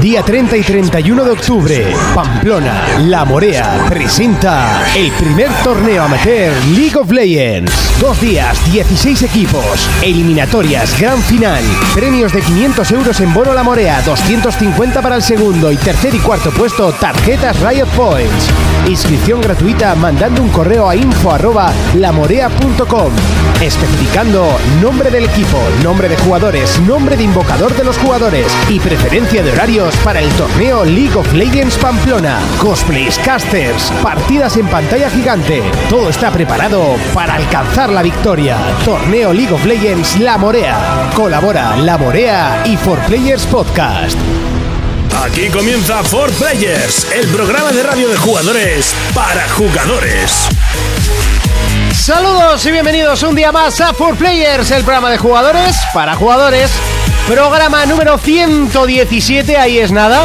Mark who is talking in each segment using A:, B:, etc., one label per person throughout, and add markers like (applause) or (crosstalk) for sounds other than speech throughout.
A: Día 30 y 31 de octubre, Pamplona, La Morea, presenta el primer torneo amateur League of Legends. Dos días, 16 equipos, eliminatorias, gran final, premios de 500 euros en bono La Morea, 250 para el segundo y tercer y cuarto puesto, tarjetas Riot Points. Inscripción gratuita mandando un correo a info arroba lamorea.com, especificando nombre del equipo, nombre de jugadores, nombre de invocador de los jugadores y preferencia de horarios para el torneo League of Legends Pamplona. Cosplays, casters, partidas en pantalla gigante. Todo está preparado para alcanzar la victoria. Torneo League of Legends La Morea. Colabora La Morea y For Players Podcast.
B: Aquí comienza For Players, el programa de radio de jugadores para jugadores.
A: Saludos y bienvenidos un día más a For Players, el programa de jugadores para jugadores. Programa número 117, ahí es nada.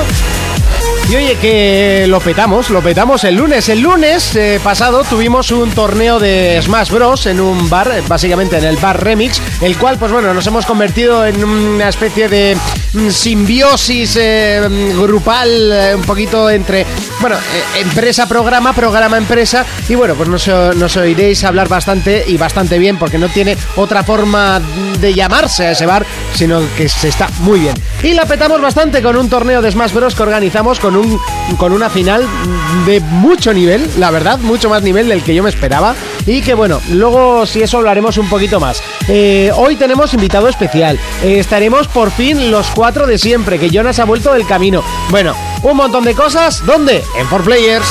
A: Y oye que lo petamos, lo petamos el lunes. El lunes eh, pasado tuvimos un torneo de Smash Bros. en un bar, eh, básicamente en el bar Remix, el cual pues bueno, nos hemos convertido en una especie de mm, simbiosis eh, mm, grupal, eh, un poquito entre, bueno, eh, empresa-programa, programa-empresa. Y bueno, pues nos, eh, nos oiréis hablar bastante y bastante bien, porque no tiene otra forma de llamarse a ese bar, sino que se está muy bien. Y la petamos bastante con un torneo de Smash Bros. que organizamos con, un, con una final de mucho nivel, la verdad, mucho más nivel del que yo me esperaba. Y que bueno, luego si eso hablaremos un poquito más. Eh, hoy tenemos invitado especial. Eh, estaremos por fin los cuatro de siempre, que Jonas ha vuelto del camino. Bueno, un montón de cosas. ¿Dónde? En 4Players.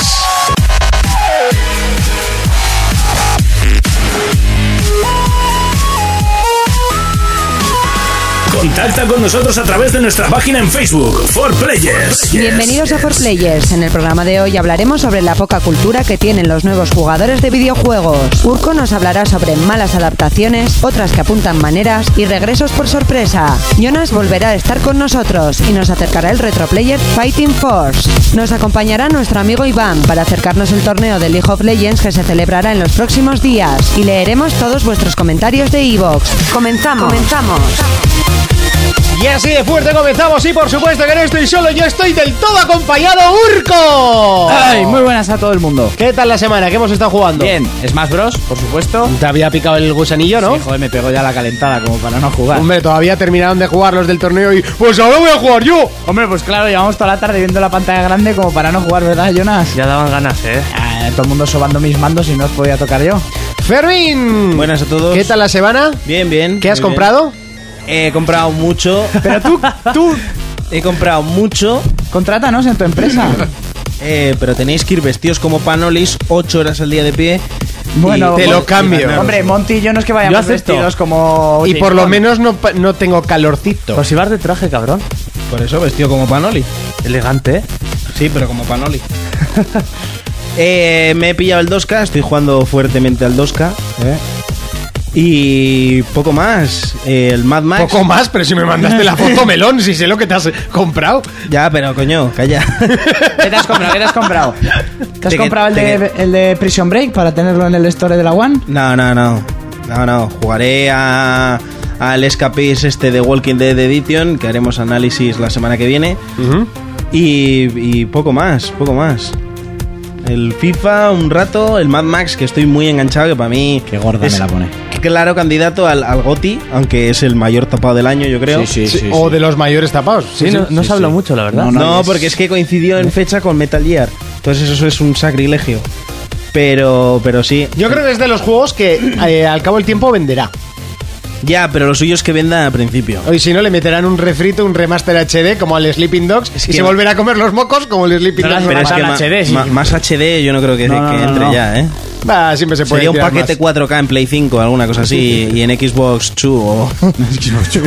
B: Contacta con nosotros a través de nuestra página en Facebook, For Players.
C: Bienvenidos a For Players. En el programa de hoy hablaremos sobre la poca cultura que tienen los nuevos jugadores de videojuegos. Urco nos hablará sobre malas adaptaciones, otras que apuntan maneras y regresos por sorpresa. Jonas volverá a estar con nosotros y nos acercará el retroplayer Fighting Force. Nos acompañará nuestro amigo Iván para acercarnos el torneo de League of Legends que se celebrará en los próximos días y leeremos todos vuestros comentarios de Evox. Comenzamos. Comenzamos.
A: Y así de fuerte comenzamos y por supuesto que no estoy solo, yo estoy del todo acompañado, Urco.
D: Ay, muy buenas a todo el mundo.
A: ¿Qué tal la semana? ¿Qué hemos estado jugando?
D: Oh. Bien, Smash Bros, por supuesto.
A: Te había picado el gusanillo, ¿no?
D: Sí, joder, me pegó ya la calentada como para no jugar.
A: Hombre, todavía terminaron de jugar los del torneo y pues ahora voy a jugar yo.
D: Hombre, pues claro, llevamos toda la tarde viendo la pantalla grande como para no jugar, ¿verdad, Jonas?
E: Ya daban ganas, ¿eh?
D: Ah, todo el mundo sobando mis mandos y no os podía tocar yo.
A: Fermín.
E: Buenas a todos.
A: ¿Qué tal la semana?
E: Bien, bien.
A: ¿Qué has
E: muy bien.
A: comprado?
E: He comprado mucho.
D: Pero (laughs) tú,
A: (laughs)
D: tú,
E: He comprado mucho.
D: contrátanos en tu empresa.
E: (laughs) eh, pero tenéis que ir vestidos como panolis, 8 horas al día de pie.
D: Bueno,
E: Y-
A: te lo
E: y
A: cambio.
E: ganaros.
D: Hombre, Monty y yo no es que
F: Yo
D: vayamos
F: acepto.
D: vestidos como...
A: Y
D: James
A: por lo
D: Bond.
A: menos no, pa- no tengo calorcito.
F: Pues si vas de traje, cabrón.
E: Por eso vestido como panoli.
F: Elegante, ¿eh?
E: Sí, pero como panoli. Eh, me he pillado el 2K, estoy jugando fuertemente al 2K. ¿eh? Y poco más. eh, el Mad Max.
A: Poco más, pero si me mandaste
E: (laughs)
A: la foto melón, si sé lo que te has comprado.
E: Ya, pero coño,
A: (laughs)
E: calla.
D: ¿Qué te has comprado? ¿Qué te
E: (laughs)
D: has comprado? ¿Te has
E: Te que-
D: comprado el
E: te
D: de, el de Prison Break para tenerlo en el store de la One?
E: No, no, no. No, no. Jugaré a, al escapis este de Walking Dead Edition, que haremos análisis la semana que viene. y, y poco más, poco más. El FIFA, un rato, el Mad Max, que estoy muy enganchado, que para mí.
D: Qué gorda me la pone.
E: Claro, candidato al, al GOTI, aunque es el mayor tapado del año, yo creo.
A: o de los mayores tapados.
F: Sí, no, no se habló mucho, la verdad.
D: No,
E: No,
D: es-
E: porque es que coincidió en fecha con Metal Gear. Entonces, eso es un sacrilegio. Pero, pero sí.
A: Yo creo que es de los juegos que eh, al cabo del tiempo venderá.
E: Ya, pero lo suyo es que venda al principio.
A: Hoy si no le meterán un refrito, un remaster HD como al Sleeping Dogs y
E: que-
A: se volverá a comer los mocos como el Sleeping
F: No,
A: Dogs.
F: pero
E: es que
F: Tal
E: ma-
F: HD, sí.
E: ma- más HD yo no creo que,
D: No, no,
E: que
D: no,
E: entre
D: no.
E: ya, ¿eh?
A: Ah, siempre se puede
E: Sería un
A: tirar
E: paquete
A: más.
E: 4K en Play 5, alguna cosa así, y en Xbox 2 (laughs) o,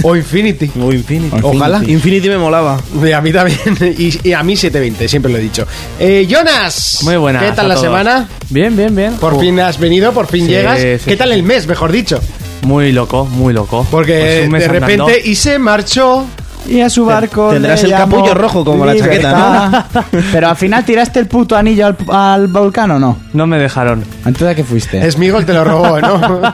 A: (laughs) O Infinity.
E: o Infinity.
A: Ojalá.
E: Infinity me molaba.
A: Y a mí también. (laughs) Y, y a mí 720, siempre lo he dicho. Eh, Jonas.
F: Muy buenas.
A: ¿Qué tal
F: a
A: la
F: todos.
A: semana?
F: Bien, bien, bien.
A: Por
F: Ju-
A: fin has venido, por fin
F: Sí,
A: llegas.
F: sí,
A: ¿Qué tal
F: sí.
A: el mes, mejor dicho?
F: Muy loco, muy loco.
A: Porque
F: Pues un mes
A: de repente
F: andando.
A: y se marchó.
D: Y a su barco.
E: tendrás
D: le
E: el
D: llamó
E: capullo rojo como la chaqueta,
D: Libertad. Pero al final tiraste el puto anillo al, al volcán o no?
F: No me dejaron.
D: ¿Entonces a qué
F: (laughs)
D: fuiste?
A: Smigol te lo robó, ¿no?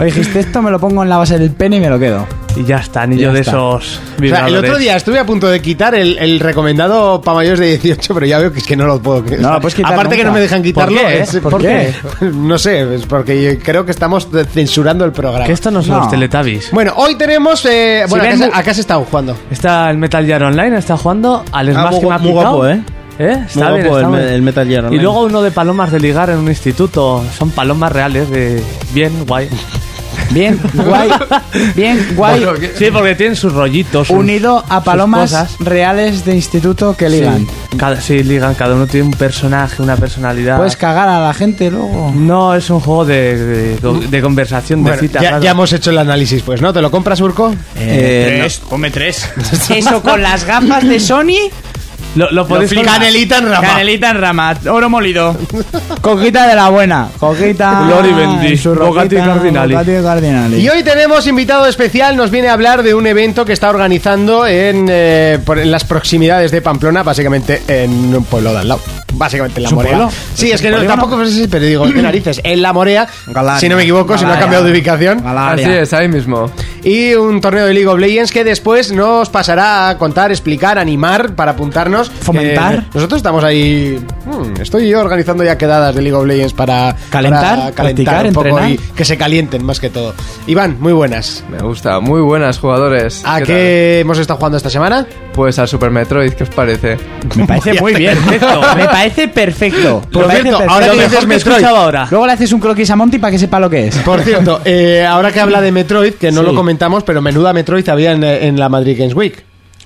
D: O dijiste esto, me lo pongo en la base del pene y me lo quedo.
F: Y ya está, anillo
E: Ya
F: de
E: está.
F: esos
A: O sea,
F: vibradores.
A: el otro día estuve a punto de quitar el, el recomendado para mayores de 18, pero ya veo que es que no lo puedo quitar.
D: No lo puedes quitar
A: Aparte que
D: nunca.
A: no me dejan quitarlo.
F: qué, eh?
A: es-
F: pues ¿Por
D: qué?
A: (laughs) No sé, es porque creo que estamos censurando el programa.
F: Que estos no son
D: No.
F: los Teletubbies.
A: Bueno, hoy tenemos... eh, bueno,
D: ven
A: acá,
D: mu-
A: se- acá se está jugando.
F: Está el Metal Gear Online, está jugando al Smash
E: Ah, muy
F: que me ha
E: guapo, muy
F: picado.
E: guapo, ¿eh?
F: ¿Eh? Está
E: Muy
F: bien,
E: guapo
F: está
E: el,
F: bien.
E: el Metal Gear
F: Y
E: Online.
F: luego uno de palomas de ligar en un instituto. Son palomas reales de... Bien, guay.
D: Bien,
F: (laughs)
D: guay. Bien, guay.
F: Sí, porque tienen sus rollitos. sus-
D: Unido a
F: sus
D: palomas
F: cosas.
D: reales de instituto que ligan.
F: Cada, sí, ligan. Cada uno tiene un personaje, una personalidad.
E: Pues-
D: Puedes cagar a la gente luego.
F: No, es un juego de, de- de conversación, de
A: Bueno,
F: citas.
A: ya,
F: claro.
A: ya hemos hecho el análisis, pues, ¿no? ¿Te lo compras, Urco?
E: Eh, no.
B: come tres.
D: Eso con las gafas de Sony.
F: Lo, lo podéis
D: flipas.
A: Canelita en rama.
D: Canelita en rama, oro molido. Coquita de la buena.
F: (laughs)
D: Coquita.
F: Lori Bendy,
D: su
F: Bogatti
D: roquita,
F: y Cardinali.
D: Bogatti y Cardinali.
A: Y hoy tenemos invitado especial, nos viene a hablar de un evento que está organizando en, eh, por- en las proximidades de Pamplona, básicamente en un pueblo de al lado. Básicamente en La
F: ¿Es un
A: Morea.
F: pueblo?
A: Sí, es que no,
D: polígono?
A: tampoco sé si, pero digo, de narices, en La Morea,
E: Galaria.
A: si no me equivoco, si no ha
D: Galaria.
A: cambiado de ubicación.
E: Ah,
D: Galaria.
G: Así es, ahí mismo.
A: Y un torneo de League of Legends que después nos pasará a contar, explicar, animar para apuntarnos.
D: Fomentar.
A: Eh, nosotros estamos ahí. hmm, estoy yo organizando ya quedadas de League of Legends para
D: Calentar,
A: para
D: practicar,
A: un poco
D: entrenar.
A: y que se calienten más que todo. Iván, muy buenas.
G: Me gusta. Muy buenas, jugadores.
A: ¿A qué,
G: tal?
A: hemos estado jugando esta semana?
G: Pues a Super Metroid, ¿qué os parece?
D: Me parece
F: (laughs)
D: muy bien. Me parece perfecto.
A: Por
D: Me parece
A: cierto,
D: perfecto.
A: ahora
F: Lo mejor
A: que dices
F: que
A: Metroid.
F: escuchaba ahora.
D: Luego le haces un croquis a Monty para que sepa lo que es.
A: Por cierto, eh, ahora que habla de Metroid, que no
F: Sí.
A: lo comentamos, pero menuda Metroid había en, en la Madrid Games Week.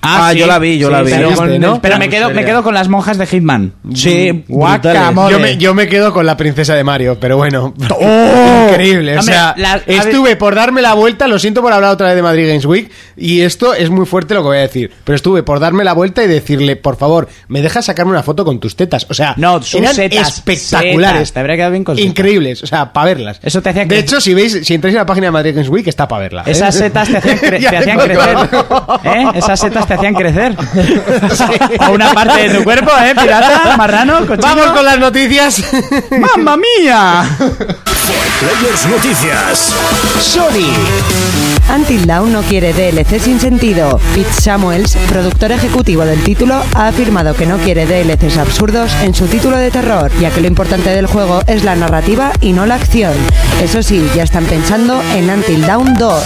E: Ah, yo la vi, yo la vi.
A: pero
E: Sí,
A: con-
E: sí,
A: ¿no?
E: sí.
D: Pero me quedo, me quedo con las monjas de Hitman. Mm,
E: Sí,
D: Guacamole.
A: Yo me, yo me quedo con la princesa de Mario,
D: (laughs)
A: pero bueno. Increíble. O
D: ¡Oh! Hombre,
A: sea,
D: la- a ver-
A: estuve por darme la vuelta, lo siento por hablar otra vez de Madrid Games Week, y esto es muy fuerte lo que voy a decir, pero estuve por darme la vuelta y decirle, por favor, ¿me dejas sacarme una foto con tus tetas? O sea,
D: No, sus
A: eran
D: setas,
A: espectaculares.
D: setas. Te habría quedado bien con setas.
A: Increíbles, o sea, para verlas.
D: Eso te hacía
A: De
D: que-
A: hecho, si veis, si entráis en la página de Madrid Games Week, está para verla. ¿eh?
D: Esas setas te hacían, cre-
A: (laughs) Ya
D: te hacían
A: tengo
D: crecer.
A: todo.
D: ¿Eh? Esas setas te hacían crecer. (laughs) A una parte de tu cuerpo, ¿eh? Pirata, marrano, cochino.
A: Vamos con las noticias.
D: ¡Mamma mía!
B: Players Noticias.
A: Sony.
C: Until Dawn no quiere DLC sin sentido. Pete Samuels, productor ejecutivo del título, ha afirmado que no quiere DLCs absurdos en su título de terror, ya que lo importante del juego es la narrativa y no la acción. Eso sí, ya están pensando en Until Dawn 2.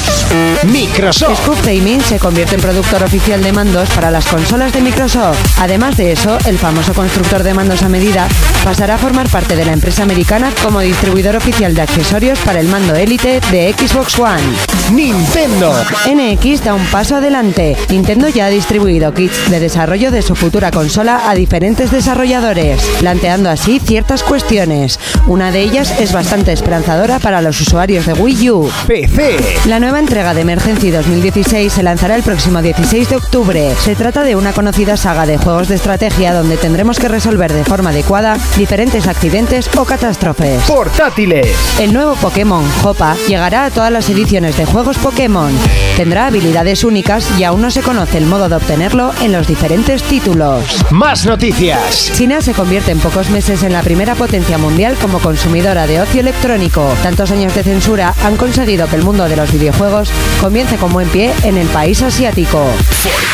A: Microsoft.
C: Scoop Gaming se convierte en productor oficial de mandos para las consolas de Microsoft. Además de eso, el famoso constructor de mandos a medida pasará a formar parte de la empresa americana como distribuidor oficial de accesorios para el mando élite de Xbox One.
A: (laughs) Nintendo.
C: NX da un paso adelante. Nintendo ya ha distribuido kits de desarrollo de su futura consola a diferentes desarrolladores, planteando así ciertas cuestiones. Una de ellas es bastante esperanzadora para los usuarios de Wii U.
A: PC.
C: La nueva entrega de Emergency 2016 se lanzará el próximo 16 de octubre. Se trata de una conocida saga de juegos de estrategia donde tendremos que resolver de forma adecuada diferentes accidentes o catástrofes.
A: Portátiles.
C: El nuevo Pokémon Hopa llegará a todas las ediciones de juegos Pokémon. Tendrá habilidades únicas y aún no se conoce el modo de obtenerlo en los diferentes títulos.
A: Más noticias.
C: China se convierte en pocos meses en la primera potencia mundial como consumidora de ocio electrónico. Tantos años de censura han conseguido que el mundo de los videojuegos comience con buen pie en el país asiático.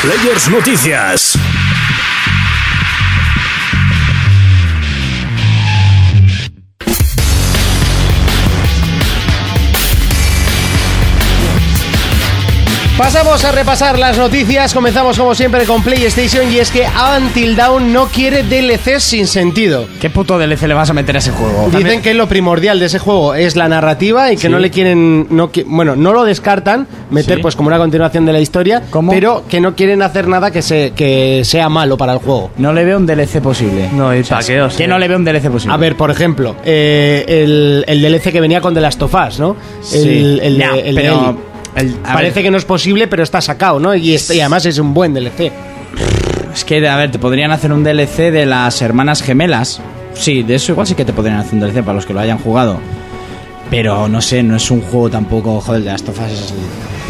B: Players Noticias.
A: Pasamos a repasar las noticias. Comenzamos como siempre con PlayStation y es que Until Dawn no quiere DLCs sin sentido.
D: ¿Qué puto DLC le vas a meter a ese juego?
A: Dicen que lo primordial de ese juego es la narrativa y que no le quieren, no qui- bueno, no lo descartan meter pues como una continuación de la historia,
D: ¿Cómo?
A: pero que no quieren hacer nada que se que sea malo para el juego.
D: No le veo un DLC posible.
F: No, y paqueos.
D: Que no le veo un DLC posible.
A: A ver, por ejemplo, eh, el, el DLC que venía con The Last of Us, ¿no? El, el de-
D: Ya,
A: el de
D: pero
A: Ellie.
D: el- a
A: Parece
D: ver,
A: que no es posible, pero está sacado, ¿no? Y, es- y además es un buen DLC.
D: Es que, a ver, te podrían hacer un DLC de las hermanas gemelas. Sí, de eso igual sí que te podrían hacer un DLC para los que lo hayan jugado. Pero no sé, no es un juego tampoco. Joder, de las tofas es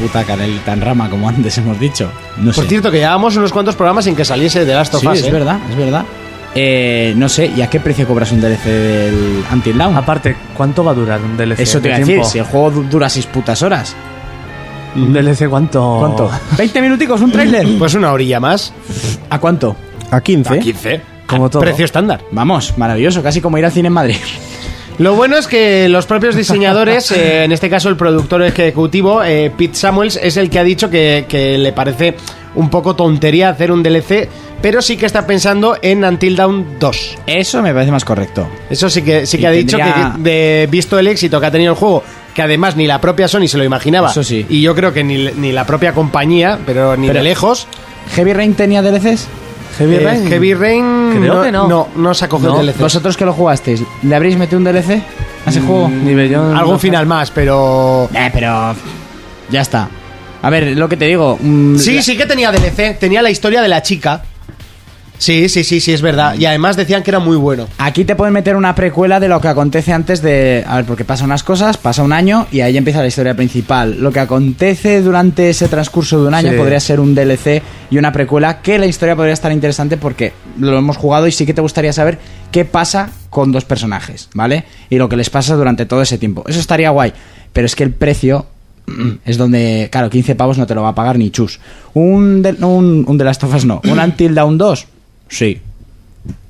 D: puta canelita en rama, como (laughs) antes hemos dicho. No
A: Por
D: sé.
A: cierto, que llevábamos unos cuantos programas sin que saliese The Last of
D: sí,
A: Us,
D: es
A: ¿eh?
D: verdad, es verdad. Eh, no sé, ¿y a qué precio cobras un DLC del Until Dawn?
F: Aparte, ¿cuánto va a durar un DLC?
D: Eso te
F: ¿Qué
D: iba a decir,
F: tiempo?
D: si el juego du- dura seis putas horas.
F: Un DLC cuánto. Ah,
D: ¿Cuánto? ¿20 minuticos? ¿Un tráiler?
A: (laughs) Pues una orilla más.
D: ¿A cuánto?
E: A 15.
A: 15.
F: Como todo.
A: Precio estándar.
D: Vamos, maravilloso, casi como ir al cine en Madrid. (laughs)
A: Lo bueno es que los propios diseñadores, eh, en este caso el productor ejecutivo, eh, Pete Samuels, es el que ha dicho que, que le parece un poco tontería hacer un DLC, pero sí que está pensando en Until Dawn 2.
D: Eso me parece más correcto.
A: Eso sí que, sí que
D: Y
A: ha dicho
D: tendría-
A: que, de- visto el éxito que ha tenido el juego, que además ni la propia Sony se lo imaginaba.
D: Eso sí.
A: Y yo creo que ni, ni la propia compañía, pero ni
D: Pero-
A: de lejos.
D: ¿Heavy Rain tenía DLCs?
F: Heavy
A: eh,
F: Rain.
A: Heavy Rain.
F: Creo que no.
A: No, no se ha cogido
F: No,
A: el DLC.
D: ¿Vosotros que lo jugasteis? ¿Le habréis metido un DLC a ese juego?
F: Ni Bellón.
A: Algún
F: no sé.
A: final más, pero.
D: Eh, pero. Ya está. A ver, lo que te digo. mm,
A: Sí,
D: la-
A: sí que tenía DLC. Tenía la historia de la chica. Sí, sí, sí, sí, es verdad. Y además decían que era muy bueno.
D: Aquí te pueden meter una precuela de lo que acontece antes de. A ver, porque pasa unas cosas, pasa un año y ahí ya empieza la historia principal. Lo que acontece durante ese transcurso de un año
F: Sí.
D: podría ser un DLC y una precuela que la historia podría estar interesante porque lo hemos jugado y sí que te gustaría saber qué pasa con dos personajes, ¿vale? Y lo que les pasa durante todo ese tiempo. Eso estaría guay, pero es que el precio. (clears throat) mm, Es donde, claro, 15 pavos no te lo va a pagar ni chus. Un de, un, un de las tofas no. Un Until Down 2, sí.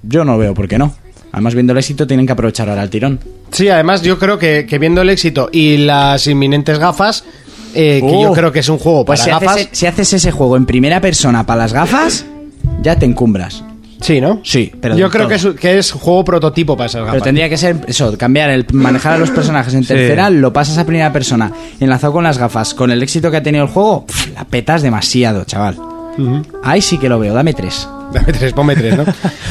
D: Yo no veo por qué no. Además, viendo el éxito, tienen que aprovechar ahora el tirón.
A: Sí, además yo creo que, que viendo el éxito y las inminentes gafas, eh, que yo
D: Oh.
A: creo que es un juego para
D: Pues si
A: gafas.
D: haces, si haces ese juego en primera persona para las gafas, ya te encumbras.
A: Sí, ¿no?
D: Sí, pero
A: yo
D: del
A: creo
D: todo.
A: que es, que es juego prototipo para esas
D: Pero
A: gafas.
D: tendría que ser eso, cambiar el manejar a los personajes en tercera, lo pasas a primera persona, enlazado con las gafas, con el éxito que ha tenido el juego, pf, la petas demasiado, chaval. Ahí sí que lo veo, dame tres.
A: Dame tres, (laughs) ponme tres, ¿no?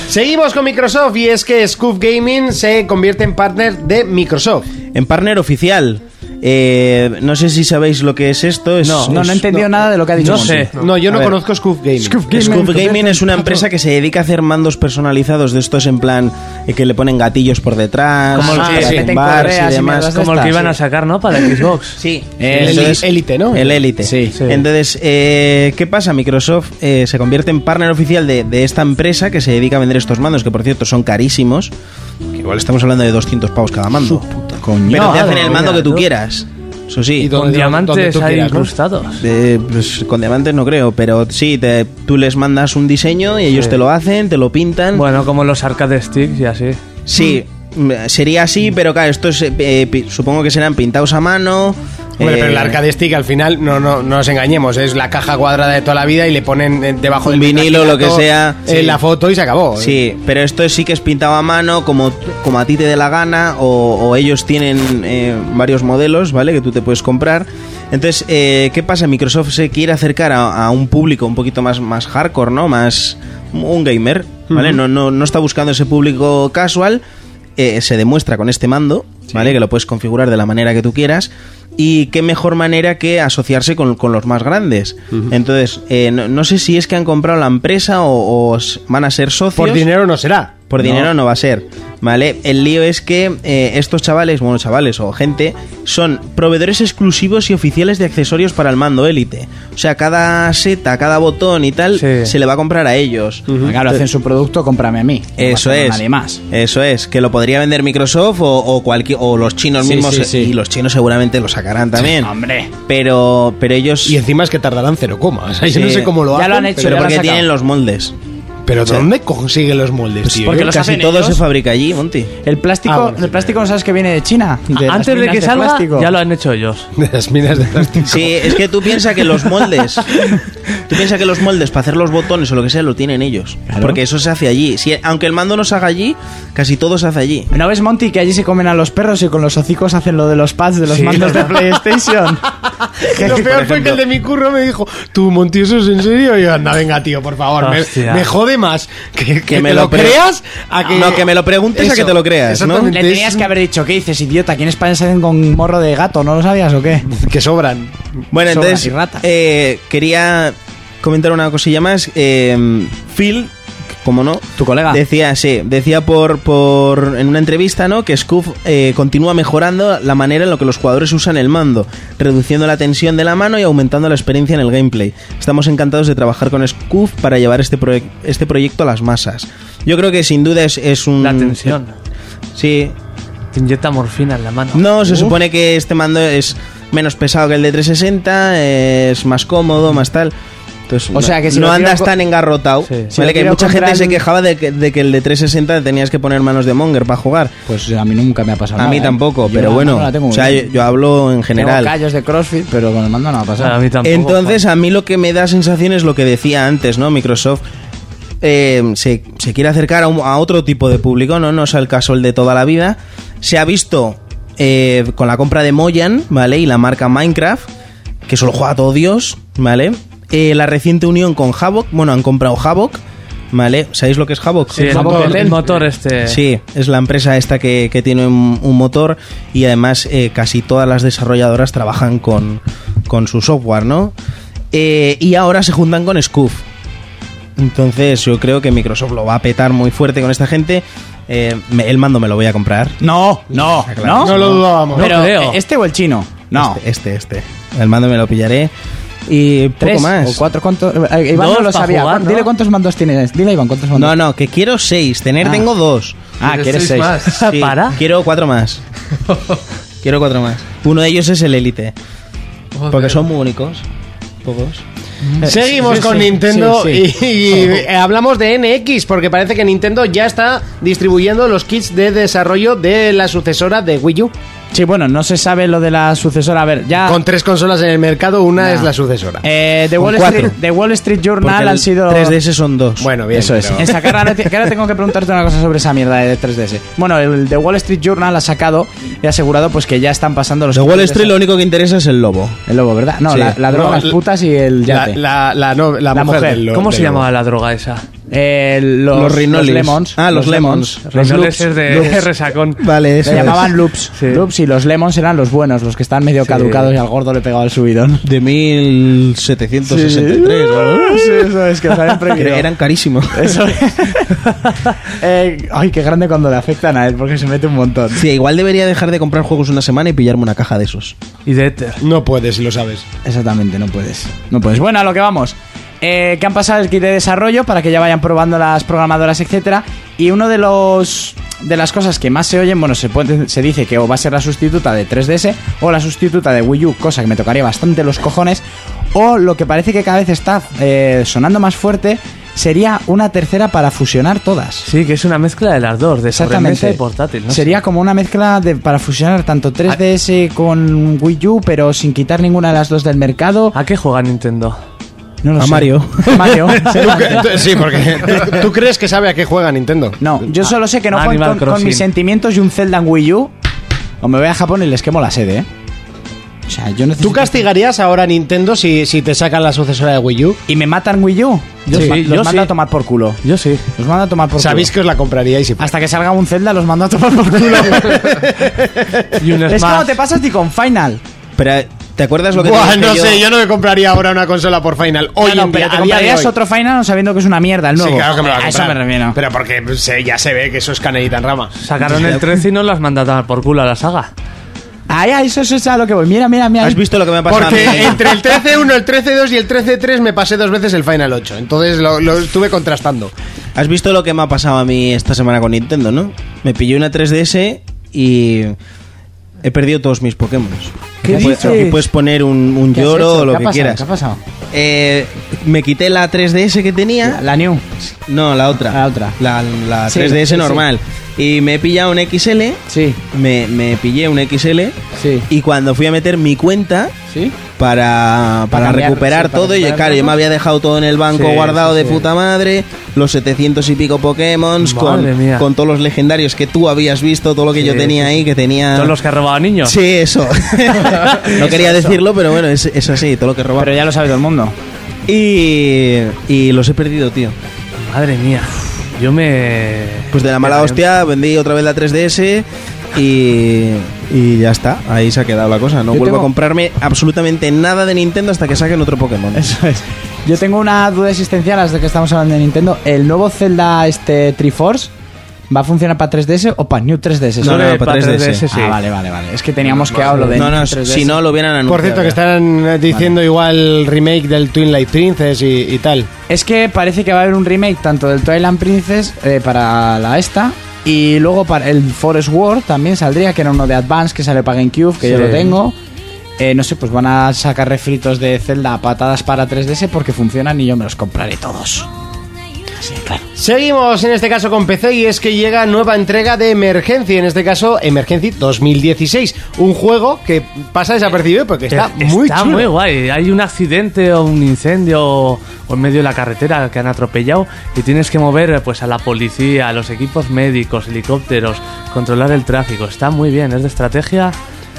A: Seguimos con Microsoft y es que Scoop Gaming se convierte en partner de Microsoft.
E: En partner oficial. Eh, no sé si sabéis lo que es esto. Es,
D: No, no,
E: es-
D: he entendido nada de lo que ha dicho.
F: No
D: Monty.
F: sé.
A: No, yo
E: A
A: no
E: ver.
A: conozco Scoop Gaming.
E: Scoop Gaming es una empresa que se dedica a hacer mandos personalizados de estos en plan eh, que le ponen gatillos por detrás,
F: Como el
E: para
F: que se
D: meten
E: bars
D: correas
E: y
D: y
E: demás.
D: mierdas
F: Como el que iban a
D: Sí.
F: sacar, ¿no? Para
D: (laughs)
F: Xbox.
E: Sí,
D: El
E: Entonces-
A: Elite, ¿no?
E: El Elite.
D: Sí. Sí.
E: Entonces, eh, ¿qué pasa? Microsoft eh, se convierte en partner oficial de, de esta empresa que se dedica a vender estos mandos, que por cierto son carísimos. Que igual estamos hablando de 200 pavos cada mando.
D: Coño.
E: Pero te
F: madre
E: hacen el mando
F: mía,
E: que tú
F: ¿no?
E: quieras. Eso sí.
A: Y
F: Con
A: donde- donde
F: diamantes
A: tú
F: ahí
A: quieras, ¿no?
F: incrustados.
E: Eh, pues, con diamantes no creo, pero sí, te- tú les mandas un diseño y ellos
F: Sí.
E: te lo hacen, te lo pintan.
F: Bueno, como los arcade sticks y así.
E: Sí, mm, sería así, pero claro, estos eh, eh, pi- supongo que serán pintados a mano.
A: Hombre,
E: eh,
A: pero el arcade stick al final, no, no, no nos engañemos, es la caja cuadrada de toda la vida y le ponen eh, debajo
E: Un
A: del
E: vinilo, lo que sea.
A: eh,
E: Sí.
A: la foto y se acabó.
E: Sí, pero esto sí que es pintado a mano, como, como a ti te dé la gana, o, o ellos tienen eh, varios modelos, ¿vale? Que tú te puedes comprar. Entonces, eh, ¿qué pasa? Microsoft se quiere acercar a, a un público un poquito más, más hardcore, ¿no? Más un gamer, ¿vale? no, no, no está buscando ese público casual. eh, se demuestra con este mando, ¿vale? Que lo puedes configurar de la manera que tú quieras. Y qué mejor manera que asociarse con, con los más grandes. Entonces, eh, no, no sé si es que han comprado la empresa o, o s- van a ser socios.
A: Por dinero no será.
E: Por dinero no. va a ser, ¿vale? El lío es que eh, estos chavales, bueno, chavales o gente, son proveedores exclusivos y oficiales de accesorios para el mando élite. O sea, cada seta, cada botón y tal,
F: Sí.
E: se le va a comprar a ellos.
D: Claro, hacen su producto, cómprame a mí. No
E: Eso
D: va a hacerlo
E: es.
D: a Nadie más.
E: Eso es, que lo podría vender Microsoft o, o cualquier o los chinos
D: Sí,
E: mismos eh,
D: sí, sí.
E: y los chinos seguramente lo sacarán también.
D: Hombre.
E: Pero pero ellos
A: Y encima es que tardarán cero comas. yo no
E: Sí.
A: sé cómo lo
D: Ya
A: hacen.
D: lo han hecho,
E: pero
D: ya lo han
E: porque
D: sacado.
E: tienen los moldes.
A: Pero ¿dónde consiguen los moldes, tío?
D: porque los
E: Casi
D: hacen
E: todo
D: ellos.
E: se fabrica allí, Monty.
D: El plástico,
A: Ah, bueno, sí,
D: el plástico no sabes que viene de China. de las
F: Ah, Antes de
D: minas
F: que salga,
D: plástico.
F: ya lo han hecho ellos.
A: (laughs) De las minas de plástico.
E: Sí, es que tú piensas que los moldes.
D: (laughs)
E: Tú piensas que los moldes para hacer los botones o lo que sea lo tienen ellos.
D: Claro.
E: Porque eso se hace allí. Si, aunque el mando no se haga allí, casi todo se hace allí.
D: ¿No ves, Monty, que allí se comen a los perros y con los hocicos hacen lo de los pads de los mandos de PlayStation?
A: (laughs) Lo peor fue que el de mi curro me dijo, tú, Monti, ¿eso es en serio? Y yo, anda, venga, tío, por favor, me,
F: Hostia.
A: me jode más que, que te
E: me
A: lo,
E: lo pre-
A: creas a que...
E: No, que me lo preguntes a que te lo creas, (laughs) ¿no?
A: Exactamente,
D: Le tenías que haber dicho, ¿qué dices, idiota? Aquí en España se hacen con morro de gato, ¿no lo sabías o qué?
A: que sobran.
E: Bueno,
D: Sobras
E: entonces.
D: y ratas.
E: eh, quería comentar una cosilla más. Eh, Phil, como no.
D: Tu colega.
E: Decía, sí, decía por, por en una entrevista, ¿no? Que Scoof eh, continúa mejorando la manera en la que los jugadores usan el mando, reduciendo la tensión de la mano y aumentando la experiencia en el gameplay. Estamos encantados de trabajar con Scoof para llevar este, proye- este proyecto a las masas. Yo creo que sin duda es, es un...
F: La tensión.
E: Sí.
F: Te inyecta morfina en la mano.
E: No, se supone que este mando es menos pesado que el de 360, eh, es más cómodo, más tal. Entonces,
D: O
E: no-
D: sea, que si
E: no
D: lo
E: andas
D: quiero co-
E: tan engarrotado.
F: Sí.
E: ¿vale?
F: Si lo
E: que
F: quiero
E: mucha gente
F: comprar
E: se
F: en-
E: quejaba de que, de que el de 360 tenías que poner manos de Monger para jugar.
D: Pues a mí nunca me ha pasado
E: A
D: nada,
E: mí
D: ¿eh?
E: tampoco,
D: Yo
E: pero
D: la
E: bueno,
D: mano la tengo
E: o
D: muy
E: sea, yo,
D: bien.
E: yo hablo en general.
D: Tengo callos de CrossFit, pero con el mando no ha pasado.
F: A mí tampoco.
E: Entonces, a mí lo que me da sensación es lo que decía antes, ¿no? Microsoft eh, se, se quiere acercar a, un- a otro tipo de público, ¿no? No es el caso el de toda la vida. Se ha visto eh, con la compra de Moyan, ¿vale? Y la marca Minecraft, que solo juega todo Dios, ¿vale? Eh, la reciente unión con Havok, bueno, han comprado Havok, ¿vale? ¿Sabéis lo que es Havok?
F: Sí, el
D: Motor.
F: motor, el motor este.
E: Sí, es la empresa esta que, que tiene un, un motor y además eh, casi todas las desarrolladoras trabajan con, con su software, ¿no? Eh, y ahora se juntan con Scoof. Entonces yo creo que Microsoft lo va a petar muy fuerte con esta gente. Eh, me- el mando me lo voy a comprar.
D: No, no,
E: Ah, claro.
D: no.
A: No lo dudábamos.
F: No
D: pero
F: creo.
D: este o el chino. No.
E: Este, este, este. El mando me lo pillaré. Y poco
D: Tres
E: más.
D: o cuatro cuántos Eh, Iván
F: Dos
D: no lo
F: pa'
D: sabía.
F: jugar, ¿no?
D: Dile cuántos mandos tienes. Dile Iván cuántos mandos.
E: No, no, que quiero seis. Tener
D: Ah.
E: tengo dos.
D: Ah, que eres
G: Seis
D: seis.
G: más.
D: (laughs)
E: Sí,
F: ¿Para?
E: Quiero cuatro más. quiero cuatro más. Uno de ellos es el Elite. Porque son muy únicos. Pocos.
A: Seguimos
D: sí,
A: con
D: sí,
A: Nintendo
D: sí,
A: y, y, eh, hablamos de NX, porque parece que Nintendo ya está distribuyendo los kits de desarrollo de la sucesora de Wii U.
D: Sí, bueno, no se sabe lo de la sucesora. A ver, ya.
A: Con tres consolas en el mercado, una
D: Ah. Nah.
A: es la sucesora.
D: Eh, The,
E: Con
D: Wall
E: cuatro.
D: Street, The Wall Street
E: Porque
D: Journal
E: el
D: han sido.
E: 3DS son dos.
A: bueno, bien.
D: Eso es.
A: pero-
D: En sacar, ahora, te- que ahora tengo que preguntarte una cosa sobre esa mierda de 3DS. Bueno, el The Wall Street Journal ha sacado y ha asegurado pues que ya están pasando los.
E: de Wall Street lo único que interesa es el lobo.
D: El lobo, ¿verdad? No,
E: Sí.
D: la, la droga,
A: No,
D: las
A: la-
D: putas y el
A: la,
D: yate.
A: la, la, no- la
D: La
A: mujer.
D: mujer.
A: del-
F: ¿Cómo
A: del-
F: se llamaba la droga esa?
D: Eh, los,
E: Los rinolis.
D: lemons.
E: Ah, los lemons.
D: Los
F: Rinoles
D: loops.
F: es de (laughs)
E: loops.
F: de resacón.
E: Vale,
D: Se llamaban loops.
F: Sí.
D: Loops y los lemons eran los buenos, los que están medio caducados y al gordo le pegaba el subidón.
E: De 1763. ¿no?
D: (laughs) eso es, que os habían
E: Que
D: prohibido.
E: Eran carísimos.
D: Eso es. (laughs) Eh, ay, qué grande cuando le afectan a él, porque se mete un montón.
E: Sí, igual debería dejar de comprar juegos una semana y pillarme una caja de esos.
F: Y de éter.
A: No puedes, si lo sabes.
D: Exactamente, no puedes. No puedes. Bueno, a lo que vamos. Eh, que han pasado el kit de desarrollo para que ya vayan probando las programadoras, etcétera. Y uno de los de las cosas que más se oyen, bueno, se puede, se dice que o va a ser la sustituta de 3DS o la sustituta de Wii U, cosa que me tocaría bastante los cojones. O lo que parece que cada vez está eh, sonando más fuerte sería una tercera para fusionar todas.
F: Sí, que es una mezcla de las dos, de sobremesa
D: Exactamente.
F: y portátil. ¿no?
D: Sería como una mezcla de, para fusionar tanto 3DS con Wii U, pero sin quitar ninguna de las dos del mercado.
F: ¿A qué juega Nintendo?
D: No lo
E: A
D: sé.
E: Mario.
D: (laughs) Mario.
A: (laughs) Tú- tú- sí, porque
D: (laughs)
A: tú, tú crees que sabe a qué juega Nintendo.
D: No, yo solo sé que no juegan
F: Animal
D: con, con
F: Crossing.
D: mis sentimientos y un Zelda en Wii U. O me voy a Japón y les quemo la sede, ¿eh? O sea, yo necesito...
A: ¿Tú castigarías ahora a Nintendo si, si te sacan la sucesora de Wii U?
D: ¿Y me matan Wii U? Yo
F: Sí,
D: os ma- los
F: yo
D: mando
F: sí.
D: a tomar por culo.
F: Yo sí.
D: Los mando a tomar por
A: Sabéis
D: culo.
A: que os la compraríais y
D: Hasta que salga un Zelda los mando a tomar por culo.
F: Y un
D: es como
F: Smash.
D: te pasas ti con Final.
E: Pero, eh, ¿te acuerdas lo que te
A: Buah,
E: dije
A: no
E: yo?
A: sé, yo no me compraría ahora una consola por Final. Hoy
D: No, no,
A: en
D: pero
A: día,
D: te
A: a día de
D: comprarías
A: hoy.
D: otro Final sabiendo que es una mierda el nuevo.
A: Sí, claro que me lo voy a
D: a eso me
A: comprar.
D: refiero.
A: Pero porque se- ya se ve que eso es canelita en rama.
F: Sacaron el 13 y no las mandan a tomar por culo a la saga.
D: Ay, ay, eso, eso es a lo que voy. Mira, mira, mira.
E: ¿Has visto lo que me ha pasado a mí?
A: Porque entre el 13-1, el 13-2 y el 13-3 me pasé dos veces el Final 8. Entonces lo, lo estuve contrastando.
E: Has visto lo que me ha pasado a mí esta semana con Nintendo, ¿no? Me pillé una 3DS y he perdido todos mis Pokémon.
D: ¿Qué
E: Pues-
D: dices?
E: y puedes poner un, un
D: ¿Qué has
E: lloro
D: hecho?
E: o lo
D: ¿Qué
E: que
D: ha pasado?
E: quieras.
D: ¿Qué ha pasado?
E: Eh, me quité la 3DS que tenía.
D: La New.
E: no, la otra.
D: La otra.
E: La, la
D: Sí,
E: 3DS
D: sí,
E: normal. Y me he pillado un XL.
D: Sí,
E: Me, me pillé un XL.
D: sí.
E: Y cuando fui a meter mi cuenta
D: ¿Sí?
E: para, para
D: cambiar,
E: recuperar
D: sí, para
E: todo, y
D: recuperar
E: claro, yo
D: todo.
E: me había dejado todo en el banco
F: Sí,
E: guardado
F: sí,
E: de
F: sí.
E: puta madre, los 700 y pico Pokémon,
F: Madre
E: con,
F: mía.
E: con todos los legendarios que tú habías visto, todo lo que
F: Sí,
E: yo tenía
F: sí,
E: ahí, que tenía...
F: Todos los que ha robado niños.
E: Sí,
D: (laughs)
E: eso. no quería decirlo, pero bueno, es, es así, todo lo que robaba.
D: Pero ya lo sabe todo el mundo.
E: Y, y los he perdido, tío.
F: Madre mía. Yo me.
E: Pues de la mala
F: me-
E: hostia vendí otra vez la 3DS y, y ya está. Ahí se ha quedado la cosa. No
D: Yo
E: vuelvo a
D: tengo-
E: comprarme absolutamente nada de Nintendo hasta que saquen otro Pokémon.
D: Eso es. Yo tengo una duda existencial hasta que estamos hablando de Nintendo. ¿El nuevo Zelda este Triforce va a funcionar para 3DS o para New 3DS?
E: No,
F: Solo
E: no,
F: de
E: para
F: sí.
E: 3DS.
D: Ah, vale, vale, vale. Es que teníamos que hablar de
E: No, no,
D: 3DS.
E: si no lo hubieran anunciado.
A: Por cierto, que están eh, diciendo igual remake del Twin Light Princess y, y tal.
D: Es que parece que va a haber un remake tanto del Twilight Princess eh, para la esta y luego para el Forest War también saldría, que era uno de Advance que sale para GameCube, que yo
F: Sí.
D: lo tengo. eh, no sé, pues van a sacar refritos de Zelda a patadas para 3DS porque funcionan y yo me los compraré todos. Así, de claro.
A: Seguimos en este caso con PC y es que llega nueva entrega de Emergencia, en este caso Emergency 2016, un juego que pasa desapercibido porque está
F: Eh,
A: muy
F: está
A: chulo.
F: muy guay. Hay un accidente o un incendio o, o en medio de la carretera que han atropellado y tienes que mover eh, pues a la policía, a los equipos médicos, helicópteros, controlar el tráfico. Está muy bien, es de estrategia.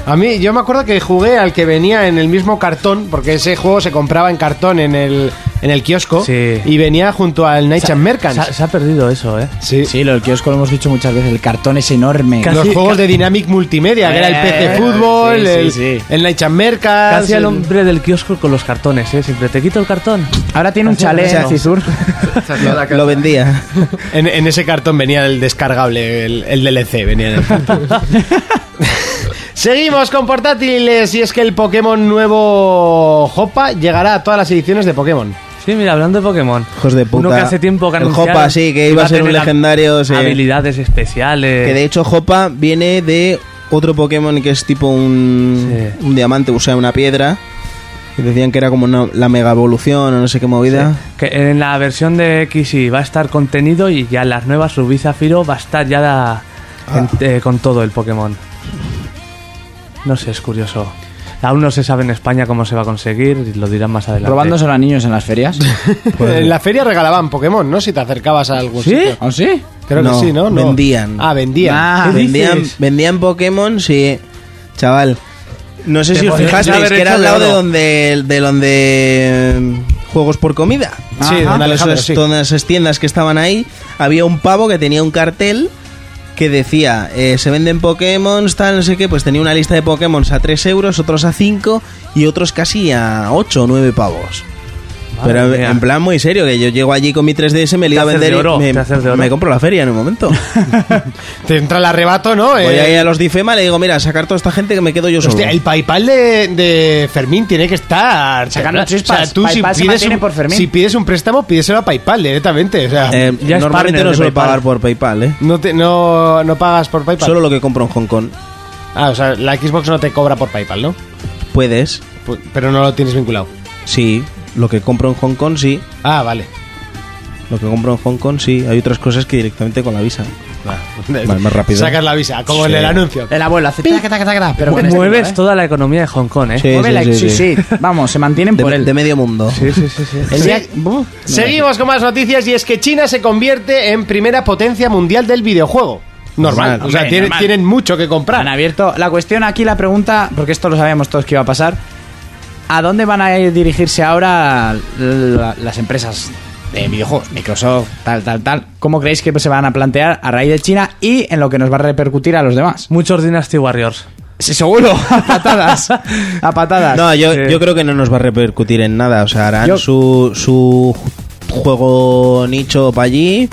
A: A mí, yo me acuerdo que jugué al que venía en el mismo cartón, porque ese juego se compraba en cartón en el, en el kiosco
F: Sí.
A: y venía junto al Night and Merchants.
F: Se, ha- se ha perdido eso, ¿eh?
A: Sí.
D: Sí, lo del kiosco lo hemos dicho muchas veces, el cartón es enorme.
F: Casi-
A: Los juegos de Dynamic Multimedia, que era el
D: Eh,
A: PC
D: eh,
A: Fútbol,
D: sí, sí,
A: el,
D: sí.
A: el Night and Merchants.
F: Casi al
A: el- (laughs)
F: hombre del kiosco con los cartones, ¿eh? Siempre te quito el cartón.
D: Ahora tiene un
F: Casi
D: chalet
F: no.
D: en Cisur.
E: Lo vendía.
A: En, en ese cartón venía el descargable, el, el DLC venía en el cartón. Seguimos con portátiles y es que el Pokémon nuevo Hopa llegará a todas las ediciones de Pokémon.
F: Sí, mira, hablando de Pokémon.
E: Hijos de puta.
F: Uno que hace tiempo que
E: El
F: anunciaron
E: Hoppa, sí, que iba a ser un
F: tener
E: legendario, sí.
F: Habilidades especiales.
E: Que de hecho Hoppa viene de otro Pokémon que es tipo un,
F: Sí.
E: un diamante, o sea, una piedra. Y decían que era como una- la mega evolución o no sé qué movida.
F: Que en la versión de XY va a estar contenido y ya en las nuevas Rubí Zafiro va a estar ya
E: Ah.
F: da- en- eh, con todo el Pokémon. No sé, es curioso. Aún no se sabe en España cómo se va a conseguir, y lo dirán más adelante.
D: Robándoselo a niños en las (laughs) ferias.
E: Pues
A: En la feria regalaban Pokémon, ¿no? Si te acercabas a algún
F: ¿Sí?
A: sitio.
D: ¿O ¿Ah, sí?
A: Creo
E: No,
A: que sí, ¿no? No.
E: vendían.
A: Ah, vendían.
D: Ah,
F: ¿Qué
E: vendían,
F: dices?
E: vendían Pokémon, sí. Chaval. No sé
F: Te
E: si os
F: podrías
E: fijasteis
F: haber
E: que era
F: hecho
E: al lado
F: de
E: de
F: oro.
E: donde, de donde mm, juegos por comida.
A: Sí,
D: Ajá.
A: don
E: Todas
A: Alejandro,
E: esas-
A: sí.
E: todas esas tiendas que estaban ahí, había un pavo que tenía un cartel que decía, eh, se venden Pokémon, tal, no sé qué, pues tenía una lista de Pokémon a 3 euros, otros a 5 y otros casi a 8 o 9 pavos.
F: Madre
E: Pero eh,
F: mía.
E: en plan muy serio, que yo llego allí con mi 3DS, me lo iba a
F: haces
E: vender
F: de oro,
E: y
F: te haces de
E: me,
F: oro.
E: me compro la feria en
F: (laughs)
E: un momento.
A: Te entra el arrebato, ¿no?
E: Voy
A: Eh,
E: ahí a los Difema, le digo, mira, sacar toda esta gente que me quedo yo solo. Eh,
A: Hostia, el PayPal de, de Fermín tiene que estar sacando
D: Sacando
A: chispas. O
D: chispas.
A: sea, tú si
D: PayPal se
A: pides,
D: mantiene
A: un,
D: por Fermín.
A: si pides un préstamo, pídeselo a PayPal directamente. O sea,
E: Eh,
F: ya es
E: normalmente
F: partner
E: no
F: de
E: suelo
F: PayPal.
E: pagar por PayPal, ¿eh?
A: no, te, no, no pagas por PayPal.
E: Solo lo que compro en Hong Kong.
A: Ah, o sea, la Xbox no te cobra por PayPal, ¿no?
E: Puedes,
A: Pu- Pero no lo tienes vinculado.
E: sí. Lo que compro en Hong Kong, sí.
A: Ah, vale.
E: Lo que compro en Hong Kong, sí. Hay otras cosas que directamente con la visa. Vale, más rápido.
A: Sacas la visa, como
E: Sí.
A: en el anuncio.
D: El abuelo hace... Eh, taca, taca, taca, taca, pero con este
F: Mueves
D: tipo, ¿eh?
F: toda la economía de Hong Kong, ¿eh?
E: Sí,
D: Mueve la-
E: sí,
D: sí,
E: sí, sí.
D: sí. Vamos, se mantienen por
E: De,
D: él.
E: de medio mundo.
F: Sí, sí, sí. sí.
D: El día-
A: Sí.
D: Buh.
A: Seguimos con más noticias y es que China se convierte en primera potencia mundial del videojuego. Normal,
E: Normal,
A: o sea,
D: hombre,
A: tienen,
D: normal.
A: tienen mucho que comprar.
D: Han abierto. La cuestión aquí, la pregunta, porque esto lo sabíamos todos que iba a pasar. ¿A dónde van a ir dirigirse ahora la- las empresas de videojuegos? Microsoft, tal, tal, tal. ¿Cómo creéis que se van a plantear a raíz de China y en lo que nos va a repercutir a los demás?
F: Muchos Dynasty Warriors.
D: Sí, seguro. (laughs) A patadas. A patadas.
E: No, yo,
F: Sí.
E: yo creo que no nos va a repercutir en nada. O sea, harán
D: Yo-
E: su, su juego nicho para allí.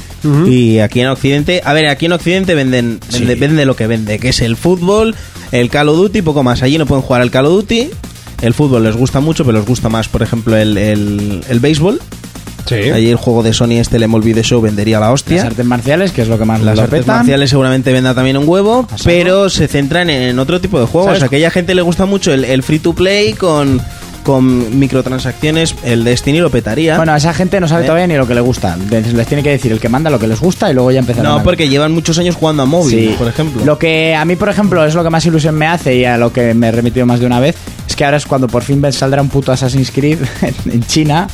E: Y aquí en Occidente. A ver, aquí en Occidente venden vende, vende lo que vende, que es el fútbol, el Call of Duty, poco más. Allí no pueden jugar al Call of Duty. El fútbol les gusta mucho, pero les gusta más, por ejemplo, el, el, el béisbol.
A: Sí.
E: Allí el juego de Sony, este, el MLB de Show, vendería la hostia.
D: Las artes marciales, que es lo que más
E: Las
D: lo
E: artes
D: petan.
E: marciales seguramente venda también un huevo,
D: Así,
E: pero se centran en otro tipo de juegos.
A: ¿Sabes?
E: A aquella gente le gusta mucho el, el free to play con, con microtransacciones. El Destiny lo petaría.
D: Bueno, a esa gente no sabe
E: Eh.
D: todavía ni lo que le gusta. Les les tiene que decir el que manda lo que les gusta y luego ya empezarán
E: no,
D: a-
E: porque llevan muchos años jugando a móvil,
D: Sí.
E: por ejemplo.
D: Lo que a mí, por ejemplo, es lo que más ilusión me hace y a lo que me he remitido más de una vez, es que ahora es cuando por fin ven- saldrá un puto Assassin's Creed (laughs) en- en China.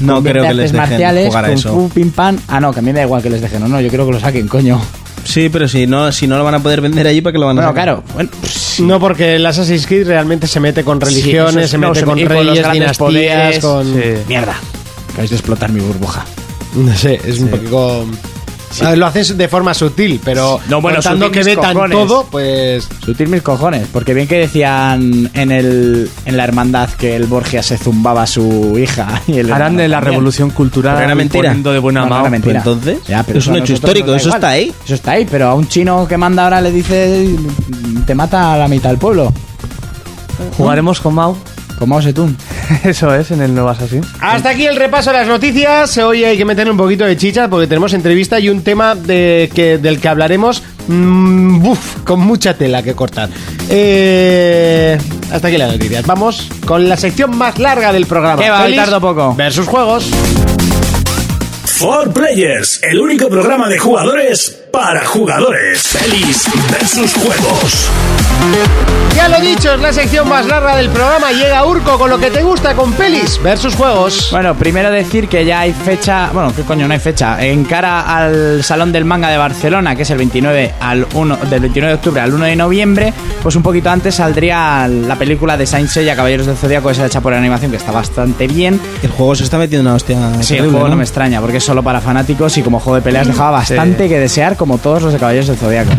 E: No
D: con
E: creo que
D: artes
E: les dejen
D: marciales,
E: jugar a
D: kung
E: eso.
D: fu, pim pam. Ah, no, que a mí me da igual que les dejen o no, yo creo que lo saquen, coño.
E: Sí, pero si no, si no lo van a poder vender allí, ¿para qué lo van a
D: Bueno,
E: sacar?
D: claro. Bueno, pues,
A: No, porque el Assassin's Creed realmente se mete con
D: Sí,
A: religiones,
D: eso es-
A: se
D: no,
A: mete
D: se-
A: con
D: y con los
A: reyes,
D: grandes
A: dinastías,
D: poderes,
A: con...
F: sí.
D: mierda. Acabáis de explotar mi burbuja.
A: No sé, es un poco... A ver, lo haces de forma sutil, pero
D: No, bueno,
A: contando
D: sutil
A: que
D: mis
A: vetan
D: cojones.
A: todo, pues...
D: Sutil mis cojones, porque bien que decían en el en la hermandad que el Borgia se zumbaba a su hija. (laughs) Y el
F: Harán de
D: hermano
F: la
D: también.
F: revolución cultural
E: Pero era mentira.
F: poniendo de buena
D: No, no
F: mano.
D: era mentira.
E: Pues entonces, es
D: eso
E: un
D: a
E: hecho
D: nosotros
E: histórico,
D: nos da
E: eso
D: igual.
E: está ahí.
D: Eso está ahí, pero a un chino que manda ahora le dice te mata a la mitad del pueblo.
F: Jugaremos con Mao.
D: Como se tú.
F: Eso es, en el nuevo Assassin.
A: Hasta aquí el repaso a las noticias. Hoy hay que meter un poquito de chicha porque tenemos entrevista y un tema de que, del que hablaremos mm, buf, con mucha tela que cortar. Eh, Hasta aquí las noticias. Vamos con la sección más larga del programa.
D: ¿Qué va?
A: Feliz
D: Tardo poco.
A: Versus juegos.
B: For Players, el único programa de jugadores para jugadores. Feliz versus juegos.
A: Ya lo dicho, es la sección más larga del programa. Llega Urco con lo que te gusta con pelis versus juegos.
D: Bueno, primero decir que ya hay fecha, bueno, qué coño, no hay fecha, en cara al Salón del Manga de Barcelona, que es el 29 al 1 del 29 de octubre al 1 de noviembre, pues un poquito antes saldría la película de Saint Seiya Caballeros del Zodíaco, esa hecha por animación que está bastante bien.
E: El juego se está metiendo una hostia.
D: Sí, el
E: terrible,
D: juego
E: ¿no?
D: no me extraña, porque es solo para fanáticos y como juego de peleas dejaba bastante que desear, como todos los de Caballeros del Zodiaco.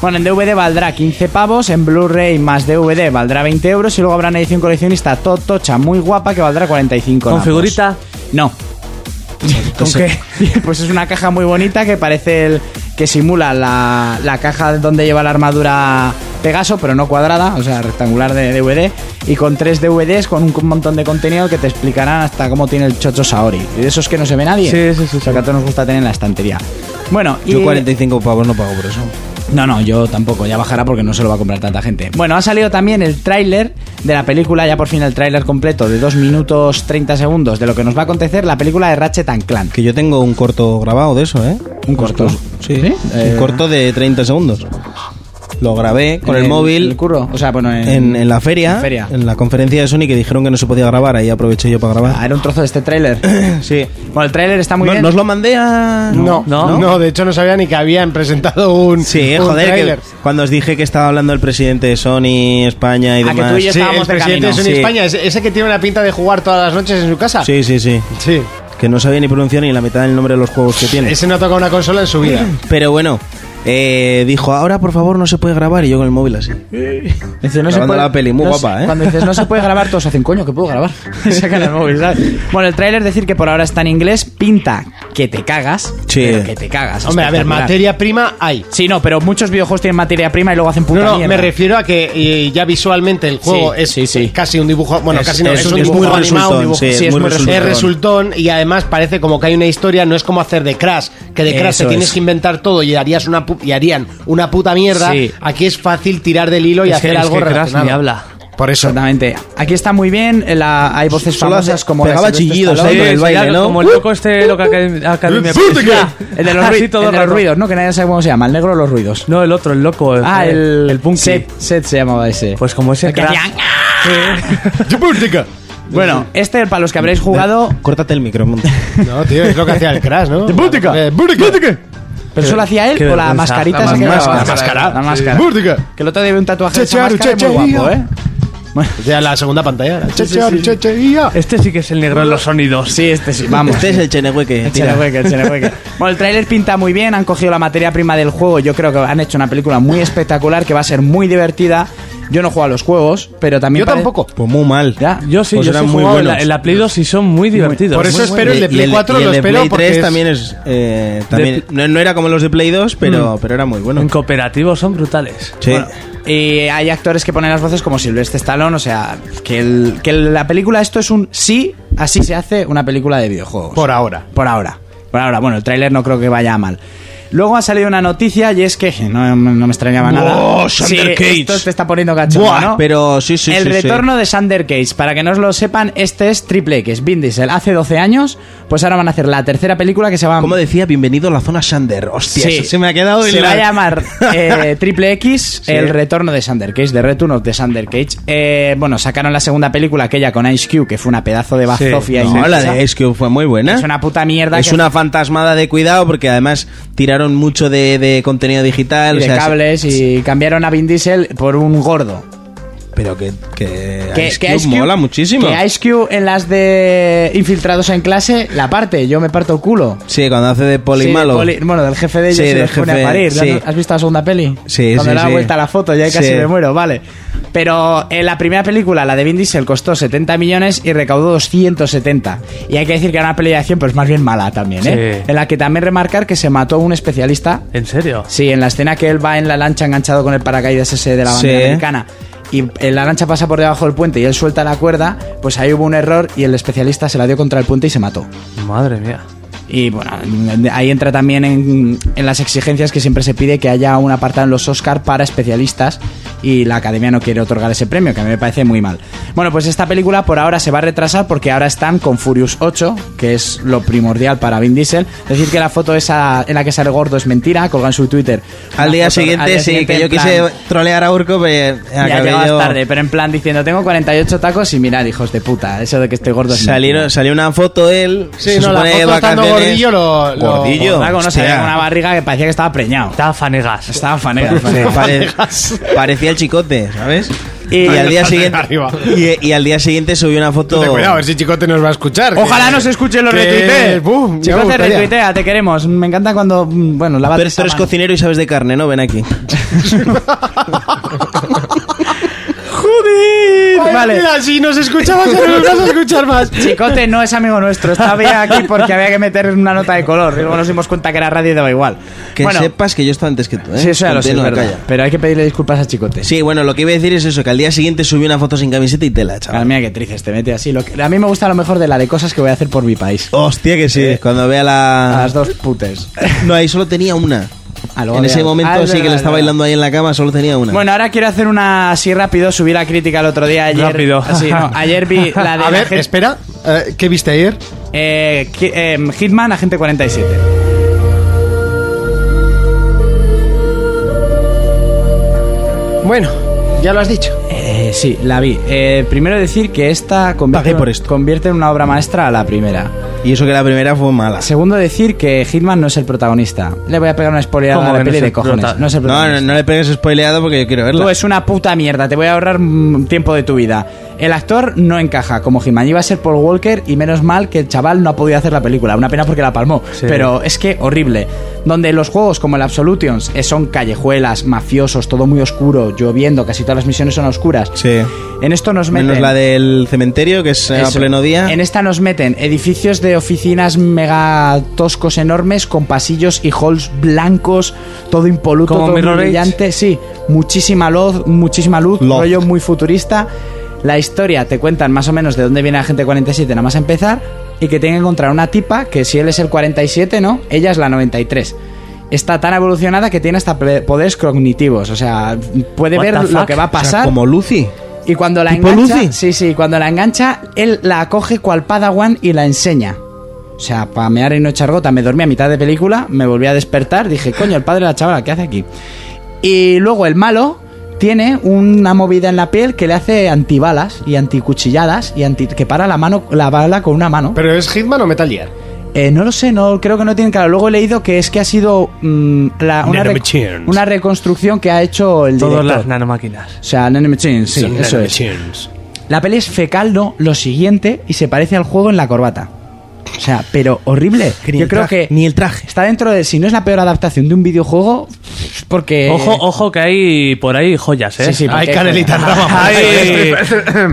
D: Bueno, en DVD valdrá 15 pavos, en Blu-ray más DVD valdrá 20 euros y luego habrá una edición coleccionista totocha muy guapa que valdrá 45
F: ¿Con
D: napos.
F: figurita?
D: No.
E: ¿Con
D: (laughs)
E: qué?
D: Pues es una caja muy bonita que parece el que simula la, la caja donde lleva la armadura Pegaso, pero no cuadrada, o sea, rectangular de DVD, y con tres DVDs con un montón de contenido que te explicarán hasta cómo tiene el Chocho Saori. Y de esos que no se ve nadie.
F: Sí, sí, sí,
D: O sea,
F: sí.
D: que a todos nos gusta tener en la estantería. Bueno, y...
E: Yo 45 pavos no pago por eso.
D: No, no, yo tampoco, ya bajará porque no se lo va a comprar tanta gente. Bueno, ha salido también el tráiler de la película, ya por fin el tráiler completo de 2 minutos 30 segundos de lo que nos va a acontecer la película de Ratchet and Clank.
E: Que yo tengo un corto grabado de eso, ¿eh?
D: Un corto.
E: Sí.
D: ¿Sí? Eh,
E: Un corto de 30 segundos. Lo grabé con el,
D: en
E: móvil.
D: el curro, o sea, bueno, en,
E: en, en la feria,
D: en feria.
E: en la conferencia de Sony que dijeron que no se podía grabar, ahí aproveché yo para
D: Ah,
E: grabar.
D: era un trozo de este tráiler.
E: (coughs) Sí.
D: Bueno, el tráiler está muy
E: No-
D: bien.
E: ¿Nos lo mandé a...?
A: No,
F: no.
A: de hecho no sabía ni que habían presentado un.
E: Sí,
A: un
E: joder,
A: tráiler.
E: que cuando os dije que estaba hablando el presidente de Sony, España y
D: Ah, que
E: demás.
D: tú y yo-
A: Sí, el
D: estábamos de
A: presidente de
D: camino.
A: Sony
E: Sí.
A: España, ese- ese que tiene una pinta de jugar todas las noches en su casa.
E: Sí, sí, sí.
A: Sí.
E: Que no sabía ni pronunciar ni la mitad del nombre de los juegos que tiene.
A: Ese no toca una consola en
E: (laughs)
A: su vida.
E: Pero bueno, eh, dijo, ahora por favor no se puede grabar y yo con el móvil así.
D: Dice, no se
E: grabando
D: puede-
E: la peli, muy
D: no
E: guapa,
D: se-
E: ¿eh?
D: Cuando dices, no se puede grabar, todos hacen coño, que puedo grabar. (laughs) Y Sacan el móvil, ¿sabes? Bueno, el tráiler decir que por ahora está en inglés, pinta que te cagas.
E: Sí.
D: Pero que te cagas.
A: Hombre, a ver,
D: espectacular.
A: materia prima hay.
D: Sí, no, pero muchos videojuegos tienen materia prima y luego hacen puta
A: No, no,
D: mierda.
A: me refiero a que eh, ya visualmente el juego
D: Sí,
A: es
D: sí, sí.
A: casi un dibujo. Bueno,
E: Es-
A: casi no,
E: es
A: es,
E: un
A: un dibujo
E: dibujo
A: animado. un
E: resultón,
A: dibujo-
E: sí, es muy
A: Es
E: resultón.
A: resultón y además parece como que hay una historia, no es como hacer de Crash, que de Crash
D: Eso
A: te tienes
D: es.
A: que inventar todo y harías una pu- y harían una puta mierda.
D: Sí.
A: Aquí es fácil tirar del hilo y
F: Es que-
A: hacer
F: es
A: algo
F: que Crash
A: relacionado.
F: ni habla.
A: Por eso.
D: Exactamente. Aquí está muy bien, la- hay voces
E: Solo hace-
D: famosas como
E: pegaba
D: la de Sylvester
E: chillidos,
D: Stallone.
E: ¿eh? el baile,
F: ya,
E: ¿no?
F: Como el (laughs) loco este, loco acad- academia.
D: El (laughs) de los,
F: Así
D: ruid-
F: todo
D: Ah, el de los
F: rato.
D: ruidos, ¿no? Que nadie sabe cómo se llama, el negro de los ruidos.
F: No, el otro, Pues el loco.
D: Ah, el,
F: El punky.
D: Set, Set se llamaba ese.
F: Pues como ese
D: El que
F: crack.
D: hacían- Bueno, este para los que habréis jugado,
E: Córtate el micro, monte.
A: No, tío, es lo que hacía el Crash, ¿no? Eh,
D: pero solo hacía él
F: qué
D: con la
F: vergüenza.
D: mascarita
G: La
D: esa que
G: máscara. La
D: llevaba.
G: máscara.
D: La máscara. Que el otro día vi un tatuaje de esa
A: Chacharu,
D: máscara y muy guapo, ¿eh?
A: chacharío. Ya la segunda pantalla.
F: Este sí que es el negro de los sonidos.
D: Sí, este sí, vamos.
E: Este es el Chenehueque.
D: El
E: tira.
D: Chenehueque, el
A: (laughs)
D: Chenehueque. Bueno, el tráiler pinta muy bien, han cogido la materia prima del juego, yo creo que han hecho una película muy espectacular que va a ser muy divertida. Yo no juego a los juegos, pero también
A: Yo
D: pare-
A: tampoco.
E: Pues muy mal.
D: Ya.
F: Yo sí,
E: Pues
F: yo sí
E: eran
F: he
E: muy
F: jugado en la,
E: buenos.
F: en la Play 2 y son muy divertidos.
A: Por eso
F: Muy
A: espero el de
E: Y- y
A: Play 4
E: y
A: lo
E: el de
A: espero
E: Play
A: porque
E: 3
A: es-
E: también es... eh, también-
F: De-
E: no, no era como los de Play 2, pero, pero era muy bueno.
F: En cooperativo son brutales.
E: Sí.
D: Bueno, y hay actores que ponen las voces como Silvestre Stallone, o sea, que, el- que la película esto es un sí, así se hace una película de videojuegos.
A: Por ahora.
D: Por ahora. Por ahora. Bueno, el tráiler no creo que vaya mal. Luego ha salido una noticia y es que no, no me extrañaba nada.
E: Buah, Xander
D: Sí,
E: Cage.
D: Esto te está poniendo cachondo,
E: Buah,
D: ¿no?
E: pero sí, sí,
D: El
E: sí, sí.
D: retorno de Xander Cage. Para que no os lo sepan, este es Triple X. Vin Diesel hace 12 años, pues ahora van a hacer la tercera película que se va
E: Como decía, bienvenido a la zona Shander. Hostia,
D: Sí.
E: eso se me ha quedado... en
D: Se
E: la-
D: va a (laughs) llamar
E: (laughs)
D: eh, Triple X,
E: Sí.
D: el retorno de Sander Cage, The Return of the Sander Cage. Eh, bueno, sacaron la segunda película, aquella con Ice Cube, que fue una pedazo de bazofia.
E: No,
D: inmensa.
E: la de es que fue muy buena.
D: Es una puta mierda.
E: Es
D: que-
E: una fantasmada de cuidado porque además tiraron mucho de, de contenido
D: y
E: digital.
D: de
E: o sea,
D: cables y cambiaron a Vin Diesel por un gordo.
E: Pero que, que,
D: Que,
E: Ice
D: que
E: Cube
D: Ice Cube-
E: mola muchísimo.
D: Que Ice Cube en las de Infiltrados en clase, la parte, yo me parto el culo.
E: Sí, cuando hace de poli
D: Sí, de
E: malo.
D: poli- bueno, del jefe de ellos
E: Sí,
D: se
E: del
D: los pone
E: jefe,
D: a parir.
E: sí.
D: ¿Has visto la segunda peli?
E: Sí,
D: Cuando
E: sí,
D: le da
E: sí.
D: vuelta la foto, ya casi
E: Sí.
D: me muero, vale. Pero en la primera película, la de Vin Diesel, costó 70 millones y recaudó 270. Y hay que decir que era una peli de acción, pues más bien mala también, ¿eh?
F: Sí.
D: En la que también remarcar que se mató un especialista.
F: ¿En serio?
D: Sí, en la escena que él va en la lancha enganchado con el paracaídas ese de la
E: Sí.
D: bandera americana. Y en la lancha pasa por debajo del puente y él suelta la cuerda, pues ahí hubo un error y el especialista se la dio contra el puente y se mató.
F: Madre mía.
D: Y bueno, ahí entra también en, en las exigencias que siempre se pide que haya un apartado en los Oscar para especialistas y la academia no quiere otorgar ese premio, que a mí me parece muy mal. Bueno, pues esta película por ahora se va a retrasar porque ahora están con Furious 8, que es lo primordial para Vin Diesel. Decir que la foto esa en la que sale gordo es mentira, colgan en su Twitter.
E: Al
D: Una
E: día
D: foto-
E: siguiente,
D: al día
E: sí,
D: siguiente,
E: que yo
D: en plan,
E: quise Ah, trolear a Urco, pero
D: ya
E: acabé
D: llegabas
E: yo-
D: tarde, pero en plan diciendo, tengo 48 tacos y mirad, hijos de puta, eso de que estoy gordo es mentira".
E: Salieron, salió una foto de él.
A: Sí,
E: se
A: no, la
E: supone de
A: foto estando
E: vacaciones.
A: gordillo lo- lo-
E: Gordillo.
D: Paco, no salía
E: hostia.
D: con una barriga que parecía que estaba preñado.
F: Estaba fanegas.
D: Estaba fanega. (laughs)
A: Pues,
E: Sí, pare- parecía el chicote, ¿sabes?
D: Y-
E: Y,
D: (laughs)
E: al día siguiente
A: Arriba.
E: y, y al día siguiente subió una foto.
A: Ten cuidado, a ver si Chicote nos va a escuchar.
D: Ojalá
A: que-
D: nos escuchen los
A: que-
D: retuitees.
A: Buh, ya me
D: Chicos, te
A: gustaría. Ah,
D: retuitea, te queremos. Me encanta cuando. mm, Bueno, la
E: Pero tú eres cocinero y sabes de carne, ¿no? Ven aquí.
A: Ay,
D: ¡Joder! Vale.
A: Mira, si nos escuchabas ya no nos vas a
D: (laughs)
A: escuchar más.
D: Chicote no es amigo nuestro. Estaba aquí porque había que meter una nota de color. Y luego nos dimos cuenta que era radio y daba igual.
E: Que
D: bueno,
E: sepas que yo estaba antes que tú, ¿eh?
D: sí, eso ya lo sé, es
E: Continúa,
D: verdad.
E: calla.
D: Pero hay que pedirle disculpas a Chicote.
E: Sí, bueno, lo que iba a decir es eso, que al día siguiente subió una foto sin camiseta y tela,
D: Madre
E: chaval.
D: mía, qué trices, te mete así. Lo que- a mí me gusta lo mejor de la de cosas que voy a hacer por mi país.
E: Hostia que sí. Eh, Cuando vea
D: A
E: la...
D: las dos putes.
E: No, ahí solo tenía una.
D: Ah, luego
E: En
D: había-
E: ese
D: Ah,
E: momento
D: es
E: sí que
D: verdad,
E: le
D: es
E: estaba
D: verdad.
E: bailando ahí en la cama, solo tenía una.
D: Bueno, ahora quiero hacer una así rápido, subí la crítica el otro día ayer.
F: Rápido.
D: Sí, no, ayer vi
A: (laughs)
D: la de
A: A
D: la
A: ver,
D: gen-
A: espera. eh, ¿Qué viste ayer?
D: eh, Ki- em, Hitman Agente 47.
A: Bueno, ya lo has dicho.
D: Eh, sí, la vi. Eh, primero decir que esta convierte,
E: Pagué por esto.
D: convierte en una obra maestra a la primera.
E: Y eso que la primera fue mala.
D: Segundo decir que Hitman no es el protagonista. Le voy a pegar una spoiler
F: ¿Cómo
D: a
F: que
D: la
F: no
D: peli
F: es
D: de
F: el
D: cojones.
F: prota-
D: No es el
E: No,
D: protagonista.
E: no, no le pegues spoileado porque yo quiero
D: Tú
E: verla.
D: es una puta mierda, te voy a ahorrar mm, tiempo de tu vida. El actor no encaja como He-Man, iba a ser Paul Walker y menos mal que el chaval no ha podido hacer la película, una pena porque la palmó,
F: Sí.
D: pero es que horrible. Donde los juegos como el Absolutions eh, son callejuelas, mafiosos, todo muy oscuro, lloviendo, casi todas las misiones son oscuras.
E: Sí.
D: En esto nos meten
E: Menos la del cementerio, que es eh, a
D: eso.
E: pleno día.
D: En esta nos meten edificios de oficinas mega toscos enormes con pasillos y halls blancos, todo impoluto,
F: ¿Como
D: todo muy
F: Mirror Age?
D: brillante, sí, muchísima luz, muchísima luz,
E: Luz.
D: rollo muy futurista. La historia te cuentan más o menos de dónde viene la gente 47 nada más a empezar y que tienen que encontrar una tipa que si él es el 47, ¿no? Ella es la 93. Está tan evolucionada que tiene hasta pe- poderes cognitivos, o sea, puede
F: What the
D: ver lo
F: fuck?
D: que va a
E: O sea,
D: pasar.
E: como Lucy.
D: Y cuando la
E: ¿Tipo
D: engancha,
E: Lucy?
D: sí, sí, cuando la engancha, él la coge cual Padawan y la enseña. O sea, para mear y no echar gota, me dormí a mitad de película, me volví a despertar, dije, coño, el padre de la chavala, ¿qué hace aquí? Y luego el malo tiene una movida en la piel que le hace antibalas y anticuchilladas y anti que para la mano la bala con una mano.
A: ¿Pero es Hitman o Metal Gear?
D: Eh, no lo sé, no creo que no tienen claro. Luego he leído que es que ha sido mm, la- una,
B: Nano
D: rec-
B: Machines.
D: una reconstrucción que ha hecho el
F: Todas
D: director.
F: las nanomáquinas.
D: o sea, Nano Machines, sí,
B: Son
D: eso es.
B: nanochins.
D: La peli es fecaldo, lo siguiente, y se parece al juego en la corbata. O sea, pero horrible.
E: Que ni
D: Yo
E: el
D: creo
E: traje,
D: que
E: ni el traje.
D: está dentro de. Si no es la peor adaptación de un videojuego, es porque.
F: Ojo, ojo, que hay por ahí joyas, ¿eh?
D: Eh, Sí, sí,
A: Hay
D: porque-
A: Canelita Rama.
F: Hay-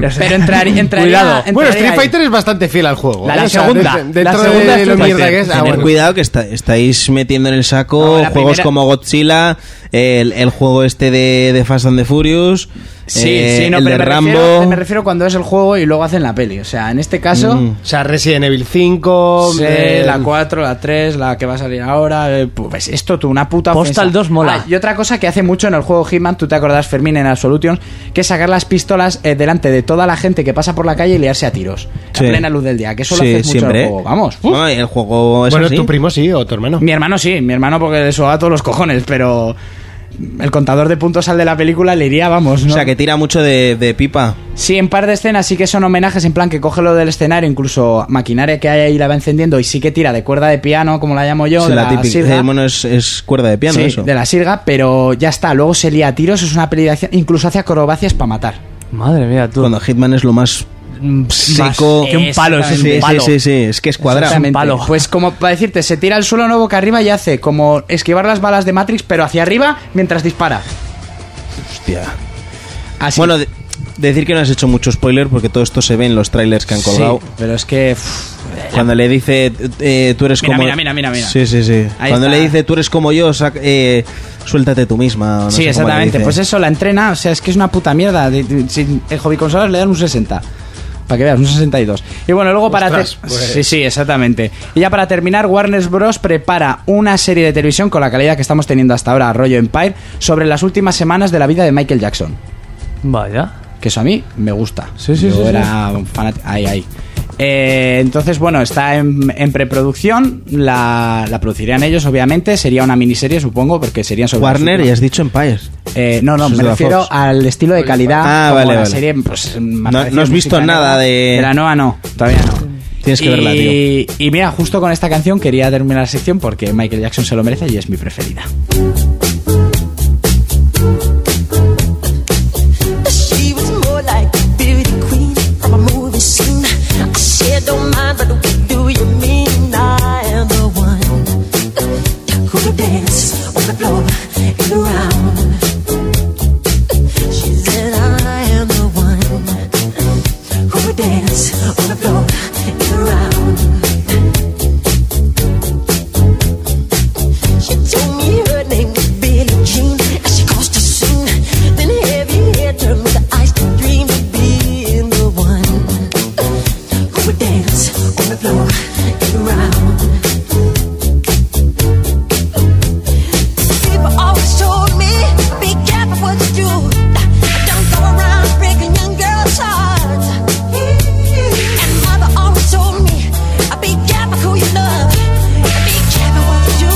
F: Ya sé.
D: Pero entrar, (laughs) entraría.
F: Cuidado.
D: entraría
A: Bueno, Street
D: ahí.
A: Fighter es bastante fiel al juego.
D: La-
A: ¿eh?
D: la segunda.
A: dentro
D: La
A: de
D: segunda
A: lo
D: Street
A: mierda
D: Fighter.
A: que es. ah,
E: Tener
A: bueno.
E: cuidado que está- estáis metiendo en el saco
D: No, la
E: juegos
D: primera-
E: como Godzilla, el, el juego este de, de Fast and the Furious,
D: Sí,
E: eh,
D: sí, no,
E: el
D: pero
E: de
D: me,
E: Rambo.
D: Refiero, me refiero cuando es el juego y luego hacen la peli. O sea, en este caso.
E: Mm.
A: O sea, Resident Evil 5.
D: Sí,
A: eh,
D: la 4, la 3, la que va a salir ahora. eh, Pues esto, tú, una puta
F: Postal
D: ofensa.
F: 2 mola.
D: Ah, y otra cosa que hace mucho en el juego Hitman, tú te acordás, Fermín, en Absolutions, que es sacar las pistolas eh, delante de toda la gente que pasa por la calle y liarse a tiros.
E: Sí.
D: A plena luz del día, que eso
E: Sí,
D: lo haces mucho en
E: siempre,
D: el
E: ¿eh?
D: juego. Vamos. uf.
E: No, el juego es
A: Bueno,
E: así.
A: tu primo sí o tu hermano.
D: Mi hermano sí, mi hermano porque le soba todos los cojones, pero el contador de puntos al de la película le iría, vamos, ¿no?
E: O sea, que tira mucho de, de pipa.
D: Sí, en par de escenas sí que son homenajes, en plan que coge lo del escenario, incluso maquinaria que hay ahí la va encendiendo y sí que tira de cuerda de piano, como la llamo yo,
E: O sea,
D: de
E: la
D: la
E: típica-
D: sirga.
E: eh, bueno, es, es cuerda de piano
D: Sí,
E: eso.
D: de la sirga, pero ya está, luego se lía a tiros, es una peli de acción, incluso hace acrobacias para matar.
F: Madre mía, tú.
E: Cuando Hitman es lo más
D: Mm,
E: seco.
D: que un palo, es un
E: sí,
F: palo.
E: Sí, sí, sí, es que es cuadrado.
D: Exactamente.
F: palo.
D: Pues como para decirte, se tira al suelo no boca arriba y hace como esquivar las balas de Matrix, pero hacia arriba mientras dispara.
E: Hostia.
D: Así.
E: Bueno, de- decir que no has hecho mucho spoiler porque todo esto se ve en los trailers que han colgado.
D: Sí, pero es que... uff,
E: Cuando le dice eh, tú eres
D: Mira,
E: como
D: mira, mira, mira, mira.
E: Sí, sí, sí.
D: Ahí
E: Cuando
D: está.
E: le dice tú eres como yo, sac- eh, suéltate tú misma. o no sé
D: sí,
E: cómo le
D: exactamente.
E: dice.
D: Pues eso, la entrena, o sea, es que es una puta mierda. De- de- si- el hobby consolas le dan un 60. Para que veas, un 62. Y bueno, luego para...
A: Ostras,
D: ter-
A: pues.
D: Sí, sí, exactamente. Y ya para terminar, Warner Bros. prepara una serie de televisión con la calidad que estamos teniendo hasta ahora, rollo Empire, sobre las últimas semanas de la vida de Michael Jackson.
F: Vaya.
D: Que eso a mí me gusta.
F: Sí, sí,
D: Yo
F: sí, sí.
D: era un fanático. Ahí, ahí. Eh, entonces, bueno, está en, en preproducción. La, la producirían ellos, obviamente. Sería una miniserie, supongo, porque serían sobre. las
E: Warner y
D: últimas-
E: has dicho Empire.
D: Eh, no, no,
E: Eso es
D: me
E: de la
D: refiero
E: Fox.
D: al estilo de calidad.
E: Ah,
D: como
E: vale,
D: la
E: vale.
D: serie, pues,
E: No- no has visto nada de-
D: De la NOA, no, todavía no.
E: Tienes que
D: Y-
E: verla,
D: Y mira, justo con esta canción quería terminar la sección porque Michael Jackson se lo merece y es mi preferida.
H: She was more like a beauty queen from a movie scene. I said, don't mind, but what do you mean? I am the one who could dance on the floor and around. She said, I am the one who could dance on the floor and around. She told me her name was Billie Jean as she crossed the scene. Then heavy hair turned with the ice to dream of being the one who would dance on the floor and around. People always told me, be careful what you do. Don't go around breaking young girls' hearts. And mother always told me, be careful who you love. Be careful what you do.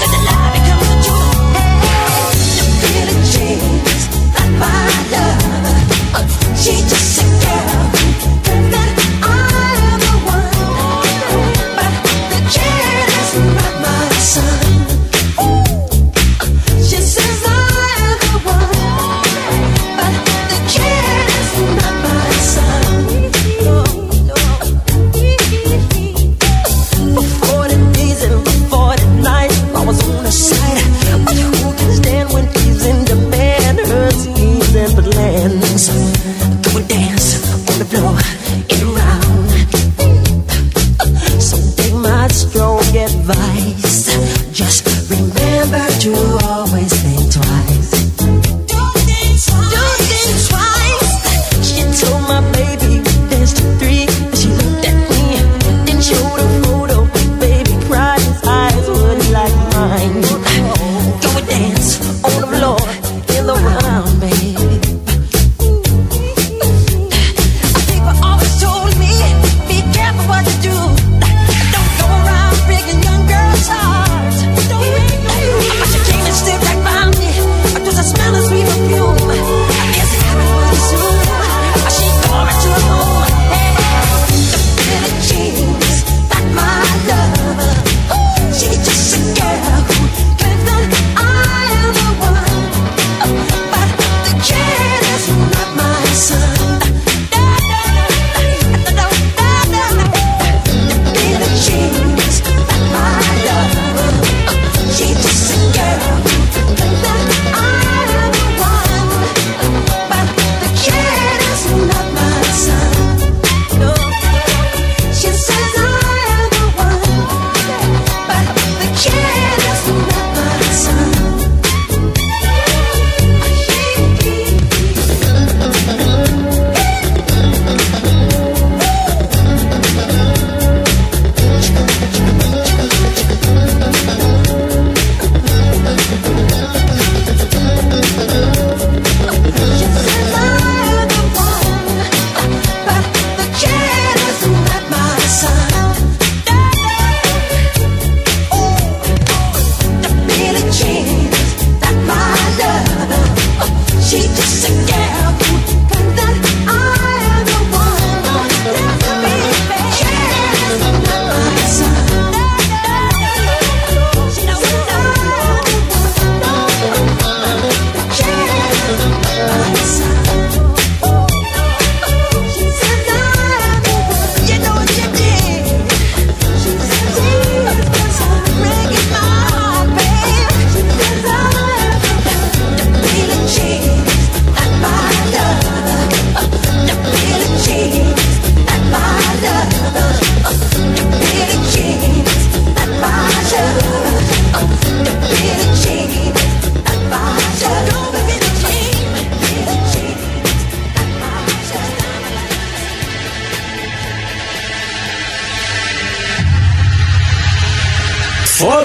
H: Cause the lie becomes the truth. Hey, feeling changed, not my love. She's just a girl. That I am the one. But the kid is not my son. Ooh. She says I am the one, but the kid is not my son. No, no. For 40 days and for 40 nights, I was on her side. But who can stand when he's in demand? Her schemes and plans. Go dance on the floor and around. So take my strong advice. Just remember to always think twice. Do think twice. Do think twice. She told my baby we danced to three. and She looked at me and showed a photo. Baby cried, his eyes were like mine. Go and dance on the floor, in the round, baby. People always told me, be careful what you do. Don't go around breaking young girls' hearts. But you came and stood right by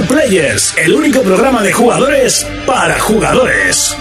B: Players, el único programa de jugadores para jugadores.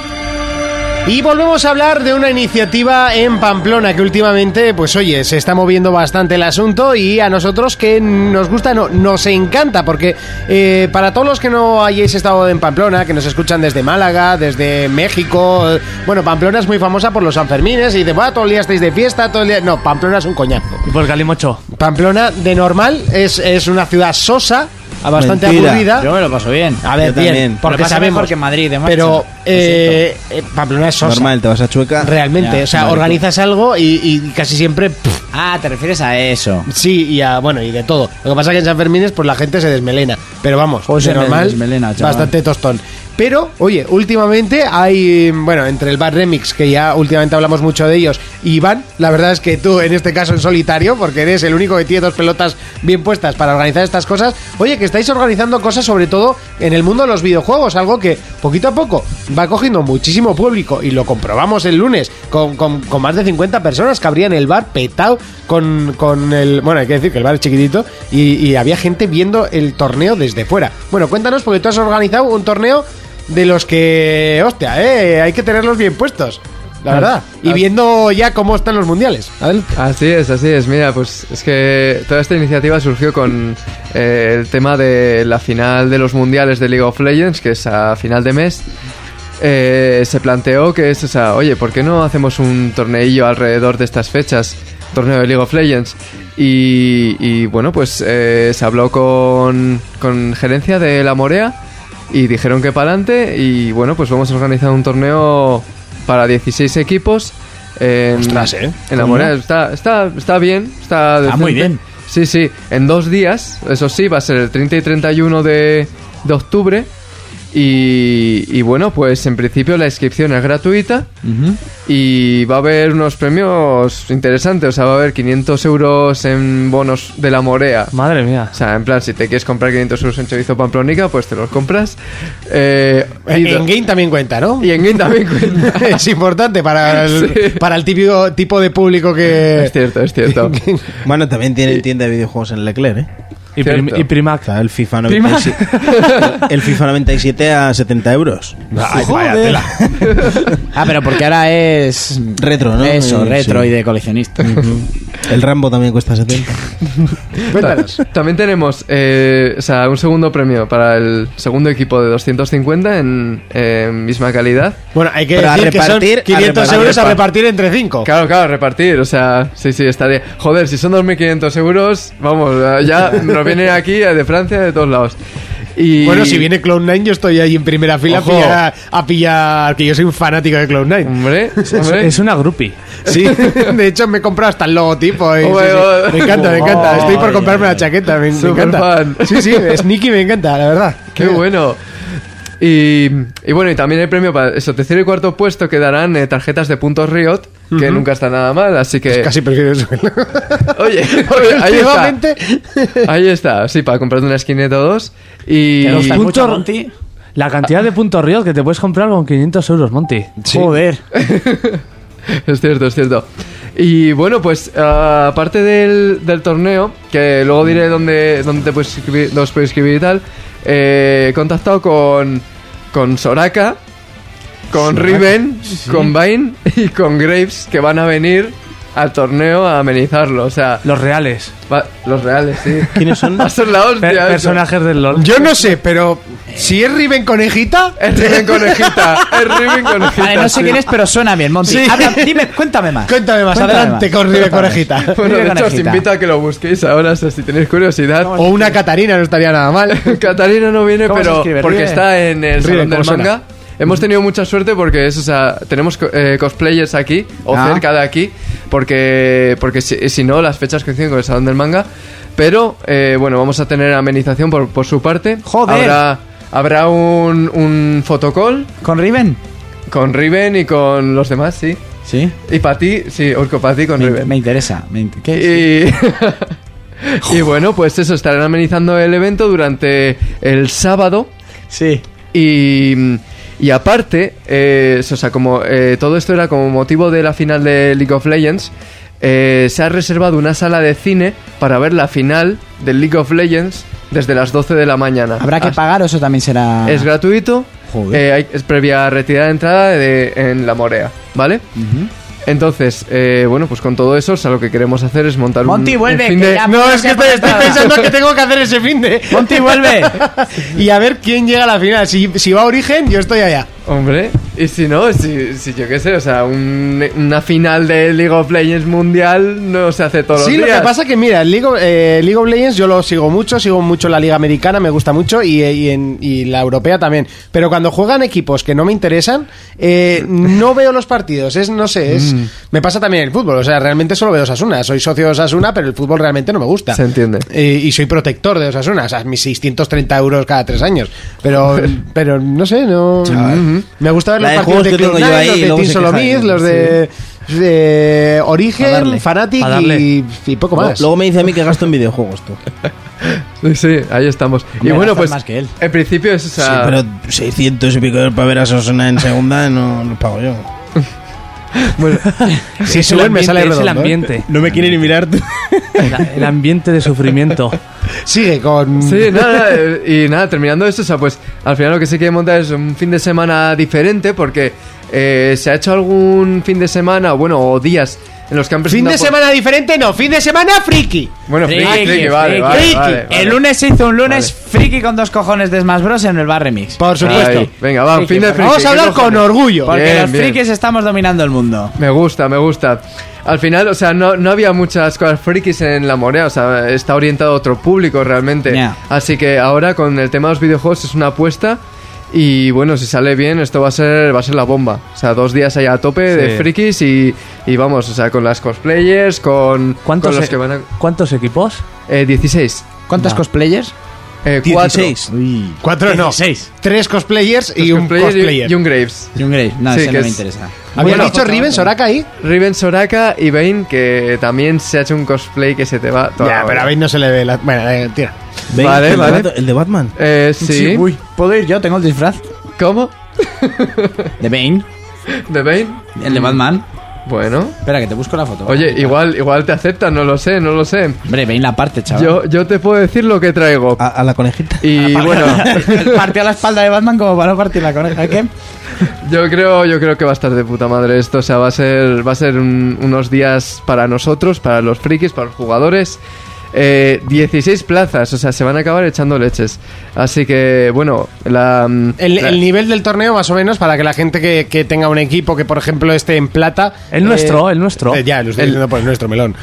A: Y volvemos a hablar de una iniciativa en Pamplona que últimamente, pues oye, se está moviendo bastante el asunto y a nosotros que nos gusta, no, nos encanta, porque eh, para todos los que no hayáis estado en Pamplona, que nos escuchan desde Málaga, desde México, eh, bueno, Pamplona es muy famosa por los Sanfermines y dicen, va, todo el día estáis de fiesta, todo el día... No, Pamplona es un coñazo.
F: Y por Galimocho.
A: Pamplona, de normal, es, es una ciudad sosa, bastante
E: Mentira.
A: aburrida.
D: Yo me lo paso bien.
A: A ver,
E: Yo
A: bien,
E: también.
D: Porque
A: porque
D: pasa
A: sabemos
D: mejor que Madrid, de marcha.
A: Pero
D: Lo
A: eh, eh, Pamplona es sosa.
E: Normal, te vas a Chueca.
A: Realmente,
D: Ya,
A: o sea,
D: vale.
A: organizas algo y, y casi siempre pff,
D: Ah, te refieres a eso.
A: sí y a, bueno, y de todo. Lo que pasa que en San Fermín es pues la gente se desmelena, pero vamos,
D: Joder,
A: de
D: se me
A: normal
D: desmelena, chaval.
A: bastante tostón. Pero, oye, últimamente hay, mm, bueno, entre el Bad Remix, que ya últimamente hablamos mucho de ellos, y Iván, la verdad es que tú, en este caso en solitario, porque eres el único que tiene dos pelotas bien puestas para organizar estas cosas, oye, que estáis organizando cosas sobre todo en el mundo de los videojuegos, algo que poquito a poco va cogiendo muchísimo público, y lo comprobamos el lunes, con, con- con más de 50 personas que abrían el bar petado con, con el... Bueno, hay que decir que el bar es chiquitito, y, y había gente viendo el torneo desde fuera. Bueno, cuéntanos, porque tú has organizado un torneo de los que, hostia, eh, hay que tenerlos bien puestos, la verdad. Y viendo ya cómo están los mundiales. Adelante.
G: Así es, así es. Mira, pues es que toda esta iniciativa surgió con eh, el tema de la final de los mundiales de League of Legends, que es a final de mes. Eh, se planteó que es, o sea, oye, ¿por qué no hacemos un torneillo alrededor de estas fechas? Torneo de League of Legends. Y, y, bueno, pues eh, se habló con, con gerencia de la Morea y dijeron que para adelante. Y bueno, pues vamos a organizar un torneo para 16 equipos. En,
A: Ostras, ¿eh?
G: en la Morea está, está, está Ah, bien, está
D: Está muy
G: decente.
D: bien.
G: Sí, sí, en dos días, eso sí, va a ser el 30 y 31 de, de octubre. Y, y bueno, pues en principio la inscripción es gratuita y va a haber unos premios interesantes, o sea, va a haber 500 euros en bonos de la Morea.
F: Madre mía.
G: O sea, en plan, si te quieres comprar 500 euros en chorizo pamplónica, pues te los compras. Eh, y,
A: En game también cuenta, ¿no?
G: y en Game también cuenta.
A: (laughs) es importante
E: (laughs)
A: para el,
G: Sí.
A: para el típico tipo de público
G: (laughs)
A: que...
G: Es cierto, es (laughs) cierto.
E: Bueno, también tienen tienda de videojuegos en Leclerc, ¿eh?
F: Y, prim-
G: Cierto.
F: y
E: O
F: Primax.
E: sea, el FIFA 97,
D: (laughs)
E: el FIFA 97 a 70 euros.
A: Ay, vaya tela.
D: Ah, pero porque ahora es.
E: Retro, ¿no?
D: Eso,
E: Eh,
D: retro
E: sí.
D: y de coleccionista.
E: El Rambo también cuesta 70.
A: Cuéntanos.
G: Ta- También tenemos eh, o sea, un segundo premio para el segundo equipo de 250 en eh, misma calidad.
A: (laughs) Bueno, hay que
E: Pero a
A: decir que son
E: repartir, a
A: 500
E: repartir,
A: euros a
G: repa-
A: repartir entre 5.
G: Claro, claro, repartir, o sea, sí, sí, estaría... Joder, si son 2.500 euros, vamos, ya nos vienen aquí eh, de Francia, de todos lados. Y...
A: Bueno, si viene Cloud9, yo estoy ahí en primera fila a
G: Ojo. Mm.
A: pillar, a pillar, que yo soy un fanático de Cloud9. (laughs)
G: Hombre,
F: Es,
G: hombre.
F: es una groupie.
A: Sí, (laughs) de hecho me he comprado hasta el logotipo. y sí,
G: Oye,
A: sí.
G: oye.
A: Me encanta, me encanta. Estoy por
E: Oye,
A: comprarme la
E: oye.
A: chaqueta, me, me
G: Superfan.
A: encanta. Sí, sí, Sneaky me encanta, la verdad.
G: Qué bueno. Y, y bueno, y también el premio para eso, tercer y cuarto puesto quedarán eh, tarjetas de puntos Riot, que nunca está nada mal, así que...
A: Pues Casi prefiero el suelo. (laughs)
G: Oye, (laughs) oye, ahí está.
A: Últimamente,
G: (laughs) Ahí está, sí, para comprarte una skineta o dos. Y. (laughs)
D: ¿Te gusta mucho,
F: Punto-
D: Monty?
F: La cantidad de puntos Riot que te puedes comprar con 500 euros, Monty.
D: Joder.
G: Es cierto, es cierto. Y bueno, pues ah, aparte del, del torneo, que luego diré dónde, dónde te puedes escribir, dónde os puedes escribir y tal, eh, he contactado con, con Soraka, con Riven, con Vine (laughs) y con Graves, que van a venir al torneo a amenizarlo. O sea,
F: Los reales.
G: va- los reales, sí.
E: ¿Quiénes
G: (laughs)
E: son?
G: Va a ser la hostia.
F: Pe-
G: eso.
F: personajes del LOL.
A: yo no sé, pero si es Riven conejita,
G: Es Riven Conejita. Es Riven Conejita.
D: Vale, no sé
G: sí.
D: quién es, pero suena bien, Monty.
A: Sí.
D: Habla- dime, cuéntame más.
A: cuéntame más,
D: Cuéntame
A: adelante
D: más.
A: con Riven
D: Cuéntame.
A: conejita.
G: Bueno, de
D: Riven
G: hecho, os
D: Conejita.
G: invito a que lo busquéis ahora, o sea, si tenéis curiosidad.
A: O una Catarina no estaría nada mal.
G: (laughs) Catalina no viene,
D: ¿Cómo se
G: pero
D: escribe?
G: porque
D: Riven.
G: está en el
A: Riven,
G: salón del
A: ¿cómo
G: manga. Hemos tenido mucha suerte porque es, o sea, tenemos co- eh, cosplayers aquí o
D: Ah.
G: cerca de aquí, porque porque si, si no las fechas coinciden con el salón del manga. Pero eh, bueno, vamos a tener amenización por, por su parte.
D: Joder.
G: Habrá, habrá un, un fotocall
D: ¿Con Riven?
G: con Riven y con los demás, sí.
D: Sí.
G: Y para ti, sí, Urco, para ti con
D: Me,
G: Riven.
D: me interesa. me inter- ¿Qué?
G: Y, y (laughs) bueno, pues eso, estarán amenizando el evento durante el sábado.
D: Sí.
G: Y, y aparte, eh, o sea, como eh, todo esto era como motivo de la final de League of Legends, eh, se ha reservado una sala de cine para ver la final del League of Legends desde las 12 de la mañana.
D: ¿Habrá que
E: Ah,
G: Hasta-
D: pagar o eso también será...?
G: Es gratuito.
D: Joder.
G: eh, hay- es previa retirada de entrada de- en la morea, ¿vale? Entonces, eh, bueno, pues con todo eso, o sea, lo que queremos hacer es montar
D: Monty,
G: un,
D: vuelve,
G: un fin
D: que
G: de-
D: ya-
A: No, es que estoy, estoy
D: Apretada.
A: pensando que tengo que hacer ese fin de.
G: (laughs)
D: ¡Monty, vuelve!
A: (laughs) Y a ver quién llega a la final. Si, si va a origen, yo estoy allá.
G: Hombre, y si no, si, si yo qué sé, o sea, un- una final de League of Legends mundial no se hace todos
A: Sí,
G: los
A: lo
G: días.
A: que pasa que, mira, League of, eh, League of Legends yo lo sigo mucho, sigo mucho la liga americana, me gusta mucho, y, eh, y en, y la europea también. Pero cuando juegan equipos que no me interesan,
E: (laughs)
A: eh, no veo los partidos, es, no sé, es...
E: Mm.
A: Me pasa también el fútbol, o sea, realmente solo veo Osasuna, soy socio de Osasuna, pero el fútbol realmente no me gusta.
G: Se entiende.
A: Eh, y soy protector de Osasuna, o sea, mis 630 euros cada tres años.
E: (laughs)
A: Pero, pero no sé, no... mm, Me gusta ver
E: La
A: los
E: de
A: partidos
E: juegos
A: de
E: que tengo yo
A: Cloud9,
E: ahí,
A: los de
E: luego
A: Team
E: se
A: Solomid,
E: quejan,
A: los de... de Origen,
E: Pa' darle.
A: Fanatic
F: Pa' darle.
A: y, y poco más.
E: Luego me dice a mí que gasto en videojuegos tú.
G: Sí, sí, ahí estamos.
D: Hombre,
G: y bueno,
D: gastas
G: pues
D: más que él.
G: en principio es, o sea,
E: Sí, pero 600 y pico de euros para ver a Sosona en segunda no los pago yo. (laughs)
G: bueno,
A: si
F: el
A: suben, me sale
F: ambiente, es el
A: redondo. ¿eh?
F: ambiente.
E: No me quiere ni mirar tú.
F: La- el ambiente
G: (laughs)
F: de sufrimiento.
A: Sigue con. (laughs)
G: Sí, nada, nada, eh, y nada, terminando esto, o sea, pues al final lo que se quiere montar es un fin de semana diferente porque eh, se ha hecho algún fin de semana, bueno, o días en los que han
A: Fin
G: presentado...
A: de
G: por-
A: semana diferente, no, fin de semana friki.
G: Bueno, friki, friki, vale, vale,
D: friki.
G: vale, vale.
D: El lunes se hizo un lunes friki con dos cojones de Smash Bros. en el Bar Remix.
A: Por supuesto.
G: Ahí, Venga, va, fin de friki.
A: Vamos
G: ¿qué
A: a hablar
G: cojones?
A: con orgullo.
D: Porque
G: Bien,
D: los
G: bien.
D: frikis estamos dominando el mundo.
G: Me gusta, me gusta. Al final, o sea, no, no había muchas cosas frikis en la morea, o sea, está orientado a otro público realmente.
D: Ya.
G: Así que ahora con el tema de los videojuegos es una apuesta y bueno, si sale bien esto va a ser va a ser la bomba. O sea, dos días allá a tope de
F: Sí.
G: frikis y, y vamos, o sea, con las cosplayers, con,
F: ¿Cuántos,
G: con los
F: e-
G: que van a...
F: ¿Cuántos equipos?
G: Eh, 16.
D: ¿Cuántos cosplayers?
G: Eh, cuatro.
E: 16.
A: Cuatro no.
D: Seis.
A: Tres cosplayers
G: Los
A: y un
G: cosplayers
A: cosplayer.
G: Y, y un Graves.
D: Y un Grey. No,
G: Sí,
D: ese
G: que
D: no me
G: es-
D: interesa.
A: ¿Habías
G: Bueno,
A: dicho Riven Soraka ahí?
G: Riven Soraka y Bane, que también se ha hecho un cosplay que se te va... toda la
A: Ya, pero a
G: olla.
A: Bane no se le ve la. Bueno, eh, tira.
E: ¿Veis?
G: Vale,
E: el,
G: vale.
E: De Bat- el de Batman.
G: Eh, sí.
D: uy. ¿Puedo ir yo? Tengo el disfraz.
G: ¿Cómo?
D: De Bane.
G: ¿De Bane?
D: El de Batman.
G: Bueno.
D: Espera, que te busco la foto.
G: Mm. Oye, igual, igual te aceptan, no lo sé, no lo sé.
D: Hombre, Bane la parte, chaval. (laughs)
G: Yo, yo te puedo decir lo que traigo.
E: A, a la conejita.
G: Y (laughs) bueno,
D: Partió la espalda de Batman como para no partir la coneja. ¿Qué?
G: yo creo, yo creo que va a estar de puta madre esto. O sea, va a ser, va a ser un- unos días para nosotros, para los frikis, para los jugadores. Eh, 16 plazas, o sea, se van a acabar echando leches. Así que, bueno, la. mm,
A: El,
G: la-
A: el nivel del torneo, más o menos, para que la gente que, que tenga un equipo que, por ejemplo, esté en plata.
F: El
A: eh,
F: nuestro, el nuestro.
A: eh, ya, lo estoy
G: El-
A: diciendo por el nuestro melón.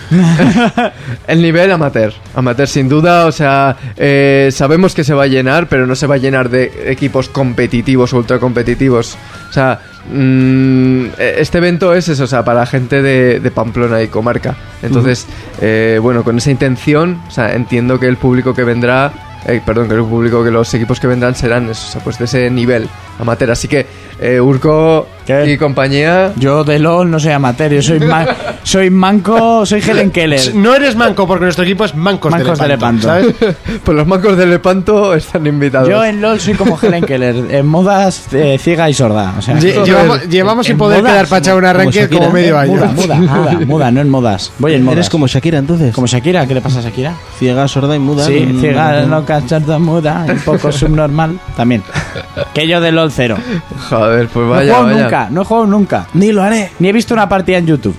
G: El nivel amateur, amateur sin duda, o sea, eh, sabemos que se va a llenar, pero no se va a llenar de equipos competitivos, ultra competitivos. O sea, mm, eh, este evento es eso, o sea, para gente de, de Pamplona y comarca. Entonces, eh, bueno, con esa intención, o sea, entiendo que el público que vendrá, eh, perdón, que el público, que los equipos que vendrán serán eso, o sea, pues de ese nivel amateur. Así que, eh, Urco
D: ¿Qué?
G: y compañía, (laughs)
D: Yo de LOL no soy amateur, yo soy, ma- soy manco, soy Helen Keller.
A: No eres manco, porque nuestro equipo es mancos,
D: Mancos de
A: de Lepanto.
D: Lepanto.
G: (laughs)
A: ¿sabes?
G: pues los mancos de Lepanto están invitados.
D: Yo en LOL soy como Helen Keller, en modas eh, ciega y sorda. O sea,
A: Lle- Llevamos,
G: En-
A: llevamos sin
D: en
A: poder
D: modas,
A: quedar pacha un arranque
E: Shakira.
A: como, medio
D: en
A: año.
D: muda, muda, muda, muda, no en modas. Voy en modas.
E: Eres como Shakira entonces.
D: Como Shakira, ¿qué le pasa a Shakira?
E: Ciega, sorda y muda.
D: sí,
E: No, no,
D: ciega,
E: no, no.
D: loca, sorda, muda, un poco subnormal. También. Que yo de LOL cero.
G: Joder, pues
D: No he
G: vaya,
D: jugado
G: vaya.
D: nunca, no he jugado nunca.
E: Ni lo haré.
D: Ni he visto una partida en YouTube.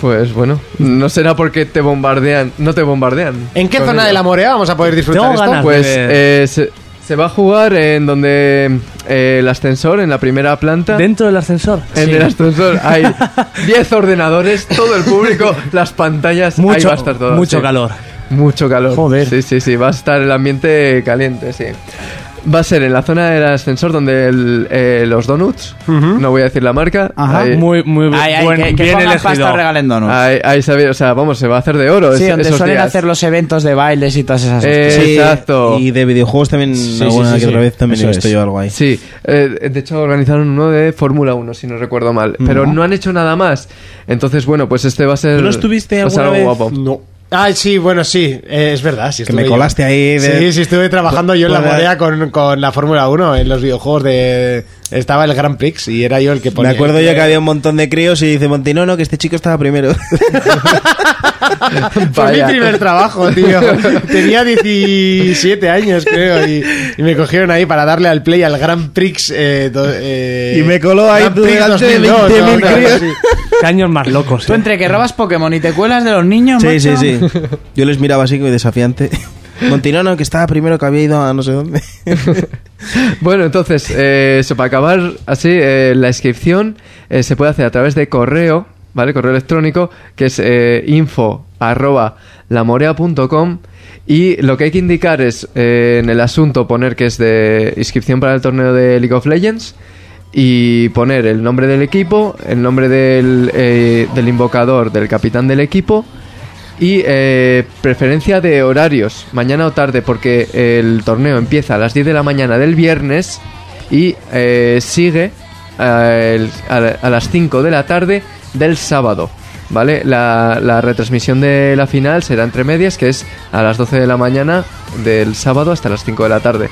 G: Pues bueno, no será porque te bombardean, no te bombardean.
A: ¿En qué
G: Con
A: zona
G: ello.
A: de la Morea vamos a poder disfrutar
F: Tengo
A: esto?
F: ganas.
G: Pues
F: de-
G: eh, se, se va a jugar en donde eh, el ascensor, en la primera planta.
F: Dentro del ascensor.
G: en el ascensor
F: (laughs)
G: hay 10 ordenadores, todo el público, las pantallas, ahí
F: Mucho,
G: va a estar todo.
F: mucho
G: sí.
F: calor.
G: Mucho calor.
F: Joder.
G: Sí, sí, sí, va a estar el ambiente caliente, sí. Va a ser en la zona del ascensor donde el, eh, los donuts, no voy a decir la marca.
D: Ajá,
G: ahí-
F: Muy, muy
D: Ay, ay,
F: buen,
D: que, que
F: bien
D: pongan
F: elegido.
D: pasta regalen donuts.
G: Ahí, ahí se ve, o sea, vamos, se va a hacer de oro.
D: sí,
G: es-
D: donde
G: esos
D: suelen
G: días.
D: hacer los eventos de bailes y todas esas
G: Eh,
E: Sí,
G: Exacto.
E: Y de videojuegos también
D: Sí,
E: alguna
D: sí, sí,
E: que otra
D: sí.
E: vez también he
D: Eso
E: visto
D: es.
E: yo algo ahí.
G: Sí, eh, de hecho organizaron uno de Fórmula 1, si no recuerdo mal. Pero no han hecho nada más. Entonces, bueno, pues este va a ser.
E: ¿Tú no estuviste
G: va a ser
E: alguna
G: algo
E: vez?
G: guapo.
A: No. Ah, sí, bueno, sí, eh, es verdad. Sí
E: Que me
A: estuve yo.
E: colaste ahí de-
A: Sí, sí, estuve trabajando yo en la
E: Puede-
A: bodega con, con la Fórmula 1, en los videojuegos de... Estaba el Grand Prix y era yo el que ponía...
E: Me acuerdo yo que había un montón de críos y dice Monti, no, no, que este chico estaba primero.
A: (laughs) Fue mi
G: Vaya.
A: primer trabajo,
E: (laughs)
A: tío. Tenía 17 años, creo, y, y me cogieron ahí para darle al play al Grand Prix. eh, do- eh,
E: Y me coló ahí
A: Grand Prix
E: delante de
A: 2002,
E: 20.000
A: ¿no? Una cosa
E: críos.
A: así.
F: Qué años más locos,
D: Tú
F: eh.
D: entre que robas Pokémon y te cuelas de los niños,
E: sí, sí,
D: macho.
E: sí. Yo les miraba así como desafiante. Monti, no, no, que estaba primero que había ido a no sé dónde.
G: Bueno, entonces, eh, eso, para acabar así, eh, la inscripción eh, se puede hacer a través de correo, ¿vale? Correo electrónico, que es eh, info arroba lamorea.com y lo que hay que indicar es eh, en el asunto poner que es de inscripción para el torneo de League of Legends y poner el nombre del equipo, el nombre del, eh, del invocador, del capitán del equipo y eh, preferencia de horarios, mañana o tarde, porque el torneo empieza a las 10 de la mañana del viernes y eh, sigue a, el- a la- a las 5 de la tarde del sábado. ¿Vale? La, la retransmisión de la final será entre medias, que es a las 12 de la mañana del sábado hasta las 5 de la tarde.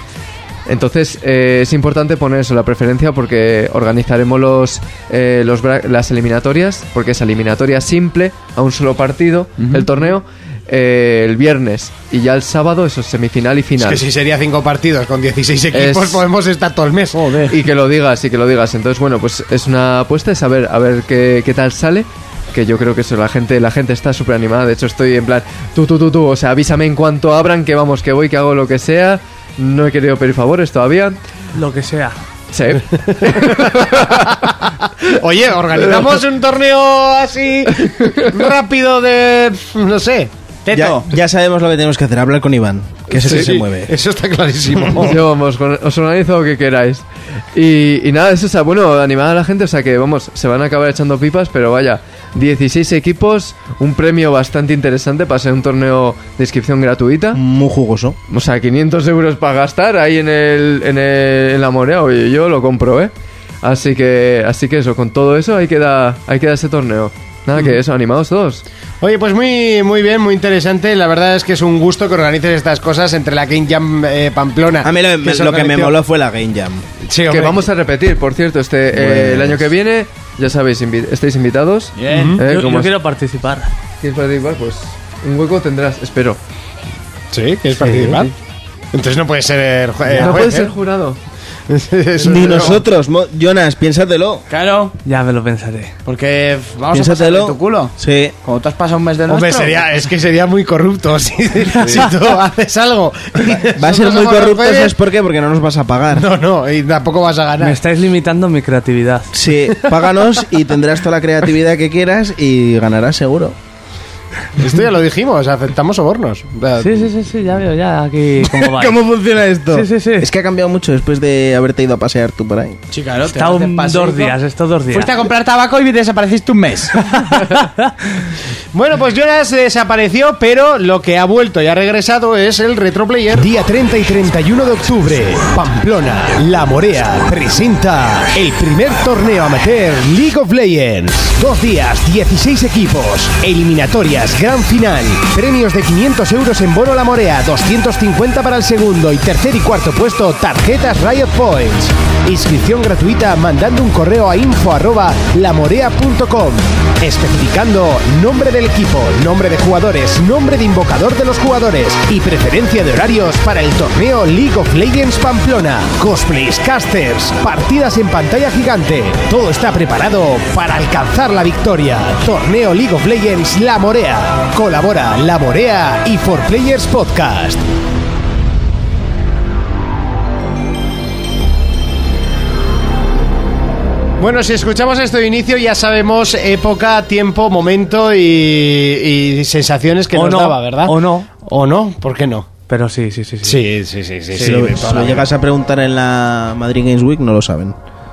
G: Entonces eh, es importante poner eso, la preferencia, porque organizaremos los, eh, los bra- las eliminatorias, porque es eliminatoria simple, a un solo partido, el torneo, eh, el viernes y ya el sábado, eso es semifinal y
A: Es
G: final.
A: que si sería cinco partidos con 16 equipos,
G: Es-
A: podemos estar todo el mes. Joder.
G: Y que lo digas, y que lo digas. Entonces, bueno, pues es una apuesta, es a ver, a ver qué, qué tal sale. Que yo creo que eso, la gente, la gente está súper animada. De hecho, estoy en plan, tú, tú, tú, tú. O sea, avísame en cuanto abran, que vamos, que voy, que hago lo que sea. No he querido pedir favores todavía.
F: Lo que sea.
G: Sí.
A: (laughs) Oye, organizamos un torneo así rápido de... no sé.
E: ya,
D: Teto.
E: ya sabemos lo que tenemos que hacer, hablar con Iván, que ese sí, se mueve.
A: Eso
G: (laughs)
A: está clarísimo.
G: Yo, vamos, con- os organizo lo que queráis. Y, y nada, eso, o sea, bueno, animada a la gente, o sea que vamos, se van a acabar echando pipas, pero vaya, 16 equipos, un premio bastante interesante para ser un torneo de inscripción gratuita.
E: Muy jugoso.
G: O sea, 500 euros para gastar ahí en el, en el en la moneda, oye, yo lo compro, ¿eh? Así que, así que eso, con todo eso ahí queda, ahí queda ese torneo. Nada, que eso, animados todos.
A: Oye, pues muy, muy bien, muy interesante. La verdad es que es un gusto que organices estas cosas entre la King Jam eh, Pamplona.
E: A mí lo, me-
A: se
E: lo que me
A: organizó-
E: moló fue la Game Jam.
A: Sí,
G: Que
A: hombre.
G: vamos a repetir, por cierto, este eh, el
E: Pues-
G: año que viene, ya sabéis, invi- estáis invitados.
D: Bien.
G: Eh,
F: Yo,
G: como
F: yo
G: es-
F: quiero participar.
G: ¿Quieres participar? Pues un hueco tendrás, espero.
A: Sí, ¿quieres participar? Entonces no puede ser. eh,
G: no
A: juez,
G: puedes
A: ¿eh?
G: ser jurado.
A: Eso
E: Ni
A: desde luego.
E: nosotros, Mo- Jonas, piénsatelo.
D: Claro,
F: Ya me lo pensaré.
D: porque vamos a
E: Piénsatelo.
D: pasar tu culo.
E: Sí.
D: Como tú has pasado un mes de nuestro.
A: Hombre, sería, es que sería muy corrupto (laughs) si, si tú (laughs) haces algo.
E: Va a ser muy
A: Nosotros somos
E: corrupto,
A: los
E: ¿sabes
A: jueces.
E: por qué? Porque no nos vas a pagar.
A: pues, (laughs) No, no, y tampoco vas a
F: Me
A: ganar.
F: estáis limitando mi creatividad.
E: Sí, páganos y tendrás toda la creatividad que quieras y ganarás seguro.
A: Esto ya lo dijimos, aceptamos sobornos. O sea,
F: Sí, sí, sí, sí, ya veo, ya aquí cómo va.
E: (laughs) ¿Cómo funciona esto?
F: Sí, sí, sí.
E: Es que ha cambiado mucho después de haberte ido a pasear tú por ahí.
D: Sí, claro, te
F: Está
D: haces
F: un-
D: paseíto.
F: dos días, estos dos días.
D: Fuiste a comprar tabaco y desapareciste un mes.
A: Bueno, pues Jonas desapareció, pero lo que ha vuelto y ha regresado es el retroplayer.
I: Día 30 y 31 de octubre, Pamplona, La Morea presenta el primer torneo amateur League of Legends. Dos días, 16 equipos, eliminatorias, gran final, premios de 500 euros en bono La Morea, 250 para el segundo y tercer y cuarto puesto, tarjetas Riot Points. Inscripción gratuita mandando un correo a info arroba lamorea.com especificando nombre del equipo, nombre de jugadores, nombre de invocador de los jugadores y preferencia de horarios para el torneo League of Legends Pamplona. Cosplays, casters, partidas en pantalla gigante. Todo está preparado para alcanzar la victoria. Torneo League of Legends La Morea. Colabora La Morea y For Players Podcast.
A: Bueno, si escuchamos esto de inicio ya sabemos época, tiempo, momento y, y sensaciones que
F: O
A: nos
F: no,
A: daba, ¿verdad?
F: o no.
A: O no, ¿por qué no?
F: Pero sí, sí, sí, sí.
A: Sí, sí, sí, sí.
E: si lo, si lo llegas a preguntar en la Madrid Games Week, no lo saben.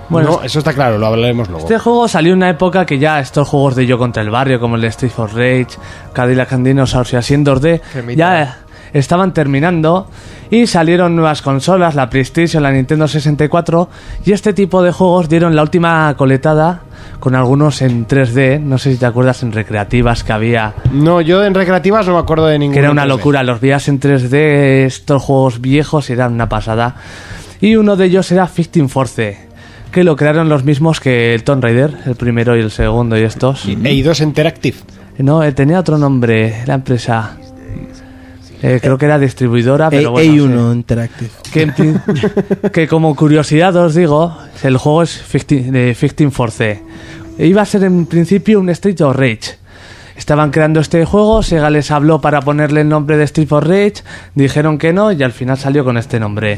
A: Bueno,
F: Bueno,
A: eso está claro, lo hablaremos luego.
F: Este juego salió en una época que ya estos juegos de yo contra el barrio, como el de Street for Rage, Cadillac and Dinosaurs y así en 2D,
G: Gemita.
F: ya estaban terminando y salieron nuevas consolas, la PlayStation, la Nintendo 64 y este tipo de juegos dieron la última coletada con algunos en 3D, no sé si te acuerdas en recreativas que había,
A: No, yo en recreativas no me acuerdo de ningún
F: que era una locura, los vías en 3D, estos juegos viejos eran una pasada y uno de ellos era Fighting Force, que lo crearon los mismos que el Tomb Raider, el primero y el segundo y estos.
A: EI2 E Interactive.
F: No, eh, tenía otro nombre, la empresa. Eh, creo que era distribuidora,
D: eh,
F: pero bueno.
E: hay
F: sí.
E: uno Interactive.
F: Que, en prin- que como curiosidad os digo, el juego es Fifteen- de 15 Force. Iba a ser en principio un Street of Rage. Estaban creando este juego, Sega les habló para ponerle el nombre de Street of Rage, dijeron que no y al final salió con este nombre.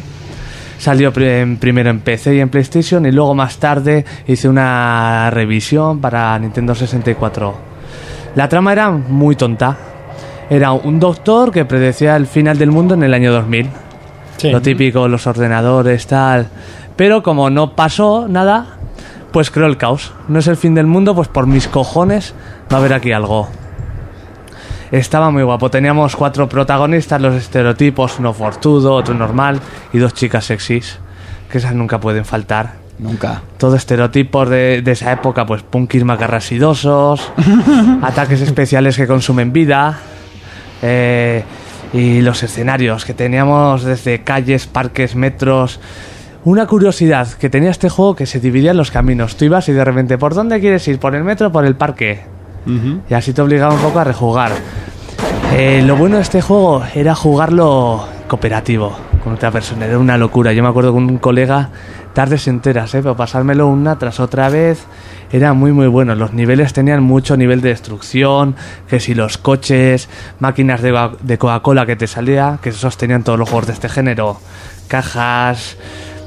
F: Salió pri- en- primero en PC y en PlayStation y luego más tarde hice una revisión para Nintendo 64. La trama era muy tonta. Era un doctor que predecía el final del mundo en el año 2000. Lo típico, los ordenadores, tal. Pero como no pasó nada, pues creo el caos. No es el fin del mundo, pues por mis cojones va a haber aquí algo. Estaba muy guapo. Teníamos cuatro protagonistas, los estereotipos, uno fortudo, otro normal y dos chicas sexys. Que esas nunca pueden faltar
D: Nunca.
F: todo estereotipos de, de esa época, pues punkis macarrasidosos, ataques especiales que consumen vida, eh, y los escenarios que teníamos desde calles, parques, metros. Una curiosidad que tenía este juego que se dividían los caminos. Tú ibas y de repente, ¿por dónde quieres ir? ¿Por el metro o por el parque? Y así te obligaba un poco a rejugar. Eh, lo bueno de este juego era jugarlo cooperativo con otra persona. Era una locura. Yo me acuerdo con un colega tardes enteras, ¿eh? pero pasármelo una tras otra vez era muy muy bueno. Los niveles tenían mucho nivel de destrucción, que si los coches, máquinas de, va- de Coca-Cola que te salía, que esos tenían todos los juegos de este género, cajas,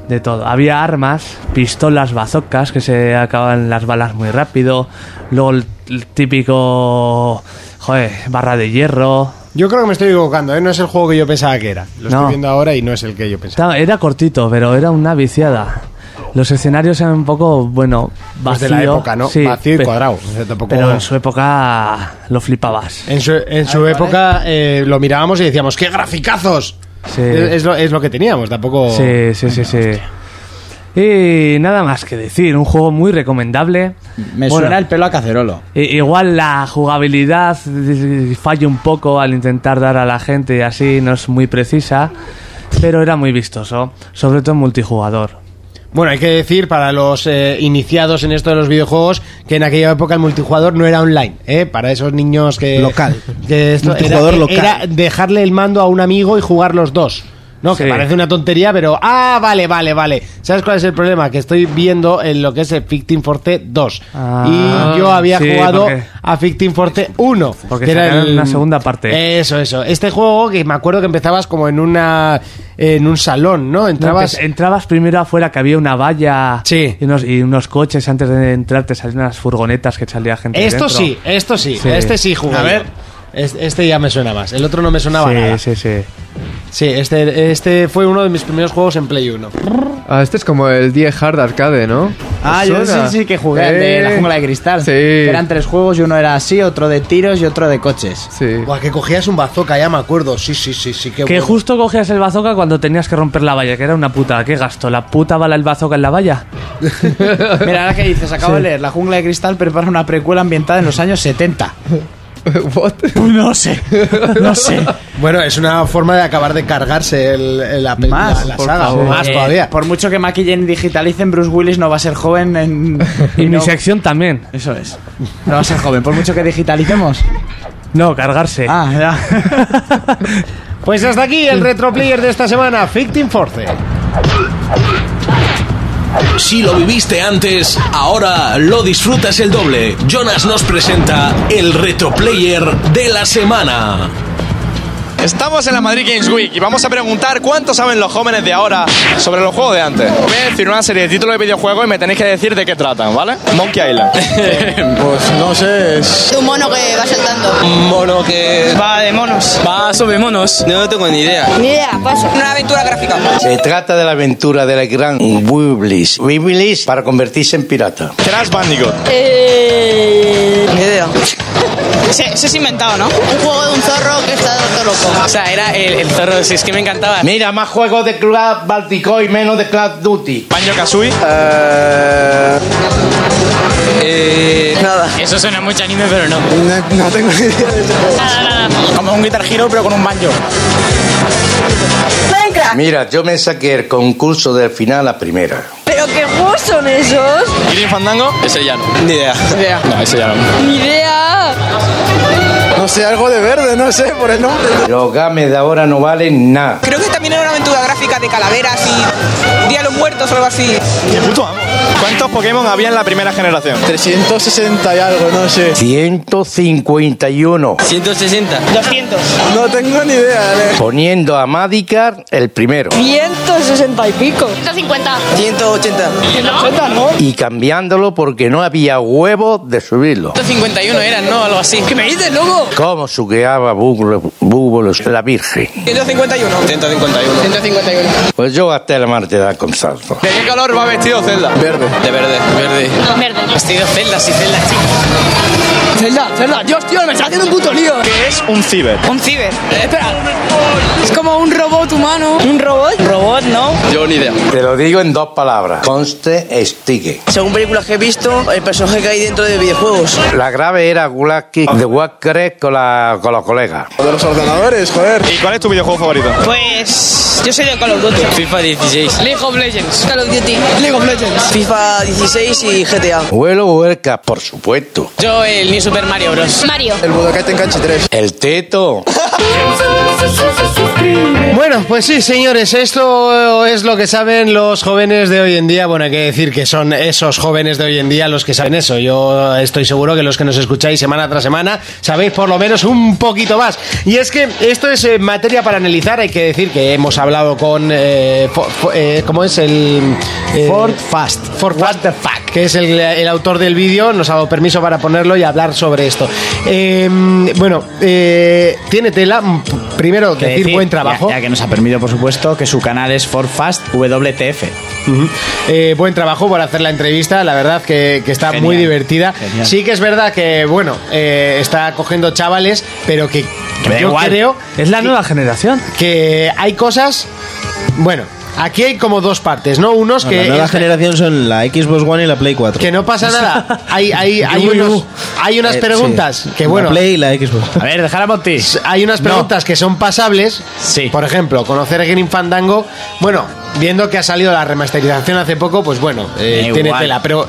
F: de todo. Había armas, pistolas, bazocas, que se acaban las balas muy rápido. Luego el, el típico. Joder, barra de hierro.
A: Yo creo que me estoy equivocando, ¿eh? no es el juego que yo pensaba que era. Lo estoy
F: No.
A: viendo ahora y no es el que yo pensaba.
F: Estaba- Era cortito, pero era una viciada. Los escenarios eran un poco, bueno,
A: Pues
F: vacío.
A: de la época, ¿no?
F: Sí,
A: Vacío y
F: pe-
A: cuadrado. O sea, tampoco-
F: Pero en su época lo flipabas.
A: En su, en su época eh, lo mirábamos y decíamos, ¡qué graficazos!
F: Sí.
A: Es, es lo, es lo que teníamos, tampoco...
F: Sí, sí, sí, sí. Y nada más que decir, un juego muy recomendable.
D: Me
F: Bueno,
D: suena el pelo a cacerolo.
F: I- Igual la jugabilidad eh, falla un poco al intentar dar a la gente y así no es muy precisa, pero era muy vistoso, sobre todo en multijugador.
A: Bueno, hay que decir para los eh, iniciados en esto de los videojuegos que en aquella época el multijugador no era online, ¿eh? para esos niños que
E: Local.
A: que esto era-
E: Multijugador
A: era,
E: local.
A: dejarle el mando a un amigo y jugar los dos. No, que
F: Sí.
A: parece una tontería, pero ah, vale, vale, vale. ¿Sabes cuál es el problema? Que estoy viendo en lo que es el Victim Forte 2
F: Ah,
A: y yo había
F: sí,
A: jugado
F: porque-
A: a Victim Forte 1,
F: Porque
A: que era
F: sacaron
A: el-
F: una segunda parte.
A: Eso, eso. Este juego que me acuerdo que empezabas como en una en un salón, ¿no?
F: No, pues,
A: Entrabas
F: que entrabas primero afuera que había una valla
A: Sí.
F: y, unos, y unos coches antes de entrar te salían unas furgonetas que salía gente.
A: Esto
F: dentro.
A: sí, esto sí,
F: Sí.
A: este sí jugué.
E: A ver.
A: Es- Este ya me suena más, el otro no me sonaba nada.
F: Sí, sí, sí.
A: Sí, este, este fue uno de mis primeros juegos en Play 1.
G: Ah, este es como el 10 Hard Arcade, ¿no?
D: Ah,
G: ¿Os
D: yo sí,
G: suena?
D: sí, que jugué al de la
G: Eh,
D: jungla de cristal.
G: sí.
D: Que eran tres juegos y uno era así, otro de tiros y otro de coches.
G: Sí.
A: Buah, que cogías un bazooka, ya me acuerdo. Sí, sí, sí, sí, qué
F: Que
A: bueno.
F: justo cogías el bazooka cuando tenías que romper la valla, que era una puta. ¿Qué gasto? ¿La puta bala el bazooka en la valla?
D: Mira, ahora que dices, acabo de leer, La jungla de cristal prepara una precuela ambientada en los años 70.
G: What?
D: No sé, no sé.
A: Bueno, es una forma de acabar de cargarse el, el- la, pel-
D: Más,
A: la- la
D: por
A: saga,
D: favor.
A: más
D: Eh,
A: todavía.
D: Por mucho que maquillen y digitalicen, Bruce Willis no va a ser joven en...
F: Y mi
D: no-
F: sección también.
D: Eso es. No va a ser joven, por mucho que digitalicemos.
F: No, cargarse.
D: Ah, ya.
A: (laughs) Pues hasta aquí el retro player de esta semana, Victim Force.
B: Si lo viviste antes, ahora lo disfrutas el doble. Jonas nos presenta el retroplayer de la semana.
J: Estamos en la Madrid Games Week y vamos a preguntar cuánto saben los jóvenes de ahora sobre los juegos de antes. Voy a decir una serie de títulos de videojuegos y me tenéis que decir de qué tratan, ¿vale? Monkey Island. (laughs) pues no sé, es...
H: Un mono que va saltando.
J: mono que... Va de monos. Va sobre monos. No, tengo ni idea.
H: Ni idea, paso. Una aventura gráfica.
K: Se trata de la aventura de la gran Wiblis. Wiblis para convertirse en pirata.
J: Crash Bandicoot.
L: (laughs)
H: Eh... Ni idea.
L: Eso es inventado, ¿no? Un juego de un zorro que está todo loco. O sea, era el, el zorro, si es que me encantaba.
K: Mira, más juegos de Club Baltico y menos de Club Duty.
J: Banjo Kazooie.
L: Eh, Nada. Eh, Eso suena mucho anime, pero no.
K: No, tengo idea.
L: Nada, nada.
J: Como un Guitar Hero, pero con un banjo.
K: Mira, yo me saqué el concurso del final a primera.
M: ¿Pero qué juegos son esos?
J: ¿Green Fandango? Ese ya no. Ni idea. No, ese ya no.
M: Ni idea.
K: No sé, algo de verde, no sé, por el nombre. Los games de ahora no valen nada.
L: Creo que también era una aventura gráfica de calaveras y Día de los Muertos o algo así.
J: ¡Qué puto amo! ¿Cuántos Pokémon había en la primera generación?
K: 360 y algo, no sé. 151.
L: 160. 200.
K: No tengo ni idea, Poniendo a Madicar el primero.
M: 160 y pico.
L: 150.
K: 180.
L: ¿No?
K: Y cambiándolo porque no había huevo de subirlo.
L: 151 eran, ¿no? Algo así. ¿Qué me dices, loco?
K: ¿Cómo suqueaba Búbulos Búbulos la Virgen?
L: 151.
J: 151.
L: 151.
K: Pues yo gasté la marte da con salto.
J: ¿De qué color va vestido Zelda?
K: Verde.
J: De verde. Verde.
L: Verde. Vestido celda, sí, celda, chicos. Celda, celda. Dios, tío, me está haciendo un puto lío.
J: ¿Qué es un ciber?
L: Un ciber. espera. Es como un robot humano. ¿Un robot? Robot, ¿no?
J: Yo ni idea.
K: Te lo digo en dos palabras. Conste, estigue.
L: Según películas que he visto, el personaje que hay dentro de videojuegos.
K: La grave era Gulaki de Wacker con, la, con los colegas.
J: De los ordenadores, joder. ¿Y cuál es tu videojuego favorito?
L: Pues. Yo soy de Call of Duty.
J: FIFA 16.
L: League of Legends. Call of Duty. League of Legends.
M: FIFA 16 y GTA.
K: Vuelo huerca, por supuesto.
L: Yo el New Super Mario Bros. Mario.
K: El Budokai Tenkanchi 3. El teto.
A: Bueno, pues sí, señores, esto eh, es lo que saben los jóvenes de hoy en día. Bueno, hay que decir que son esos jóvenes de hoy en día los que saben eso. Yo estoy seguro que los que nos escucháis semana tras semana sabéis por lo menos un poquito más. Y es que esto es eh, materia para analizar. Hay que decir que hemos hablado con. Eh, fo- fo- eh, ¿Cómo es el. eh,
E: Ford Fast.
A: Ford Fast, que es el, el autor del vídeo, nos ha dado permiso para ponerlo y hablar sobre esto. Eh, bueno, eh, tiene tela. Mm, Primero,
D: Que
A: decir buen trabajo.
D: Ya, ya que nos ha permitido, por supuesto, que su canal es Forfast WTF.
A: Ujú. Eh, buen trabajo por hacer la entrevista, la verdad que, que está
D: Genial.
A: muy divertida.
D: Genial.
A: Sí que es verdad que, bueno, eh, está cogiendo chavales, pero que,
D: Que me da
A: yo
D: igual.
A: creo
F: Es la nueva generación.
A: que hay cosas, bueno, aquí hay como dos partes, ¿no? Unos
E: No,
A: que...
E: la nueva
A: esta-
E: generación son la Xbox One y la Play 4.
A: que no pasa nada. Hay, hay, hay,
E: Wii U.
A: unos- hay unas
E: Eh,
A: preguntas
E: sí.
A: que, bueno,
E: La Play y la Xbox.
D: A ver, dejar a Monty.
A: hay unas preguntas que son pasables.
D: Sí.
A: Por ejemplo, conocer Green Fandango. Bueno, viendo que ha salido la remasterización hace poco, pues bueno, eh,
D: Da
A: tiene
D: igual.
A: tela. Pero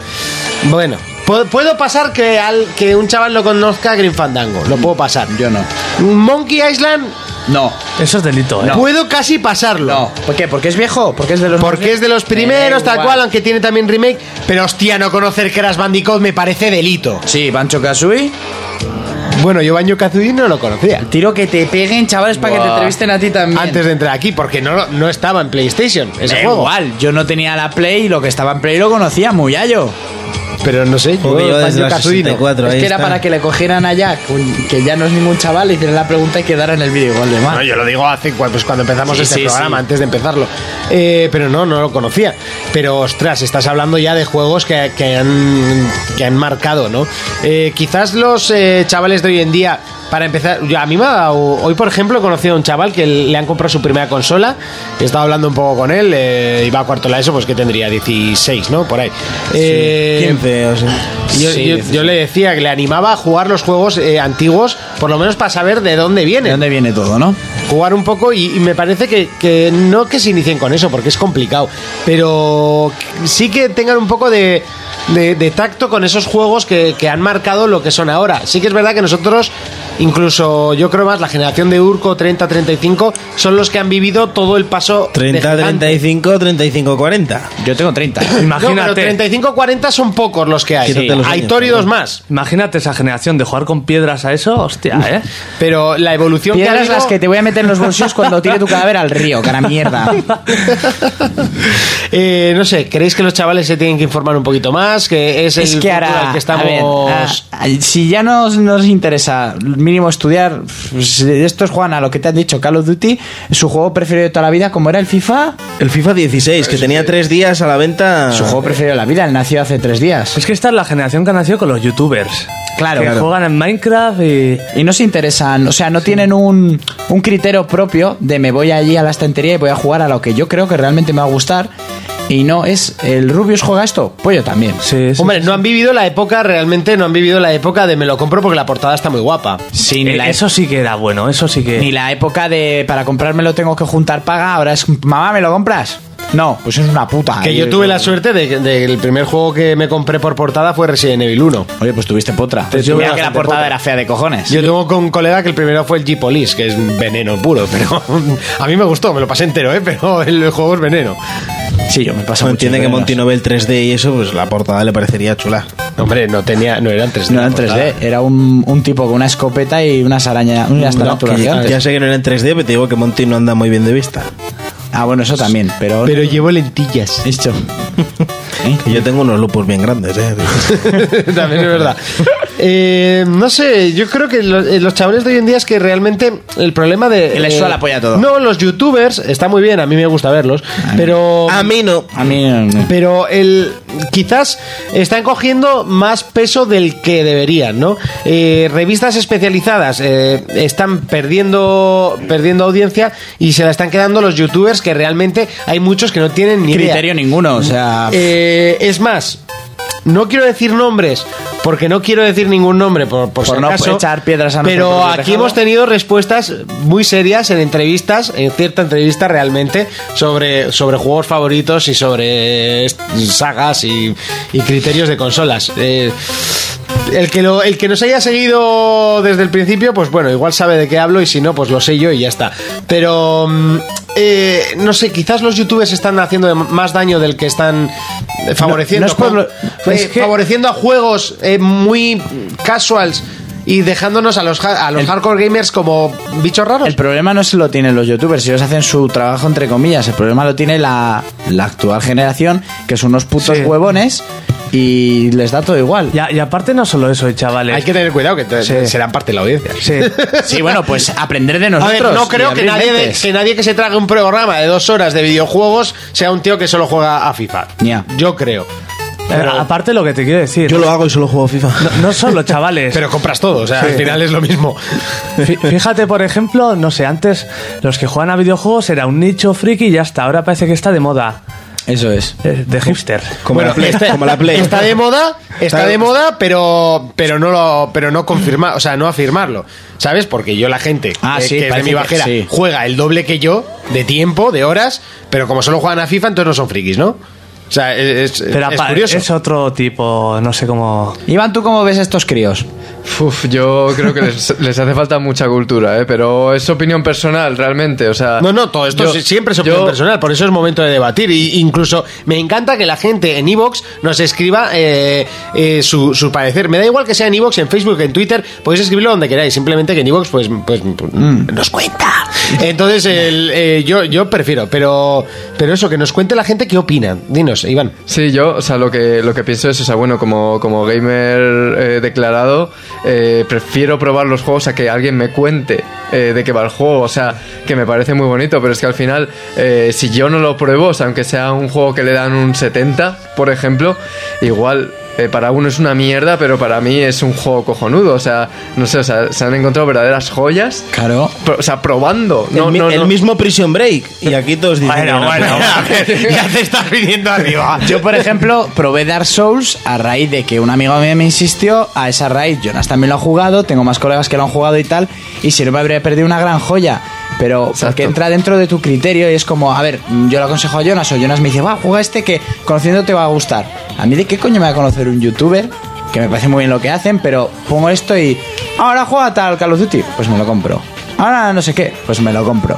A: bueno, puedo, puedo pasar que, al, que un chaval no conozca Green Fandango. Lo puedo pasar.
D: Yo no.
A: Monkey Island,
D: No.
F: Eso es delito, ¿eh?
A: puedo casi pasarlo.
D: No. ¿Por qué? ¿Porque es viejo? ¿Porque es de los
A: Porque es de los primeros,
D: Eh,
A: tal
D: igual.
A: cual, aunque tiene también remake. Pero hostia, no conocer Crash Bandicoot me parece delito.
D: Sí, Bancho Kazooie.
A: Bueno, yo Banjo Kazooie no lo conocía.
D: Tiro que te peguen, chavales, para que te
G: Buah.
D: entrevisten a ti también.
A: antes de entrar aquí, porque no, no estaba en PlayStation ese
D: Da
A: juego.
D: igual, yo no tenía la Play y lo que estaba en Play lo conocía muy yo.
A: Pero no sé,
E: Porque yo desde la
A: Banjo-Kazooie no.
E: 64,
D: Es
E: ahí
D: que era
E: está.
D: para que le cogieran a Jack, un- que ya no es ningún chaval, le hicieran la pregunta y quedara en el vídeo igual de
A: No,
D: mal.
A: yo lo digo hace cu- pues cuando empezamos
D: Sí,
A: este
D: sí,
A: programa,
D: sí.
A: antes de empezarlo. Eh, pero no, no lo conocía. Pero ostras, estás hablando ya de juegos que, que han, que han marcado, ¿no? Eh, quizás los eh, chavales de hoy en día, para empezar, yo- a mí me ha dado- hoy por ejemplo he conocido a un chaval que le han comprado su primera consola, he estado hablando un poco con él, eh, iba a cuarto la ESO, pues que tendría 16, ¿no? Por ahí. Eh,
E: 15 o sea.
A: Y Yo,
D: Sí,
A: yo-
D: dices,
A: yo le decía que le animaba a jugar los juegos eh, antiguos, por lo menos para saber de dónde
D: ¿De
A: vienen.
D: dónde viene todo, no?
A: Jugar un poco y, y me parece que, que no que se inicien con eso, porque es complicado, pero sí que tengan un poco de, de- de tacto con esos juegos que, que han marcado lo que son ahora. Sí que es verdad que nosotros, incluso yo creo más, la generación de Urco 30-35, son los que han vivido todo el paso. de
E: 30,
A: gigante.
E: 35, 35, 40.
D: Yo tengo 30.
A: No, pero
F: Imagínate.
A: 35-40 son pocos los que hay.
E: Quítate los
A: hay
E: años,
A: tóridos
E: perdón.
A: más.
F: Imagínate esa generación de jugar con piedras a eso, hostia, ¿eh?
A: Pero la evolución que ha
D: Piedras
A: habido-
D: las que te voy a meter en los bolsillos cuando tire tu cadáver al río, cara
A: (laughs)
D: mierda.
A: Eh, no sé, ¿creéis que los chavales se tienen que informar un poquito más? Que es,
D: Es
A: el
D: que
A: futuro
D: ahora,
A: al que estamos.
D: a ver, ah, a- a- si ya nos, nos interesa mínimo estudiar, pues, estos Juan, a lo que te han dicho, Call of Duty, su juego preferido de toda la vida, como era el FIFA,
E: El FIFA 16, que tenía tres días a la venta.
D: su juego preferido de la vida, él nació hace tres días.
F: Es que esta es la generación que ha nacido con los youtubers.
D: Claro.
F: Que juegan en Minecraft y...
D: Y no se interesan, o sea, no tienen un, un criterio propio de me voy allí a la estantería y voy a jugar a lo que yo creo que realmente me va a gustar. Y no es el Rubius juega esto, pues yo también.
A: Hombre, no han vivido la época, realmente no han vivido la época de me lo compro porque la portada está muy guapa.
D: Sí, ni la
F: Eso sí que era bueno, eso sí que...
D: Ni la época de para comprármelo tengo que juntar paga, ahora es mamá, ¿me lo compras? No, pues es una puta.
A: Que yo tuve la suerte de que de que el primer juego que me compré por portada fue Resident Evil 1.
D: Oye, pues tuviste potra. Pues
A: tuve
D: mira que la
A: bastante
D: portada
A: potra.
D: era fea de cojones.
A: Yo tengo con un colega que el primero fue el G-Police, que es un veneno puro, (laughs) pero a mí me gustó, me lo pasé entero, ¿eh? pero el juego es veneno.
D: Sí, yo me paso
E: No entiende que Monty no ve el 3D y eso, pues la portada le parecería chula.
A: Hombre, no tenía, no eran 3D.
D: No era en
A: la portada.
D: 3D, era un, un tipo con una escopeta y unas arañas, unas
E: No,
D: tarántulas
E: que ya,
D: gigantes.
E: ya sé que no era en 3D, pero te digo que Monty no anda muy bien de vista.
D: Ah, bueno, eso también, pero...
A: Pero llevo
D: (laughs)
A: lentillas. (laughs)
D: Esto.
E: Que yo tengo unos lupus bien grandes, ¿eh?
A: También es verdad. Eh, no sé, yo creo que lo- eh, los chavales de hoy en día es que realmente el problema de.
D: Que les
A: eh,
D: suda la polla todo.
A: No, los youtubers, está muy bien, a mí me gusta verlos, pero.
E: A mí no.
D: A mí... no.
A: (laughs) Pero el quizás están cogiendo más peso del que deberían, ¿no? Eh, revistas especializadas eh, están perdiendo perdiendo audiencia y se la están quedando los youtubers que realmente hay muchos que no tienen ni idea.
D: criterio ninguno, o sea...
A: Eh, es más, no quiero decir nombres, porque no quiero decir ningún nombre, por, por,
D: Por
A: si
D: no
A: acaso,
D: echar piedras a nuestro
A: Pero
D: propio
A: aquí
D: tejado.
A: hemos tenido respuestas muy serias en entrevistas, en cierta entrevista realmente, sobre, sobre juegos favoritos y sobre eh, sagas y, y criterios de consolas. Eh, el que, lo- el que nos haya seguido desde el principio, pues bueno, igual sabe de qué hablo y si no, pues lo sé yo y ya está. Pero, mm, eh, no sé, quizás los youtubers están haciendo de- más daño del que están eh, favoreciendo.
D: no es por lo-
A: Fa-
D: es
A: eh,
D: que-
A: Favoreciendo a juegos eh, muy casuals y dejándonos a los, ha- a los hardcore gamers como bichos raros.
D: El problema no se lo tienen los youtubers, ellos hacen su trabajo entre comillas, el problema lo tiene la, la actual generación, que son unos putos
F: Sí.
D: huevones y les da todo igual.
F: Y, a- y aparte no solo eso, eh, chavales.
A: Hay que tener cuidado que te-
F: Sí.
A: serán parte de la audiencia.
F: Sí.
D: Sí, bueno, pues aprender de
A: A
D: nosotros.
A: ver, no
D: y
A: creo que
D: abrir
A: nadie, de-
D: mentes.
A: que nadie que se trague un programa de dos horas de videojuegos sea un tío que solo juega a FIFA.
D: Ya.
A: Yo creo.
F: Pero aparte lo que te quiero decir.
E: Yo lo hago y solo juego FIFA.
F: no, no solo, chavales.
A: Pero compras todo, o sea, al final es lo mismo.
F: Fí- Fíjate, por ejemplo, no sé, antes los que juegan a videojuegos era un nicho friki y ya está. Ahora parece que está de moda.
D: Eso es.
F: eh, De hipster.
E: Como, la Play,
A: Está-
E: como la Play.
A: este Está de moda, está
E: Está-
A: de moda, pero pero no lo pero no confirmar, o sea, no afirmarlo. ¿Sabes? Porque yo la gente
D: Ah,
A: que-
D: sí,
A: que es de
D: parece
A: mi
D: que
A: bajera
D: sí.
A: juega el doble que yo de tiempo, de horas, pero como solo juegan a FIFA, entonces no son frikis, ¿no? O sea, es, es-
F: Pero
A: es
F: apa-
A: curioso.
F: es otro tipo, no sé cómo.
D: Iván, ¿tú cómo ves a estos críos?
G: Uf, yo creo que
D: (laughs)
G: les, les hace falta mucha cultura, ¿eh? pero es opinión personal realmente, o sea...
A: No, no, todo esto
G: yo-
A: sí- siempre es opinión
G: yo-
A: personal, por eso es momento de debatir. Y incluso me encanta que la gente en Evox nos escriba eh, eh, su, su parecer. Me da igual que sea en Evox, en Facebook, en Twitter, podéis escribirlo donde queráis. Simplemente que en Evox, pues, pues
E: Mm.
A: nos cuenta. Entonces, el, eh, yo, yo prefiero, pero, pero eso, que nos cuente la gente qué opina. Dinos, Iván.
G: Sí, yo, o sea, lo que, lo que pienso es, o sea, bueno, como, como gamer eh, declarado, eh, prefiero probar los juegos a que alguien me cuente eh, de qué va el juego, o sea, que me parece muy bonito, pero es que al final, eh, si yo no lo pruebo, o sea, aunque sea un juego que le dan un 70, por ejemplo, igual... eh, para uno es una mierda, pero para mí es un juego cojonudo. O sea, no sé, o sea, se han encontrado verdaderas joyas.
D: Claro.
G: pro- o sea, probando.
E: El,
G: No,
E: mi-
G: no,
E: el
G: no.
E: mismo Prison Break. Y aquí todos dicen. que no. (laughs)
A: ya te estás viniendo arriba.
D: Ah, Yo, por ejemplo, probé Dark Souls a raíz de que un amigo mío me insistió. A esa raíz, Jonas también lo ha jugado. Tengo más colegas que lo han jugado y tal. Y si no, me habría perdido una gran joya. Pero porque entra dentro de tu criterio y es como, a ver, yo le aconsejo a Jonas o Jonas me dice, va, juega este que conociendo te va a gustar. A mí, ¿de qué coño me va a conocer un youtuber? Que me parece muy bien lo que hacen, pero pongo esto y ahora juega tal Call of Duty, pues me lo compro. Ahora no sé qué, pues me lo compro.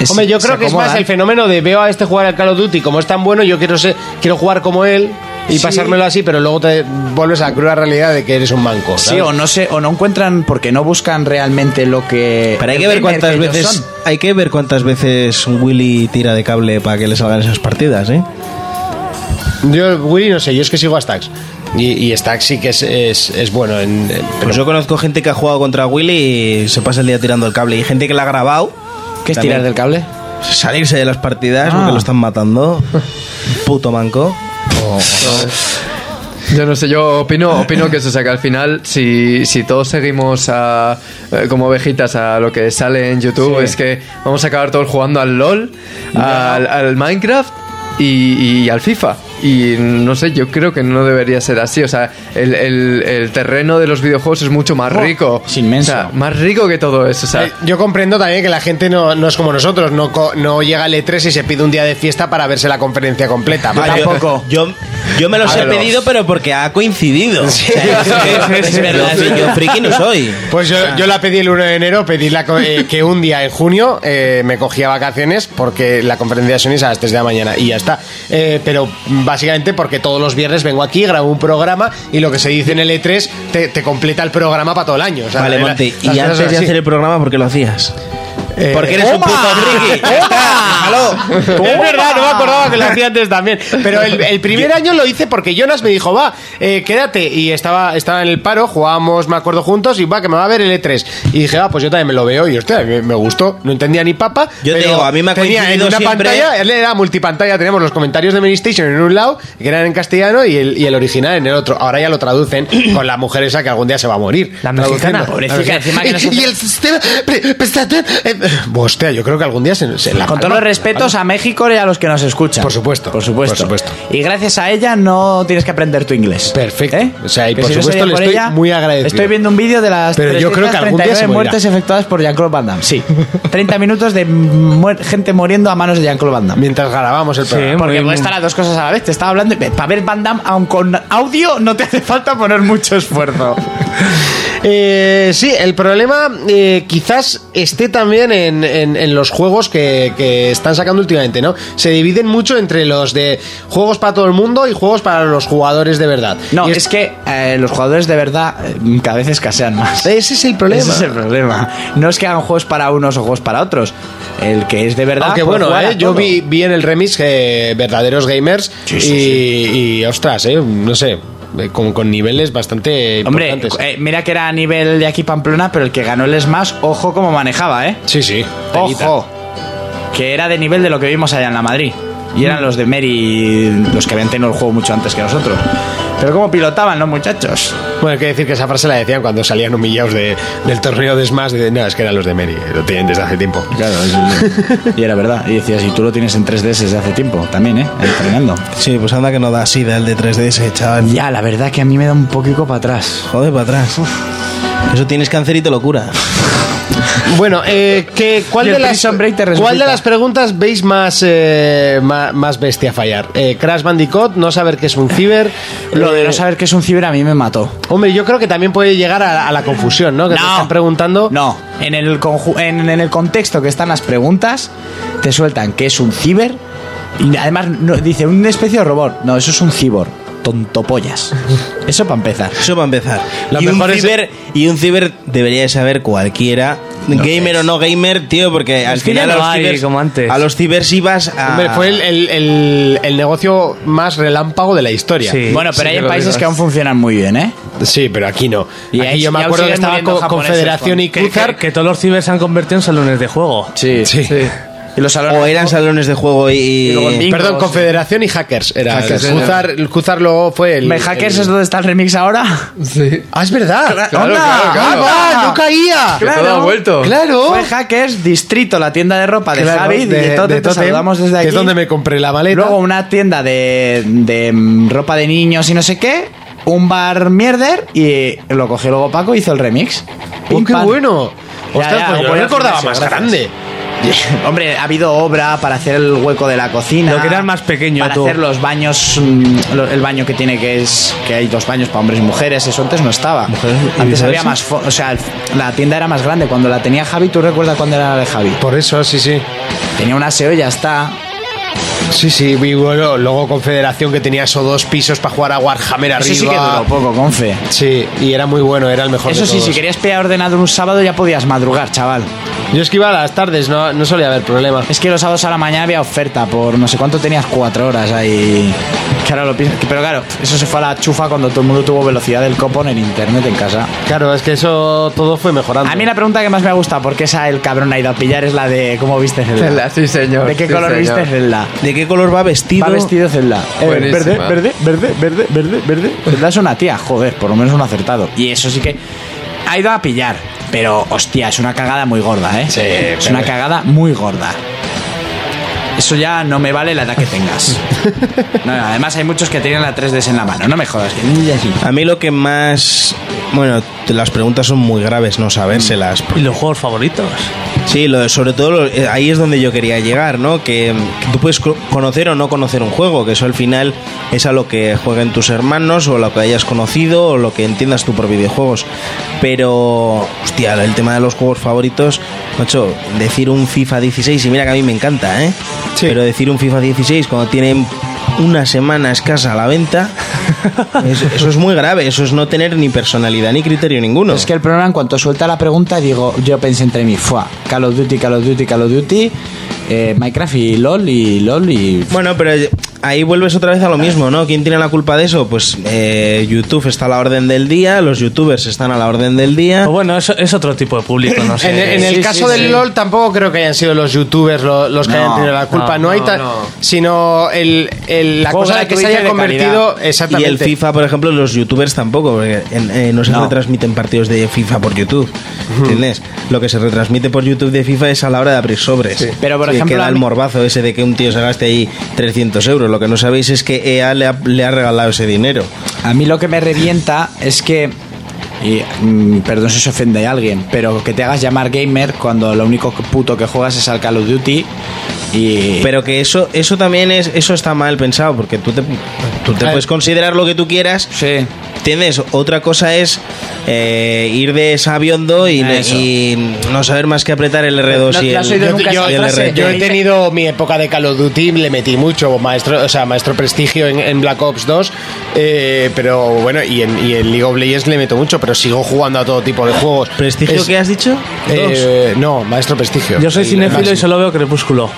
D: Es-
A: Hombre, yo
D: se
A: creo que es más
D: acomodan.
A: el fenómeno de veo a este jugar al Call of Duty, como es tan bueno, yo quiero ser, quiero jugar como él y pasármelo así, pero luego te vuelves a la cruda realidad de que eres un manco.
D: Sí,
A: ¿sabes?
D: o no sé, o no encuentran porque no buscan realmente lo que.
E: Pero hay que
D: el
E: ver
D: gamer
E: cuántas
D: que ellos
E: veces.
D: son.
E: Hay que ver cuántas veces Willy tira de cable para que le salgan esas partidas, ¿eh?
A: Yo, Willy, no sé, yo es que sigo a Stax. Y, y Stax sí que es, es, es bueno. En, en- pero-
E: Pues yo conozco gente que ha jugado contra Willy y se pasa el día tirando el cable. Y gente que la ha grabado.
D: ¿Qué es
E: También.
D: tirar del cable?
E: Salirse de las partidas
D: Ah.
E: porque lo están matando. Puto manco.
G: Yo no sé, yo opino, opino que eso, o sea, que al final, si, si todos seguimos a, eh, como ovejitas a lo que sale en YouTube, es que vamos a acabar todos jugando al LOL, al, al Minecraft y, y al FIFA. Y no sé, yo creo que no debería ser así. O sea, el, el- el terreno de los videojuegos es mucho más rico. Es inmenso. más rico que todo eso, o sea.
A: Yo comprendo también que la gente no, no es como nosotros, no, co- no llega al E3 y se pide un día de fiesta para verse la conferencia completa.
N: Ah, yo- Yo, yo me los he
A: Ábrelos.
N: pedido, pero porque ha coincidido. O sea, es que- es verdad, sí, yo friki no soy.
A: Pues yo,
N: O sea,
A: yo la pedí el 1 de enero, pedí la, co- eh, que un día en junio eh, me cogía vacaciones porque la conferencia de Sony es a las 3 de la mañana y ya está. Eh, pero básicamente porque todos los viernes vengo aquí, grabo un programa y lo que se dice en el E3 te, te completa el programa para todo el año. O sea,
N: vale,
A: la-
N: Monty.
A: las
N: Y
A: cosas
N: antes
A: son
N: de
A: así.
N: hacer el programa, ¿por qué lo hacías?
A: Eh,
N: Porque eres un
A: ¡toma!
N: puto friki.
A: (laughs) ¡Toma! Es verdad, no me acordaba que lo hacía antes también. Pero el, el primer año lo hice porque Jonas me dijo, va, eh, quédate. Y estaba, estaba en el paro, jugábamos, me acuerdo, juntos y va, que me va a ver el E3. Y dije, va, pues yo también me lo veo. Y hostia, me, me gustó. No entendía ni papa.
N: Yo te
A: pero
N: digo, a mí me ha
A: tenía en
N: coincidido
A: una
N: siempre-
A: pantalla, él era multipantalla, teníamos los comentarios de Ministation en un lado, que eran en castellano, y el, y el original en el otro. Ahora ya lo traducen con la mujer esa que algún día se va a morir. La
N: mexicana, pobrecita, encima que nos hace-
A: (laughs) Y el sistema... pre- prestación, eh, Hostia, yo creo que algún día se, se la
D: Con todos los respetos a México y a los que nos escuchan. Por
A: supuesto.
D: Por supuesto. Y gracias a ella no tienes que aprender tu inglés. ¿Eh?
A: Perfecto. O sea, y
D: Que
A: por
D: si no
A: supuesto
D: sería
A: le
D: por
A: estoy
D: ella,
A: muy agradecido.
D: Estoy viendo un vídeo de las
A: Pero yo creo que algún día
D: 339
A: se morirá.
D: muertes efectuadas por Jean-Claude Van Damme.
A: (laughs)
D: Sí. 30 minutos de muer- gente muriendo a manos de Jean-Claude Van Damme.
A: Mientras grabábamos el programa.
D: porque
A: muy-
D: puede estar las dos cosas a la vez. Te estaba hablando. Para ver Van Damme, aun con audio, no te hace falta poner mucho esfuerzo.
A: Eh, sí, el problema eh, quizás esté también en, en- en los juegos que, que están sacando últimamente, ¿no? Se dividen mucho entre los de juegos para todo el mundo y juegos para los jugadores de verdad.
D: No, es, que eh, los jugadores de verdad eh, cada vez escasean más.
A: Ese es el problema.
D: Ese es el problema. No es que hagan juegos para unos o juegos para otros. El que es de verdad.
A: Aunque
D: puede
A: bueno,
D: jugar a
A: eh, yo
D: todo.
A: vi, vi en el remix eh, verdaderos gamers y, y, ostras, eh, no sé, eh, con, con niveles bastante
D: Hombre,
A: importantes.
D: eh, mira que era a nivel de aquí Pamplona, pero el que ganó el Smash, ojo cómo manejaba, ¿eh?
A: Sí, sí.
D: Ojo. Que era de nivel de lo que vimos allá en la Madrid. Y
A: Mm.
D: eran los de Mary los que habían tenido el juego mucho antes que nosotros. Pero cómo pilotaban los muchachos.
A: Bueno, hay que decir que esa frase la decían cuando salían humillados de- del torneo de Smash. De, no, es que eran los de Mary, eh, lo tienen desde hace tiempo.
D: Claro, Y era verdad. Y decías, y tú lo tienes en 3DS desde hace tiempo también, ¿eh? Entrenando.
N: Sí, pues anda que no da sida el de 3DS, chaval.
D: Ya, la verdad que a mí me da un poquito para atrás.
N: Joder, para atrás. Uf. Eso tienes cáncer y te lo cura.
A: Bueno, eh, que- ¿cuál,
N: Y el
A: de las,
N: Prison Break te
A: ¿cuál de
N: resucita.
A: las preguntas veis más, eh, ma- más, bestia fallar? Eh, Crash Bandicoot, no saber qué es un ciber. Eh,
D: Lo de no saber qué es un ciber a mí me mató.
A: Hombre, yo creo que también puede llegar a, a la confusión, ¿no? Que te
D: No.
A: están preguntando.
D: No, en el, conju- en, en el contexto que están las preguntas, te sueltan que es un ciber. Y además no- dice una especie de robot. No, eso es un cibor. (laughs) Tontopollas. Eso para empezar.
N: Eso para empezar.
D: Lo
N: y, un
D: mejor es-
N: ciber, y un ciber debería de saber cualquiera, gamer o no gamer, tío, porque al
F: ciber
N: final a
F: no
N: los,
F: hay,
N: cibers,
F: como antes.
N: a los cibers ibas a...
A: Hombre, fue el, el- el- el negocio más relámpago de la historia.
D: bueno, pero hay en países que aún funcionan muy bien, ¿eh?
A: Sí, pero aquí no.
D: Y
A: Aquí
D: ahí-
A: yo me
D: y aún
A: acuerdo
D: siguen
A: que estaba
D: muriendo
A: con
D: japoneses,
A: Confederación
D: Juan.
A: y
F: Que, que- que todos los cibers se han convertido en salones de juego.
D: Sí, sí. Y los salones.
N: O eran salones de juego y...
A: Perdón, Confederación y Hackers. Era
N: Hackers,
A: el Juzar, el Juzar luego fue el.
D: ¿Me hackers
A: el-
D: es donde está el remix (laughs) ahora?
G: Sí.
A: Ah, es verdad.
D: ¡Onda! ¡Ah, va!
A: ¡No caía!
D: Que todo ha vuelto.
A: Claro.
D: Fue Hackers Distrito, la tienda de ropa de
A: Claro,
D: Javi,
A: de-
D: de, Totem,
A: de
D: te
A: Totem,
D: saludamos desde
A: que
D: aquí.
A: es donde me compré la maleta.
D: Luego una tienda de, de, mm, ropa de niños y no sé qué, un bar mierder y lo cogió luego Paco y hizo el remix.
A: ¡Oh,
D: Pim,
A: qué
D: pam.
A: bueno!
D: Ya,
A: Ostras,
D: ya,
A: pues yo
D: voy al
A: recordaba
D: gimnasio,
A: más
D: gracias.
A: grande.
D: (laughs) Hombre, ha habido obra para hacer el hueco de la cocina.
F: Lo que eras más pequeño
D: Para
F: tú.
D: hacer los baños, mm, lo- el baño que tiene que es que hay dos baños para hombres y mujeres. Eso antes no estaba. Antes había
A: viceversa?
D: más, fo- o sea, el- la tienda era más grande. Cuando la tenía Javi, ¿tú recuerdas cuando era la de Javi?
A: Por eso, sí, sí.
D: Tenía una SEO y ya está.
A: Sí, sí, y bueno, luego Confederación que tenía esos dos pisos para jugar a Warhammer arriba.
D: Eso sí que duró poco, confe.
A: Sí, y era muy bueno, era el mejor
D: Eso
A: de
D: sí,
A: todos.
D: si querías pillar ordenador un sábado ya podías madrugar, chaval.
A: Yo es que iba a las tardes, no, no solía haber problemas.
D: Es que los sábados a la mañana había oferta por no sé cuánto tenías cuatro horas ahí. Que ahora lo piensas- que- Pero claro, eso se fue a la chufa cuando todo el mundo tuvo velocidad del copo en el internet en casa.
A: Claro, es que eso todo fue mejorando.
D: A mí la pregunta que más me gusta, porque esa el cabrón ha ido a pillar, es la de cómo viste Zelda.
G: Zelda, sí, señor.
D: ¿De qué
G: sí,
D: color
G: señor.
D: viste Zelda?
N: ¿De
E: ¿De qué color va vestido?
D: Va vestido Zelda. Eh, verde,
E: Buenísima.
D: verde, verde, verde, verde, verde. Zelda es una tía, joder, por lo menos un acertado. Y eso sí que ha ido a pillar. Pero, hostia, es una cagada muy gorda, ¿eh? Sí, es
O: pero-
D: una cagada muy gorda. Eso ya no me vale la edad que (laughs) tengas. No, no, además hay muchos que tienen la 3DS en la mano, no me jodas. que ni así.
E: A mí lo que más. Bueno, te- las preguntas son muy graves no sabérselas.
F: ¿Y los juegos favoritos?
E: Sí, lo, sobre todo lo- eh, ahí es donde yo quería llegar, ¿no? Que, mm, que tú puedes co- conocer o no conocer un juego, que eso al final es a lo que jueguen tus hermanos o lo que hayas conocido o lo que entiendas tú por videojuegos. Pero, hostia, el tema de los juegos favoritos, macho, decir un FIFA 16, y mira que a mí me encanta, ¿eh? Pero decir un FIFA 16 cuando tienen una semana escasa a la
D: (laughs)
E: venta, es- eso es muy grave, eso es no tener ni personalidad ni criterio ninguno.
D: Es que el problema, en cuanto suelta la pregunta, digo, yo pensé entre mí, fue Call of Duty, Call of Duty, Call of Duty, eh, Minecraft y LOL y LOL y.
E: Bueno, pero ahí vuelves otra vez a lo mismo, ¿no? ¿Quién tiene la culpa de eso? Pues eh, YouTube está a la orden del día, los youtubers están a la orden del día.
F: bueno, eso es otro tipo de público, no
E: sé.
A: En, en el caso del LOL tampoco creo que hayan sido los youtubers lo- los que
F: No,
A: hayan tenido la culpa, no,
F: no,
A: hay
F: no,
A: ta-
F: no.
A: sino el, el- la
E: Juego
A: cosa de que se
E: gratuito y
A: haya
E: de
A: convertido
E: calidad.
A: exactamente.
E: Y el FIFA, por ejemplo, los youtubers tampoco, porque en- eh, no se retransmiten partidos de FIFA por YouTube. ¿Entiendes? Lo que se retransmite por YouTube de FIFA es a la hora de abrir sobres.
D: Pero, por
E: Sí,
D: ejemplo,
E: Que da
D: a
E: el
D: mí-
E: morbazo ese de que un tío se gaste ahí 300 euros. Lo que no sabéis es que EA le ha, le ha regalado ese dinero.
D: A mí lo que me revienta es que. Y, mm, perdón si se ofende a alguien, pero que te hagas llamar gamer cuando lo único que- puto que juegas es al Call of Duty y.
E: Pero que eso, eso también es, eso está mal pensado, porque tú te, tú te
D: Claro.
E: puedes considerar lo que tú quieras.
D: Sí.
E: ¿Entiendes? Otra cosa es eh, ir de sabiondo y,
A: Eso.
E: y no saber más que apretar el R2 y el,
A: yo,
E: y
A: yo-
E: el
A: yo-
E: R3.
A: yo he tenido mi época de Call of Duty, le metí mucho, maestro, o sea, maestro prestigio en, en Black Ops 2, eh, pero bueno, y en, y en League of Legends le meto mucho, pero sigo jugando a todo tipo de juegos.
E: ¿Prestigio
A: Es-
E: qué has dicho?
A: eh, no, maestro prestigio.
F: Yo soy
A: El-
F: cinéfilo
A: máximo.
F: y solo veo Crepúsculo.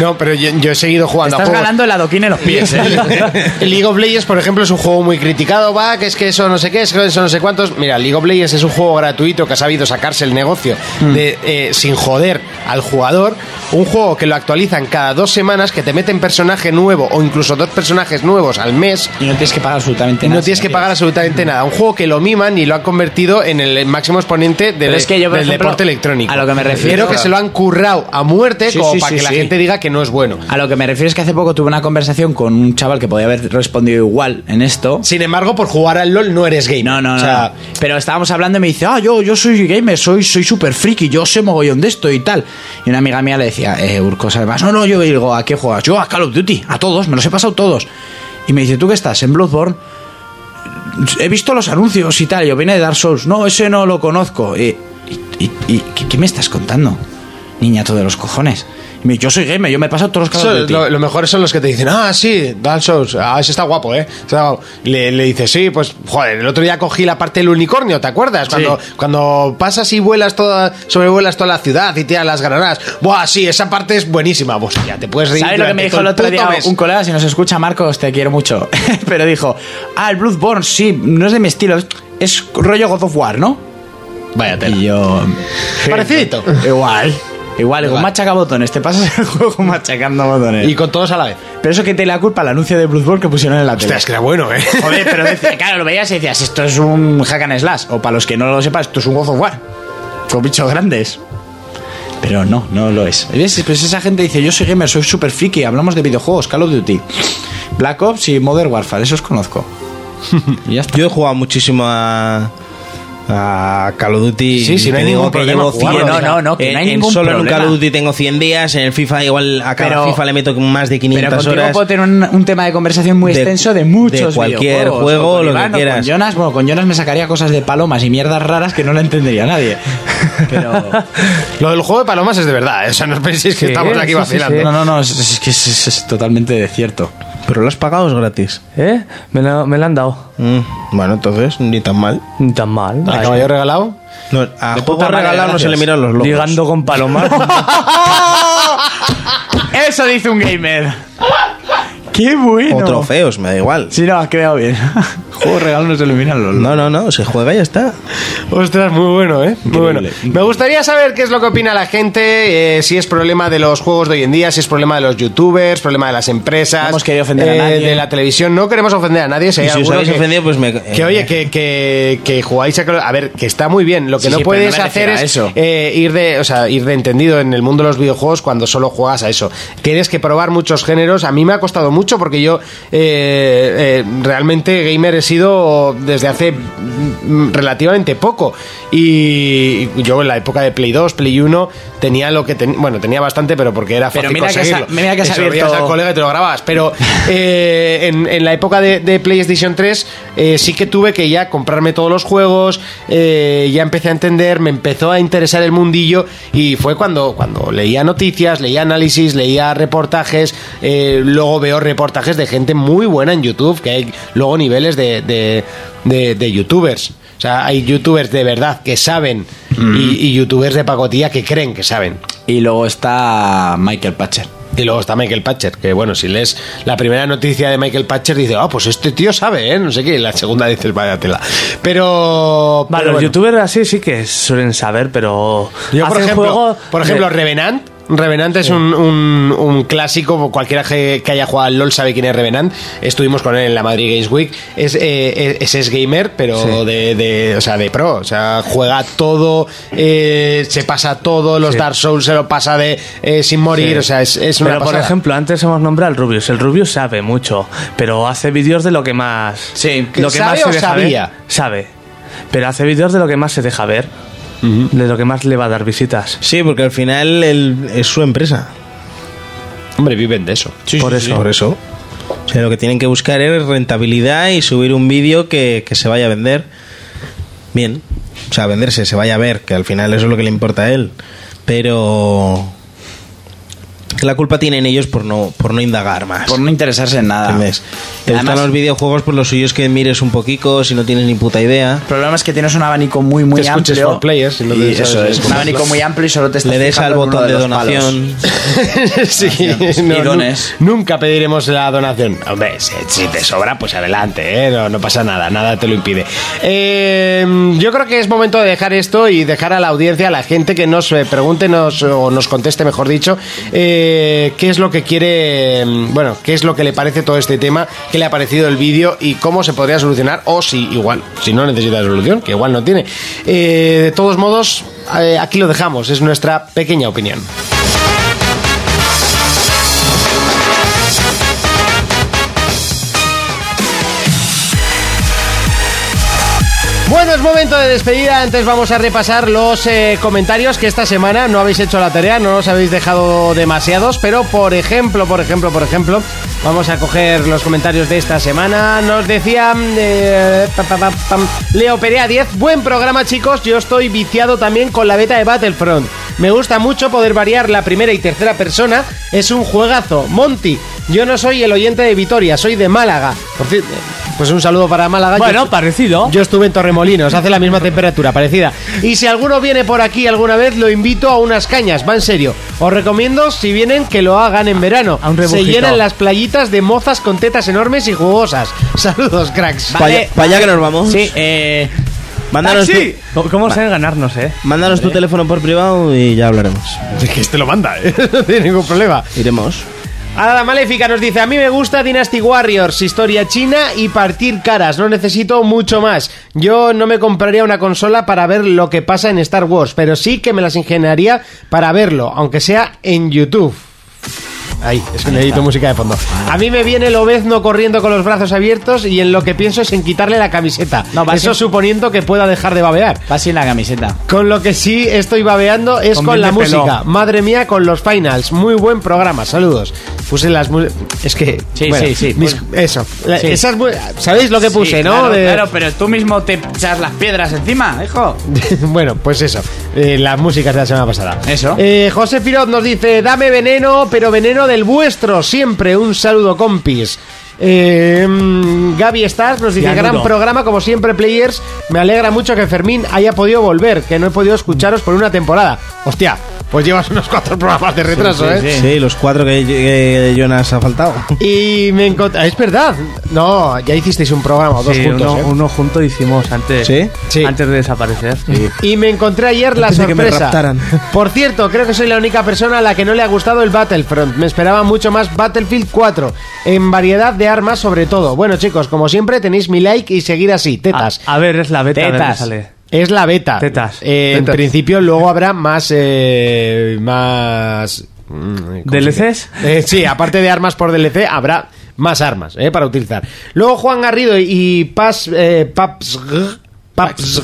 A: No, pero yo, yo he seguido jugando
D: Estás
A: a juegos.
D: ganando el adoquín en los pies, ¿eh?
A: (laughs) El League of Legends, por ejemplo, es un juego muy criticado, va, que es que eso no sé qué, es que eso no sé cuántos. Mira, League of Legends es un juego gratuito que ha sabido sacarse el negocio
D: Mm.
A: de, eh, sin joder al jugador. Un juego que lo actualizan cada dos semanas, que te meten personaje nuevo o incluso dos personajes nuevos al mes.
D: Y no tienes que pagar absolutamente
A: No tienes que pagar absolutamente nada. Un juego que lo miman y lo han convertido en el máximo exponente del,
D: Pero es que yo, por
A: del
D: ejemplo,
A: deporte electrónico.
D: a lo que me refiero-
A: Creo que se lo han currado a muerte
D: Sí,
A: como
D: sí,
A: para
D: sí,
A: que la
D: sí.
A: gente diga que no es bueno.
D: A lo que me refiero es que hace poco tuve una conversación con un chaval que podía haber respondido igual en esto.
A: Sin embargo, por jugar al LOL no eres gamer.
D: No, no, no, no. Pero estábamos hablando y me dice, ah, yo, yo soy gamer, soy, soy super friki, yo sé mogollón de esto y tal. Y una amiga mía le decía, eh, Urcos, además, no, no, yo digo, ¿a qué juegas? Yo a Call of Duty, a todos, me los he pasado todos. Y me dice, ¿tú qué estás? ¿En Bloodborne? He visto los anuncios y tal, yo vine de Dark Souls. No, ese no lo conozco. Y, y- y- ¿qué, qué me estás contando? Niñato de los cojones. Y me dice, yo soy gamer, yo me he pasado todos los Call of
A: Eso,
D: Duty.
A: lo, lo mejor son los que te dicen, ah, sí, Dark Souls, ah, ese está guapo, ¿eh? Está guapo". Le, le dices, sí, pues, joder, el otro día cogí la parte del unicornio, ¿te acuerdas? Cuando, cuando pasas y vuelas toda, sobrevuelas toda la ciudad y tiras las granadas. Buah, sí, esa parte es buenísima, vos ya te puedes reír.
D: ¿Sabes lo que
A: durante
D: me dijo
A: todo
D: el otro
A: puto
D: día
A: mes.
D: un colega? Si nos escucha, Marcos, te quiero mucho. (laughs) Pero dijo, ah, el Bloodborne, sí, no es de mi estilo, es- es rollo God of War, ¿no?
A: Vaya
D: Y yo...
A: (laughs) Parecidito.
D: Igual. Igual, con machaca botones, te pasas el (laughs) juego machacando botones.
A: Y con todos a la vez.
D: Pero eso que te la culpa el anuncio de Bloodborne que pusieron en la tele.
A: Hostia, es que era bueno, ¿eh?
D: (laughs) Joder, pero decía- claro, lo veías y decías, esto es un hack and slash. O para los que no lo sepas, esto es un God of War. Con bichos grandes. Pero no, no lo es. ¿Ves? Pues esa gente dice, yo soy gamer, soy super friki, hablamos de videojuegos, Call of Duty, Black Ops y Modern Warfare,
E: (laughs)
D: esos conozco.
E: Yo he jugado muchísimo a, a Call of Duty.
D: Sí, sí, no
E: Te
D: hay
E: digo
D: ningún
E: que
D: problema
E: llevo
D: jugarlo,
E: 100.
D: no, no, no, que no hay
E: En- en
D: ningún
E: solo en
D: problema.
E: un Call of Duty tengo 100 días, en el FIFA igual a cada
D: Pero-
E: FIFA le meto más de 500
D: Pero contigo
E: horas.
D: puedo tener un, un tema de conversación muy
E: De-
D: extenso de muchos
E: de cualquier
D: videojuegos,
E: juego,
D: o con
E: lo que
D: Iván, o con
E: quieras.
D: Jonas, bueno, con Jonas me sacaría cosas de palomas y mierdas raras que no la
E: (laughs)
D: entendería nadie. Pero...
A: Lo del juego de palomas es de verdad, ¿eh? o sea, no penséis que estamos aquí vacilando.
D: No, no, no, es, es que es, es- es totalmente cierto.
E: Pero lo has pagado es gratis.
F: ¿Eh? Me lo, me lo han dado.
E: Mm, bueno, entonces, ni tan mal.
F: Ni tan mal.
A: ¿A caballo regalado?
E: No, a juego
F: puta madre,
E: regalado no se
F: gracias.
E: le miran los locos.
F: Ligando con Palomar.
D: Eso dice un gamer. ¡Qué bueno!
N: O trofeos, me da igual.
D: Sí, no, has quedado bien. Juego regalo no se elimina
N: No, no, no, se juega y ya está.
A: Ostras, muy bueno, ¿eh? Muy bueno. Me gustaría saber qué es lo que opina la gente, eh, si es problema de los juegos de hoy en día, si es problema de los youtubers, problema de las empresas. No hemos querido
D: ofender a nadie.
A: De la televisión, no queremos ofender a nadie. Si, hay
N: Y si os
A: alguno
N: habéis
A: que-
N: ofendido, pues me.
A: Que oye, que, que, que jugáis a... Call of- A ver, que está muy bien. Lo que
N: Sí,
A: no
N: sí, pero
A: puedes
N: no me
A: hacer
N: refiero
A: es
N: a eso.
A: eh, ir, de, o sea, ir de entendido en el mundo de los videojuegos cuando solo juegas a eso. Tienes que probar muchos géneros. A mí me ha costado mucho porque yo eh, eh, realmente gamer he sido desde hace mm, relativamente poco. Y yo en la época de Play 2, Play 1, tenía lo que... ten- bueno, tenía bastante, pero porque era
D: Pero
A: fácil
D: mira que has-
A: conseguirlo.
D: mira que has
A: Eso lo
D: abierto-
A: veías al colega y te lo grababas. Pero eh, en, en la época de, de PlayStation 3 eh, sí que tuve que ya comprarme todos los juegos, eh, ya empecé a entender, me empezó a interesar el mundillo y fue cuando, cuando leía noticias, leía análisis, leía reportajes, eh, luego veo reportajes de gente muy buena en YouTube, que hay luego niveles de, de- de- de youtubers. O sea, hay youtubers de verdad que saben y, y youtubers de pacotilla que creen que saben.
D: Y luego está Michael Patcher.
A: Y luego está Michael Patcher, que bueno, si lees la primera noticia de Michael Patcher, dice, ah, pues este tío sabe, ¿eh? No sé qué. Y la segunda dices, vaya tela. Pero.
F: Vale,
A: pero
F: los
A: bueno.
F: youtubers así sí que suelen saber, pero.
A: Yo, por
F: hacen
A: ejemplo,
F: juegos
A: por ejemplo
F: de-
A: Revenant. Revenant es un, un- un clásico, cualquiera que, que haya jugado al LOL sabe quién es Revenant. Estuvimos con él en la Madrid Games Week. Es, eh, es, es gamer, pero
N: Sí.
A: de, de- o sea, de pro. O sea, juega todo, eh, se pasa todo, los
F: Sí.
A: Dark Souls se lo pasa de eh, sin morir.
F: Sí.
A: O sea, es, es una
F: Pero por
A: pasada.
F: ejemplo, antes hemos nombrado al Rubius. El Rubius sabe mucho, pero hace vídeos de lo que más. Sí, lo que
A: ¿Sabe
F: más se
A: o
F: deja
A: sabía?
F: ver. Sabe. Pero hace vídeos de lo que más se deja ver. De lo que más le va a dar visitas.
N: Sí, porque al final él- es su empresa.
A: Hombre, viven de eso.
F: Por eso.
N: Por eso. O sea, lo que tienen que buscar es rentabilidad y subir un vídeo que, que se vaya a vender. Bien. O sea, venderse, se vaya a ver, que al final eso es lo que le importa a él. Pero. La culpa tienen ellos por no, por no indagar más.
D: Por no interesarse en nada.
N: ¿Entiendes? Te
D: Ah. Además-
N: gustan los videojuegos, pues lo suyo es que mires un poquito si no tienes ni puta idea.
D: El problema es que tienes un abanico muy, muy
N: Que escuches
D: amplio.
N: for players y no te
D: y
N: sabes
D: eso es,
N: escuchar.
D: un abanico muy amplio y solo te estás
N: Le des
D: fijando
N: al
D: en uno
N: botón de
D: los palos.
N: donación.
A: (laughs) sí,
D: Y dones.
A: nu- Nunca pediremos la donación. Hombre, si, si te sobra, pues adelante, ¿eh? no, no pasa nada, nada te lo impide. Eh, yo creo que es momento de dejar esto y dejar a la audiencia, a la gente que nos eh, pregunte nos, o nos conteste, mejor dicho, eh, qué es lo que quiere, mm, bueno, qué es lo que le parece todo este tema, qué le ha parecido el vídeo y cómo se podría solucionar, o si igual, si no necesita solución, que igual no tiene. Eh, de todos modos, eh, aquí lo dejamos, es nuestra pequeña opinión. Bueno, es momento de despedida. Antes vamos a repasar los eh, comentarios que esta semana no habéis hecho la tarea, no os habéis dejado demasiados, pero por ejemplo, por ejemplo, por ejemplo, vamos a coger los comentarios de esta semana. Nos decía eh, pa, pa, pa, pam, Leo Perea 10, buen programa chicos, yo estoy viciado también con la beta de Battlefront. Me gusta mucho poder variar la primera y tercera persona, es un juegazo. Monty, yo no soy el oyente de Vitoria, soy de Málaga. Por cierto, pues un saludo para Málaga.
F: Bueno,
A: Yo-
F: parecido.
A: yo estuve en Torremolinos, hace
F: (laughs)
A: la misma temperatura, parecida. Y si alguno viene por aquí alguna vez, lo invito a unas cañas, va en serio. Os recomiendo, si vienen, que lo hagan en verano.
F: un
A: Se
F: rebujito.
A: llenan las playitas de mozas con tetas enormes y jugosas. (laughs) Saludos, cracks.
N: Pa' allá- pa' allá que nos vamos.
A: Sí,
D: eh...
N: Mándanos
F: ¡Taxi! ¿Cómo- ¿Cómo
N: Va.
F: saben ganarnos, eh?
N: Mándanos tu teléfono por privado y ya hablaremos.
A: Es que este lo manda, ¿eh? (laughs) no tiene ningún problema.
N: Iremos.
A: Ahora la Maléfica nos dice, a mí me gusta Dynasty Warriors, historia china y partir caras, no necesito mucho más. Yo no me compraría una consola para ver lo que pasa en Star Wars, pero sí que me las ingeniaría para verlo, aunque sea en YouTube. Ahí, es que necesito música de fondo. A mí me viene el obezno corriendo con los brazos abiertos y en lo que pienso es en quitarle la camiseta.
D: No, va
A: Eso
D: sin-
A: suponiendo que pueda dejar de babear.
D: Va sin la camiseta.
A: Con lo que sí estoy babeando es con,
D: Con
A: la
D: bien de pelo.
A: música. Madre mía, con los finals. Muy buen programa, saludos. Puse las. mu- Es que.
D: Sí, sí, sí,
A: mis- Eso. La-
D: Sí.
A: esas mu- ¿Sabéis lo que
D: Sí,
A: puse, no?
D: Claro,
A: De-
D: claro, pero tú mismo te echas las piedras encima, hijo.
A: (laughs) bueno, pues eso. Eh, las músicas de la semana pasada.
D: Eso.
A: Eh, José Piroz nos dice: Dame veneno, pero veneno del vuestro. Siempre un saludo, compis. Eh, mm, Gaby Stars nos dice:
F: Pianudo.
A: Gran programa, como siempre, players. Me alegra mucho que Fermín haya podido volver, que no he podido escucharos por una temporada. Hostia, Pues llevas unos cuatro programas de retraso,
E: sí,
A: ¿eh?
E: Sí. Sí, los cuatro que, que Jonas ha faltado.
A: Y me encontré. Es verdad. No, ya hicisteis un programa, dos
F: Sí,
A: juntos.
F: uno,
A: ¿eh?
F: uno junto hicimos antes, antes de desaparecer.
A: Y me encontré ayer la
F: Antes de que me
A: sorpresa.
F: raptaran.
A: Por cierto, creo que soy la única persona a la que no le ha gustado el Battlefront. Me esperaba mucho más Battlefield 4. En variedad de armas, sobre todo. Bueno, chicos, como siempre, tenéis mi like y seguir así. Tetas.
F: A ver, es la beta. a ver qué
A: Tetas.
F: sale.
A: Es la beta.
F: Tetas.
A: Eh, En
F: Tetas.
A: principio, luego habrá más. eh, más. mm, ¿cómo se
F: ¿DLCs?
A: dice? Eh, sí, aparte de armas por DLC, habrá más armas eh, para utilizar. Luego Juan Garrido y Paz. eh, Paps. Paps-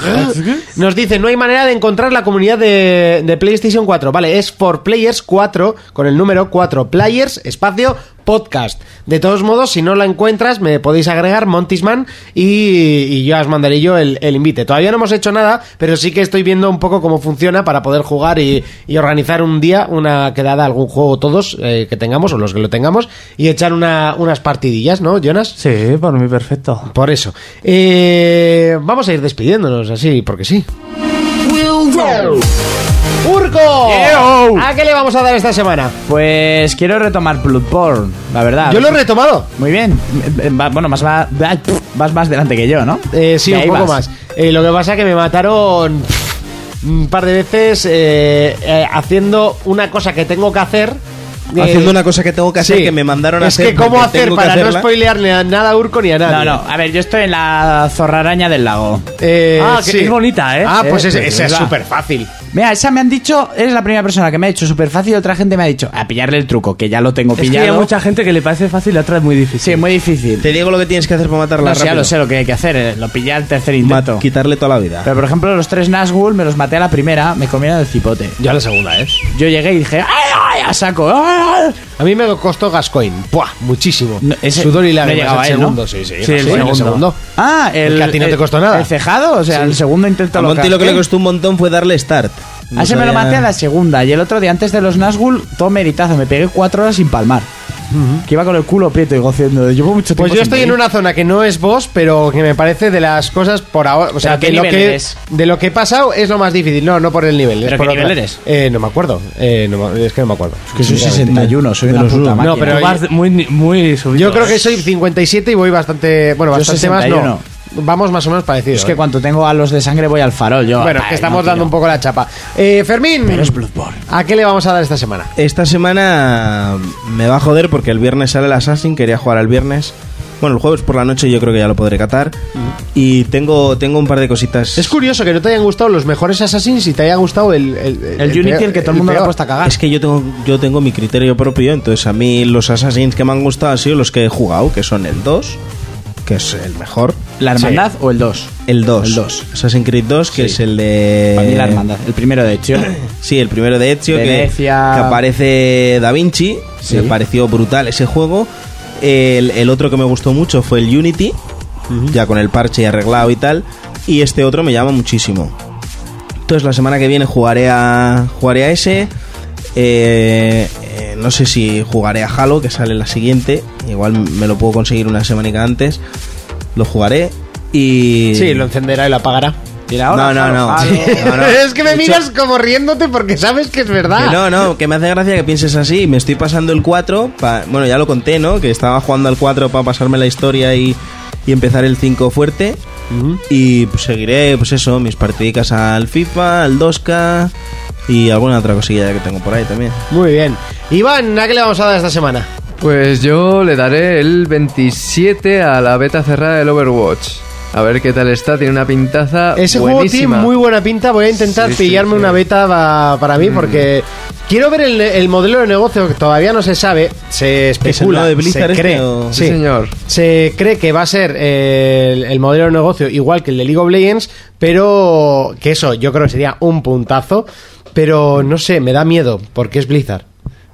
A: nos dice, no hay manera de encontrar la comunidad de, de PlayStation 4. Vale, es for players 4 con el número 4. Players, espacio, podcast. De todos modos, si no la encuentras, me podéis agregar Montisman y, y yo os mandaré yo el, el invite. Todavía no hemos hecho nada, pero sí que estoy viendo un poco cómo funciona para poder jugar y, y organizar un día una quedada, algún juego todos eh, que tengamos o los que lo tengamos y echar una- unas partidillas, ¿no, Jonas?
F: Sí, por mí perfecto.
A: Por eso. Eh, vamos a ir despidiéndonos así, porque sí. ¡Urco! ¿A qué le vamos a dar esta semana?
D: Pues quiero retomar Bloodborne, la verdad.
A: Yo lo he retomado.
D: Muy bien. Va- Bueno, más va- va- vas más delante que yo, ¿no?
A: Eh, sí,
D: De
A: un
D: ahí
A: poco
D: vas.
A: más. Eh, lo que pasa es que me mataron pff, un par de veces eh, eh, haciendo una cosa que tengo que hacer. eh,
E: Haciendo una cosa que tengo que hacer
A: sí.
E: que me mandaron a
A: Es
E: hacer.
A: que cómo
E: porque
A: hacer
E: tengo que
A: para no
E: hacerla.
A: spoilearle a nada a Urco ni a nadie.
D: No, no, a ver, yo estoy en la zorraraña del lago.
A: Eh,
D: Ah, que
A: sí.
D: es bonita, ¿eh?
A: Ah, pues
D: Eh,
A: es- esa es
D: verdad.
A: súper fácil.
D: Mira, esa me han dicho, eres la primera persona que me ha dicho súper fácil, otra gente me ha dicho, a pillarle el truco, que ya lo tengo
F: Es que
D: pillado.
F: hay mucha gente que le parece fácil y la otra es muy difícil.
D: Sí, muy difícil.
E: Te digo lo que tienes que hacer para matarla
D: No, sí, ya
E: rápido.
D: lo sé lo que hay que hacer, eh, lo pillé al tercer
E: Ma-
D: intento.
E: quitarle toda la vida.
D: Pero por ejemplo, los tres Nazgûl me los maté a la primera, me comieron el cipote.
A: Yo a la segunda, ¿eh?
D: Yo llegué y dije, ¡ay, ay! A saco, ¡ay, ay!
A: A mí me costó Gascoin. ¡Buah! Muchísimo.
D: ese-
A: Sudor y
D: no
A: lágrimas.
D: llegaba
A: el
D: él, ¿no?
A: segundo, sí, sí.
D: Sí, el
A: Gascoigne,
D: segundo. Ah, el,
A: El que a ti no te costó nada.
D: El cejado, o sea,
A: Sí.
D: el segundo intento ¿Eh?
E: A Monty lo que le costó un montón fue darle start.
D: A ese Ah, me lo
E: sabía-
D: maté a la segunda y el otro día antes de los Nazgûl, todo meritazo, me pegué cuatro horas sin palmar. Que iba con el culo prieto y gociendo. Llevo mucho tiempo.
A: Pues yo
D: sin
A: estoy en
D: reír.
A: una zona que no es boss, pero que me parece de las cosas por ahora. O sea,
D: ¿Pero qué
A: de lo,
D: nivel
A: que,
D: eres?
A: de lo que he pasado es lo más difícil. No, no por el nivel. es
D: ¿Pero
A: por
D: qué nivel
A: otra-
D: eres?
A: Eh, no me acuerdo. Eh, no me- es que no me acuerdo.
D: Que soy 61, soy una
A: los
D: puta
A: uno.
D: máquina.
A: No, pero
F: Tú vas muy, muy subido.
A: Yo creo que soy 57 y voy bastante. Bueno,
D: Yo
A: bastante más.
D: 61.
A: No. Vamos más o menos parecidos.
D: Es que
A: ¿eh?
D: cuando tengo a los de sangre voy al farol. Yo,
A: Bueno, es que estamos dando un poco la chapa. Eh, Fermín, ¿a qué le vamos a dar esta semana?
E: Esta semana me va a joder porque el viernes sale el Assassin, quería jugar al viernes. Bueno, el jueves por la noche yo creo que ya lo podré catar. Y tengo, tengo un par de cositas.
A: Es curioso que no te hayan gustado los mejores Assassins y te haya gustado el. El,
D: El Unity,
A: peor-
D: el que todo el mundo le ha
A: peor.
D: puesto a cagar.
E: Es que yo tengo, yo tengo mi criterio propio, entonces a mí los Assassins que me han gustado han sido los que he jugado, que son el 2, que es el mejor.
D: ¿La hermandad o el 2?
E: El 2.
D: El 2.
E: Assassin's Creed 2, que
D: Sí.
E: es el de...
D: Para mí la hermandad. El primero de hecho.
E: Sí, el primero de Ezio que,
D: Venecia.
E: que aparece Da Vinci.
D: Sí.
E: Me pareció brutal ese juego. El, el otro que me gustó mucho fue el Unity, ya con el parche arreglado y tal. Y este otro me llama muchísimo. Entonces la semana que viene jugaré a, jugaré a ese. Eh, eh, no sé si jugaré a Halo, que sale la siguiente. Igual me lo puedo conseguir una semanica antes. Lo jugaré. Y...
A: Sí, lo encenderá y lo (laughs) apagará.
E: no, no, no. (laughs) No, no.
A: es que me
E: De hecho-
A: miras como riéndote porque sabes que es verdad.
E: Que no, no, que me hace gracia que pienses así. Me estoy pasando el 4. pa- bueno, ya lo conté, ¿no? Que estaba jugando al 4 para pasarme la historia y, y empezar el 5 fuerte. Y pues, seguiré, pues eso, mis partidicas al FIFA, al 2K y alguna otra cosilla que tengo por ahí también.
A: Muy bien. Iván, ¿a qué le vamos a dar esta semana?
G: Pues yo le daré el 27 a la beta cerrada del Overwatch. A ver qué tal está, tiene una pintaza
A: Ese
G: Ah,
A: juego tiene
G: buenísima.
A: muy buena pinta. Voy a intentar
G: Sí, sí,
A: pillarme
G: sí. Mm.
A: una beta pa- para mí porque quiero ver el, el modelo de negocio que todavía no se sabe. Se especula,
E: nuevo de Blizzard
A: se
E: este
A: cree.
E: o-
G: Sí, señor.
A: Se cree que va a ser eh, el, el modelo de negocio igual que el de League of Legends, pero que eso yo creo que sería un puntazo. Pero no sé, me da miedo porque es Blizzard.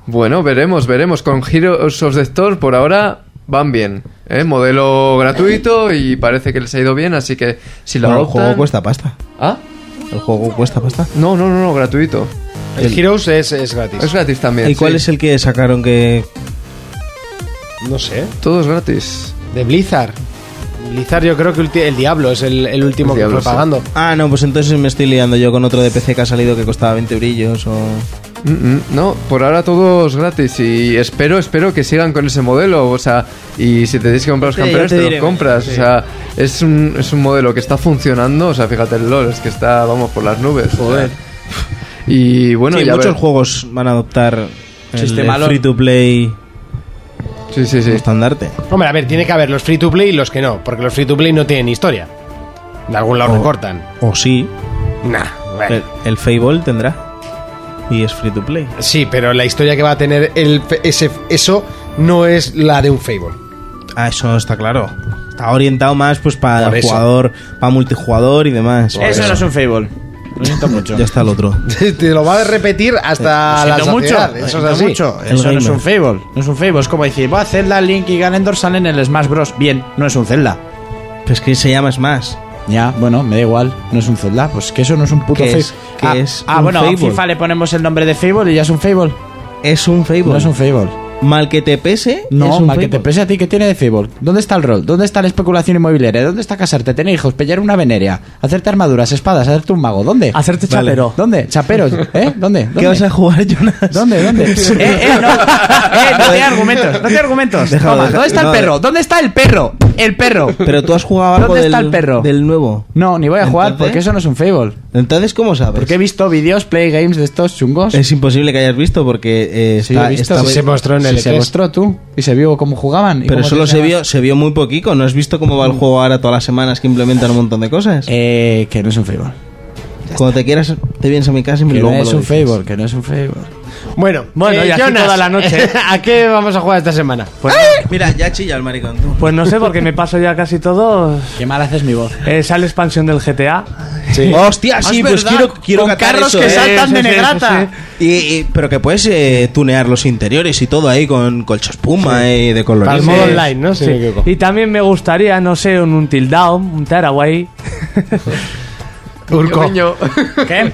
G: Bueno, veremos, veremos. Con Heroes of the Storm por ahora van bien. ¿eh? Modelo gratuito y parece que les ha ido bien, así que si lo
E: Bueno, el
G: adoptan-
E: juego cuesta pasta.
G: ¿Ah?
E: El juego cuesta pasta.
G: No, no, no, no, gratuito.
A: El Heroes es, es gratis.
G: Es gratis también.
E: ¿Y cuál
G: sí.
E: es el que sacaron que.?
A: No sé.
G: Todo es gratis.
A: De Blizzard. Blizzard yo creo que ulti- el Diablo es el, el último
G: El Diablo,
A: que fue pagando.
E: Ah, no, pues entonces me estoy liando yo con otro de PC que ha salido que costaba 20 brillos o.
G: Mm, mm, No, por ahora todo es gratis y espero, espero que sigan con ese modelo. O sea, y si te tienes que comprar los
P: Sí, ya
G: campeones,
P: te
G: te,
P: diré,
G: los compras.
P: sí.
G: O sea, es un, es un modelo que está funcionando. O sea, fíjate el LOL, es que está, vamos, por las nubes. Joder. Y bueno,
E: Sí,
G: ya
E: muchos
G: ver-
E: juegos van a adoptar el
G: Sistema LOL.
E: free to play
G: sí, sí, sí.
E: estandarte.
A: Hombre, a ver, tiene que haber los free to play y los que no, porque los free to play no tienen historia. De algún lado recortan.
E: O sí.
A: Nah,
E: El, el Fable tendrá. Y es free to play.
A: Sí, pero la historia que va a tener el, fe- ese, eso no es la de un Fable. (laughs)
E: Ah, eso está claro. Está orientado más pues para
A: Por eso.
E: jugador, para multijugador y demás.
D: Eso, no es un Fable. Lo siento mucho.
E: Ya está el otro.
A: Te lo va a repetir hasta
D: Eh, Lo
A: la
D: siento mucho.
A: saciedad,
D: lo
A: Eso es
D: siento
A: así.
D: mucho. Eso no es un Fable. No es un Fable. Es como decir, va, Zelda, Link y Ganondorf salen en el Smash Bros. Bien, no es un Zelda.
E: Pues que se llama Smash.
D: Ya, bueno, me da igual. No es un Zelda. Pues que eso no es un puto
E: ¿Qué
D: Fable.
E: es? ¿Qué
D: ah,
E: es
D: ah,
E: un
D: bueno,
E: Fable?
D: a FIFA le ponemos el nombre de Fable y ya es un Fable.
E: Es un Fable.
D: No es un Fable.
E: Mal que te pese.
D: No,
E: es un
D: mal que
E: Fable.
D: te pese a ti, ¿qué tiene de Fable? ¿Dónde está el rol? ¿Dónde está la especulación inmobiliaria? ¿Dónde está casarte, tener hijos, pelear una venerea, hacerte armaduras, espadas, hacerte un mago? ¿Dónde?
F: Hacerte
D: Vale.
F: chapero.
E: (laughs)
D: ¿Dónde? ¿Chaperos? ¿Eh? ¿Dónde? ¿Dónde?
E: ¿Qué vas a jugar, Jonas?
D: (laughs) ¿Dónde? ¿Dónde?
E: (laughs)
D: eh, eh, no, eh, no te argumentos, no te argumentos.
E: Déjalo,
D: Toma,
E: deja-
D: ¿Dónde está
E: no,
D: el perro? ¿Dónde está el perro? El perro.
E: Pero tú has jugado algo
D: ¿Dónde
E: del,
D: está el perro?
E: del nuevo.
D: No, ni voy a jugar
E: ¿Entonces?
D: porque eso no es un Fable.
E: Entonces, ¿cómo sabes?
D: Porque he visto vídeos, play games de estos chungos.
E: Es imposible que hayas visto porque eh,
D: Sí,
E: está-
D: he visto.
E: está-
D: Sí, se mostró en
E: Sí,
D: el
E: se
D: E3.
E: mostró.
D: tú y se vio cómo jugaban. y
E: Pero
D: cómo Mm.
E: solo se
D: diseñaban.
E: vio, se vio muy poquito. ¿No has visto cómo va el juego ahora todas las semanas que implementan un montón de cosas?
D: Eh, que no es un Fable.
E: Cuando te quieras, te vienes a mi casa y me
D: Que
E: luego
D: no
E: me
D: es
E: lo
D: un
E: dices.
D: Fable, que no es un Fable.
A: Bueno,
F: Bueno,
A: eh,
F: y así
A: Jonas,
F: toda la noche.
A: (laughs) ¿A qué vamos a jugar esta semana?
F: Pues,
E: Mira, ya chilla el maricón. tú.
F: pues no sé, porque me paso ya casi todo.
D: Qué mal haces mi voz.
F: Eh, sale expansión del GTA.
E: Hostia, sí,
D: Ah, Es
E: pues
D: verdad,
E: quiero, quiero
D: con
E: catar
D: carros
E: eso,
D: que
E: eh.
D: saltan
F: Sí,
D: de
F: sí, sí,
D: negrata.
F: sí, sí.
E: Y- y- pero que puedes eh, tunear los interiores y todo ahí con colchos puma y de colores.
A: Para el modo online, ¿no? Si
F: Sí.
A: no me equivoco.
F: Y también me gustaría, no sé, un, un Tildown, un Taraway.
A: Urco.
G: Niño.
D: (laughs)
E: (laughs)
D: ¿Qué?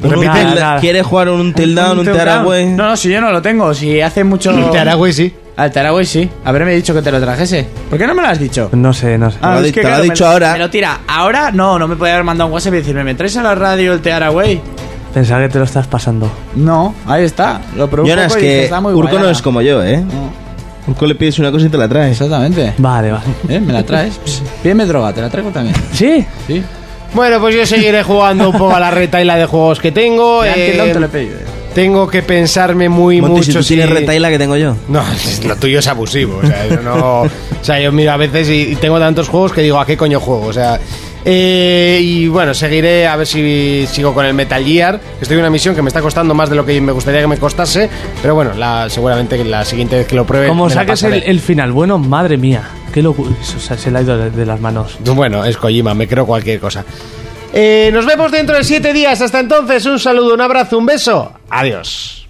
E: Repite,
F: Nada,
E: el-
F: nada.
E: ¿quieres jugar un tildown, un taragüey?
D: No, no, si yo no lo tengo, si hace mucho.
A: Te hará güey, sí.
D: Al Taragüey sí. Haberme dicho que te lo trajese. ¿Por qué no me lo has dicho? Ah,
F: No sé, no sé.
E: Te lo ha di- te lo ha dicho ahora.
D: Me lo tira. Ahora no, no me podía haber mandado un WhatsApp y decirme, ¿me traes a la radio el Taragüey?
F: Pensaba que te lo estás pasando.
D: No, ahí está. Lo probé un
E: Jonas,
D: poco y dije,
E: que
D: está muy
E: Urco no
D: guayana".
E: es como yo, ¿eh? Urco le pides una cosa y te la traes.
D: Exactamente.
F: Vale, vale.
D: ¿Eh? ¿Me la traes? Pss, Pídeme droga, te la traigo también.
F: ¿Sí?
D: Sí.
A: Bueno, pues yo seguiré jugando un poco a la reta y la de juegos que tengo.
D: Ya,
A: eh,
D: Tildown te lo he pedido.
A: tengo que pensarme muy
E: Monty, si
A: mucho
E: tú tienes
A: si-
E: retaila que tengo yo.
A: No, (laughs) lo tuyo es abusivo. O sea, yo no. O sea, yo miro a veces y y tengo tantos juegos que digo, ¿a qué coño juego? O sea. eh, y bueno, seguiré a ver si sigo con el Metal Gear. Estoy en una misión que me está costando más de lo que me gustaría que me costase. Pero bueno, la, seguramente que la siguiente vez que lo pruebe.
F: Como
A: me la
F: saques el,
A: pasaré.
F: el final bueno, madre mía. Qué locura. O sea, se le ha ido de, de las manos.
A: Bueno, es Kojima, me creo cualquier cosa. Eh, nos vemos dentro de siete días. Hasta entonces, un saludo, un abrazo, un beso. Adiós.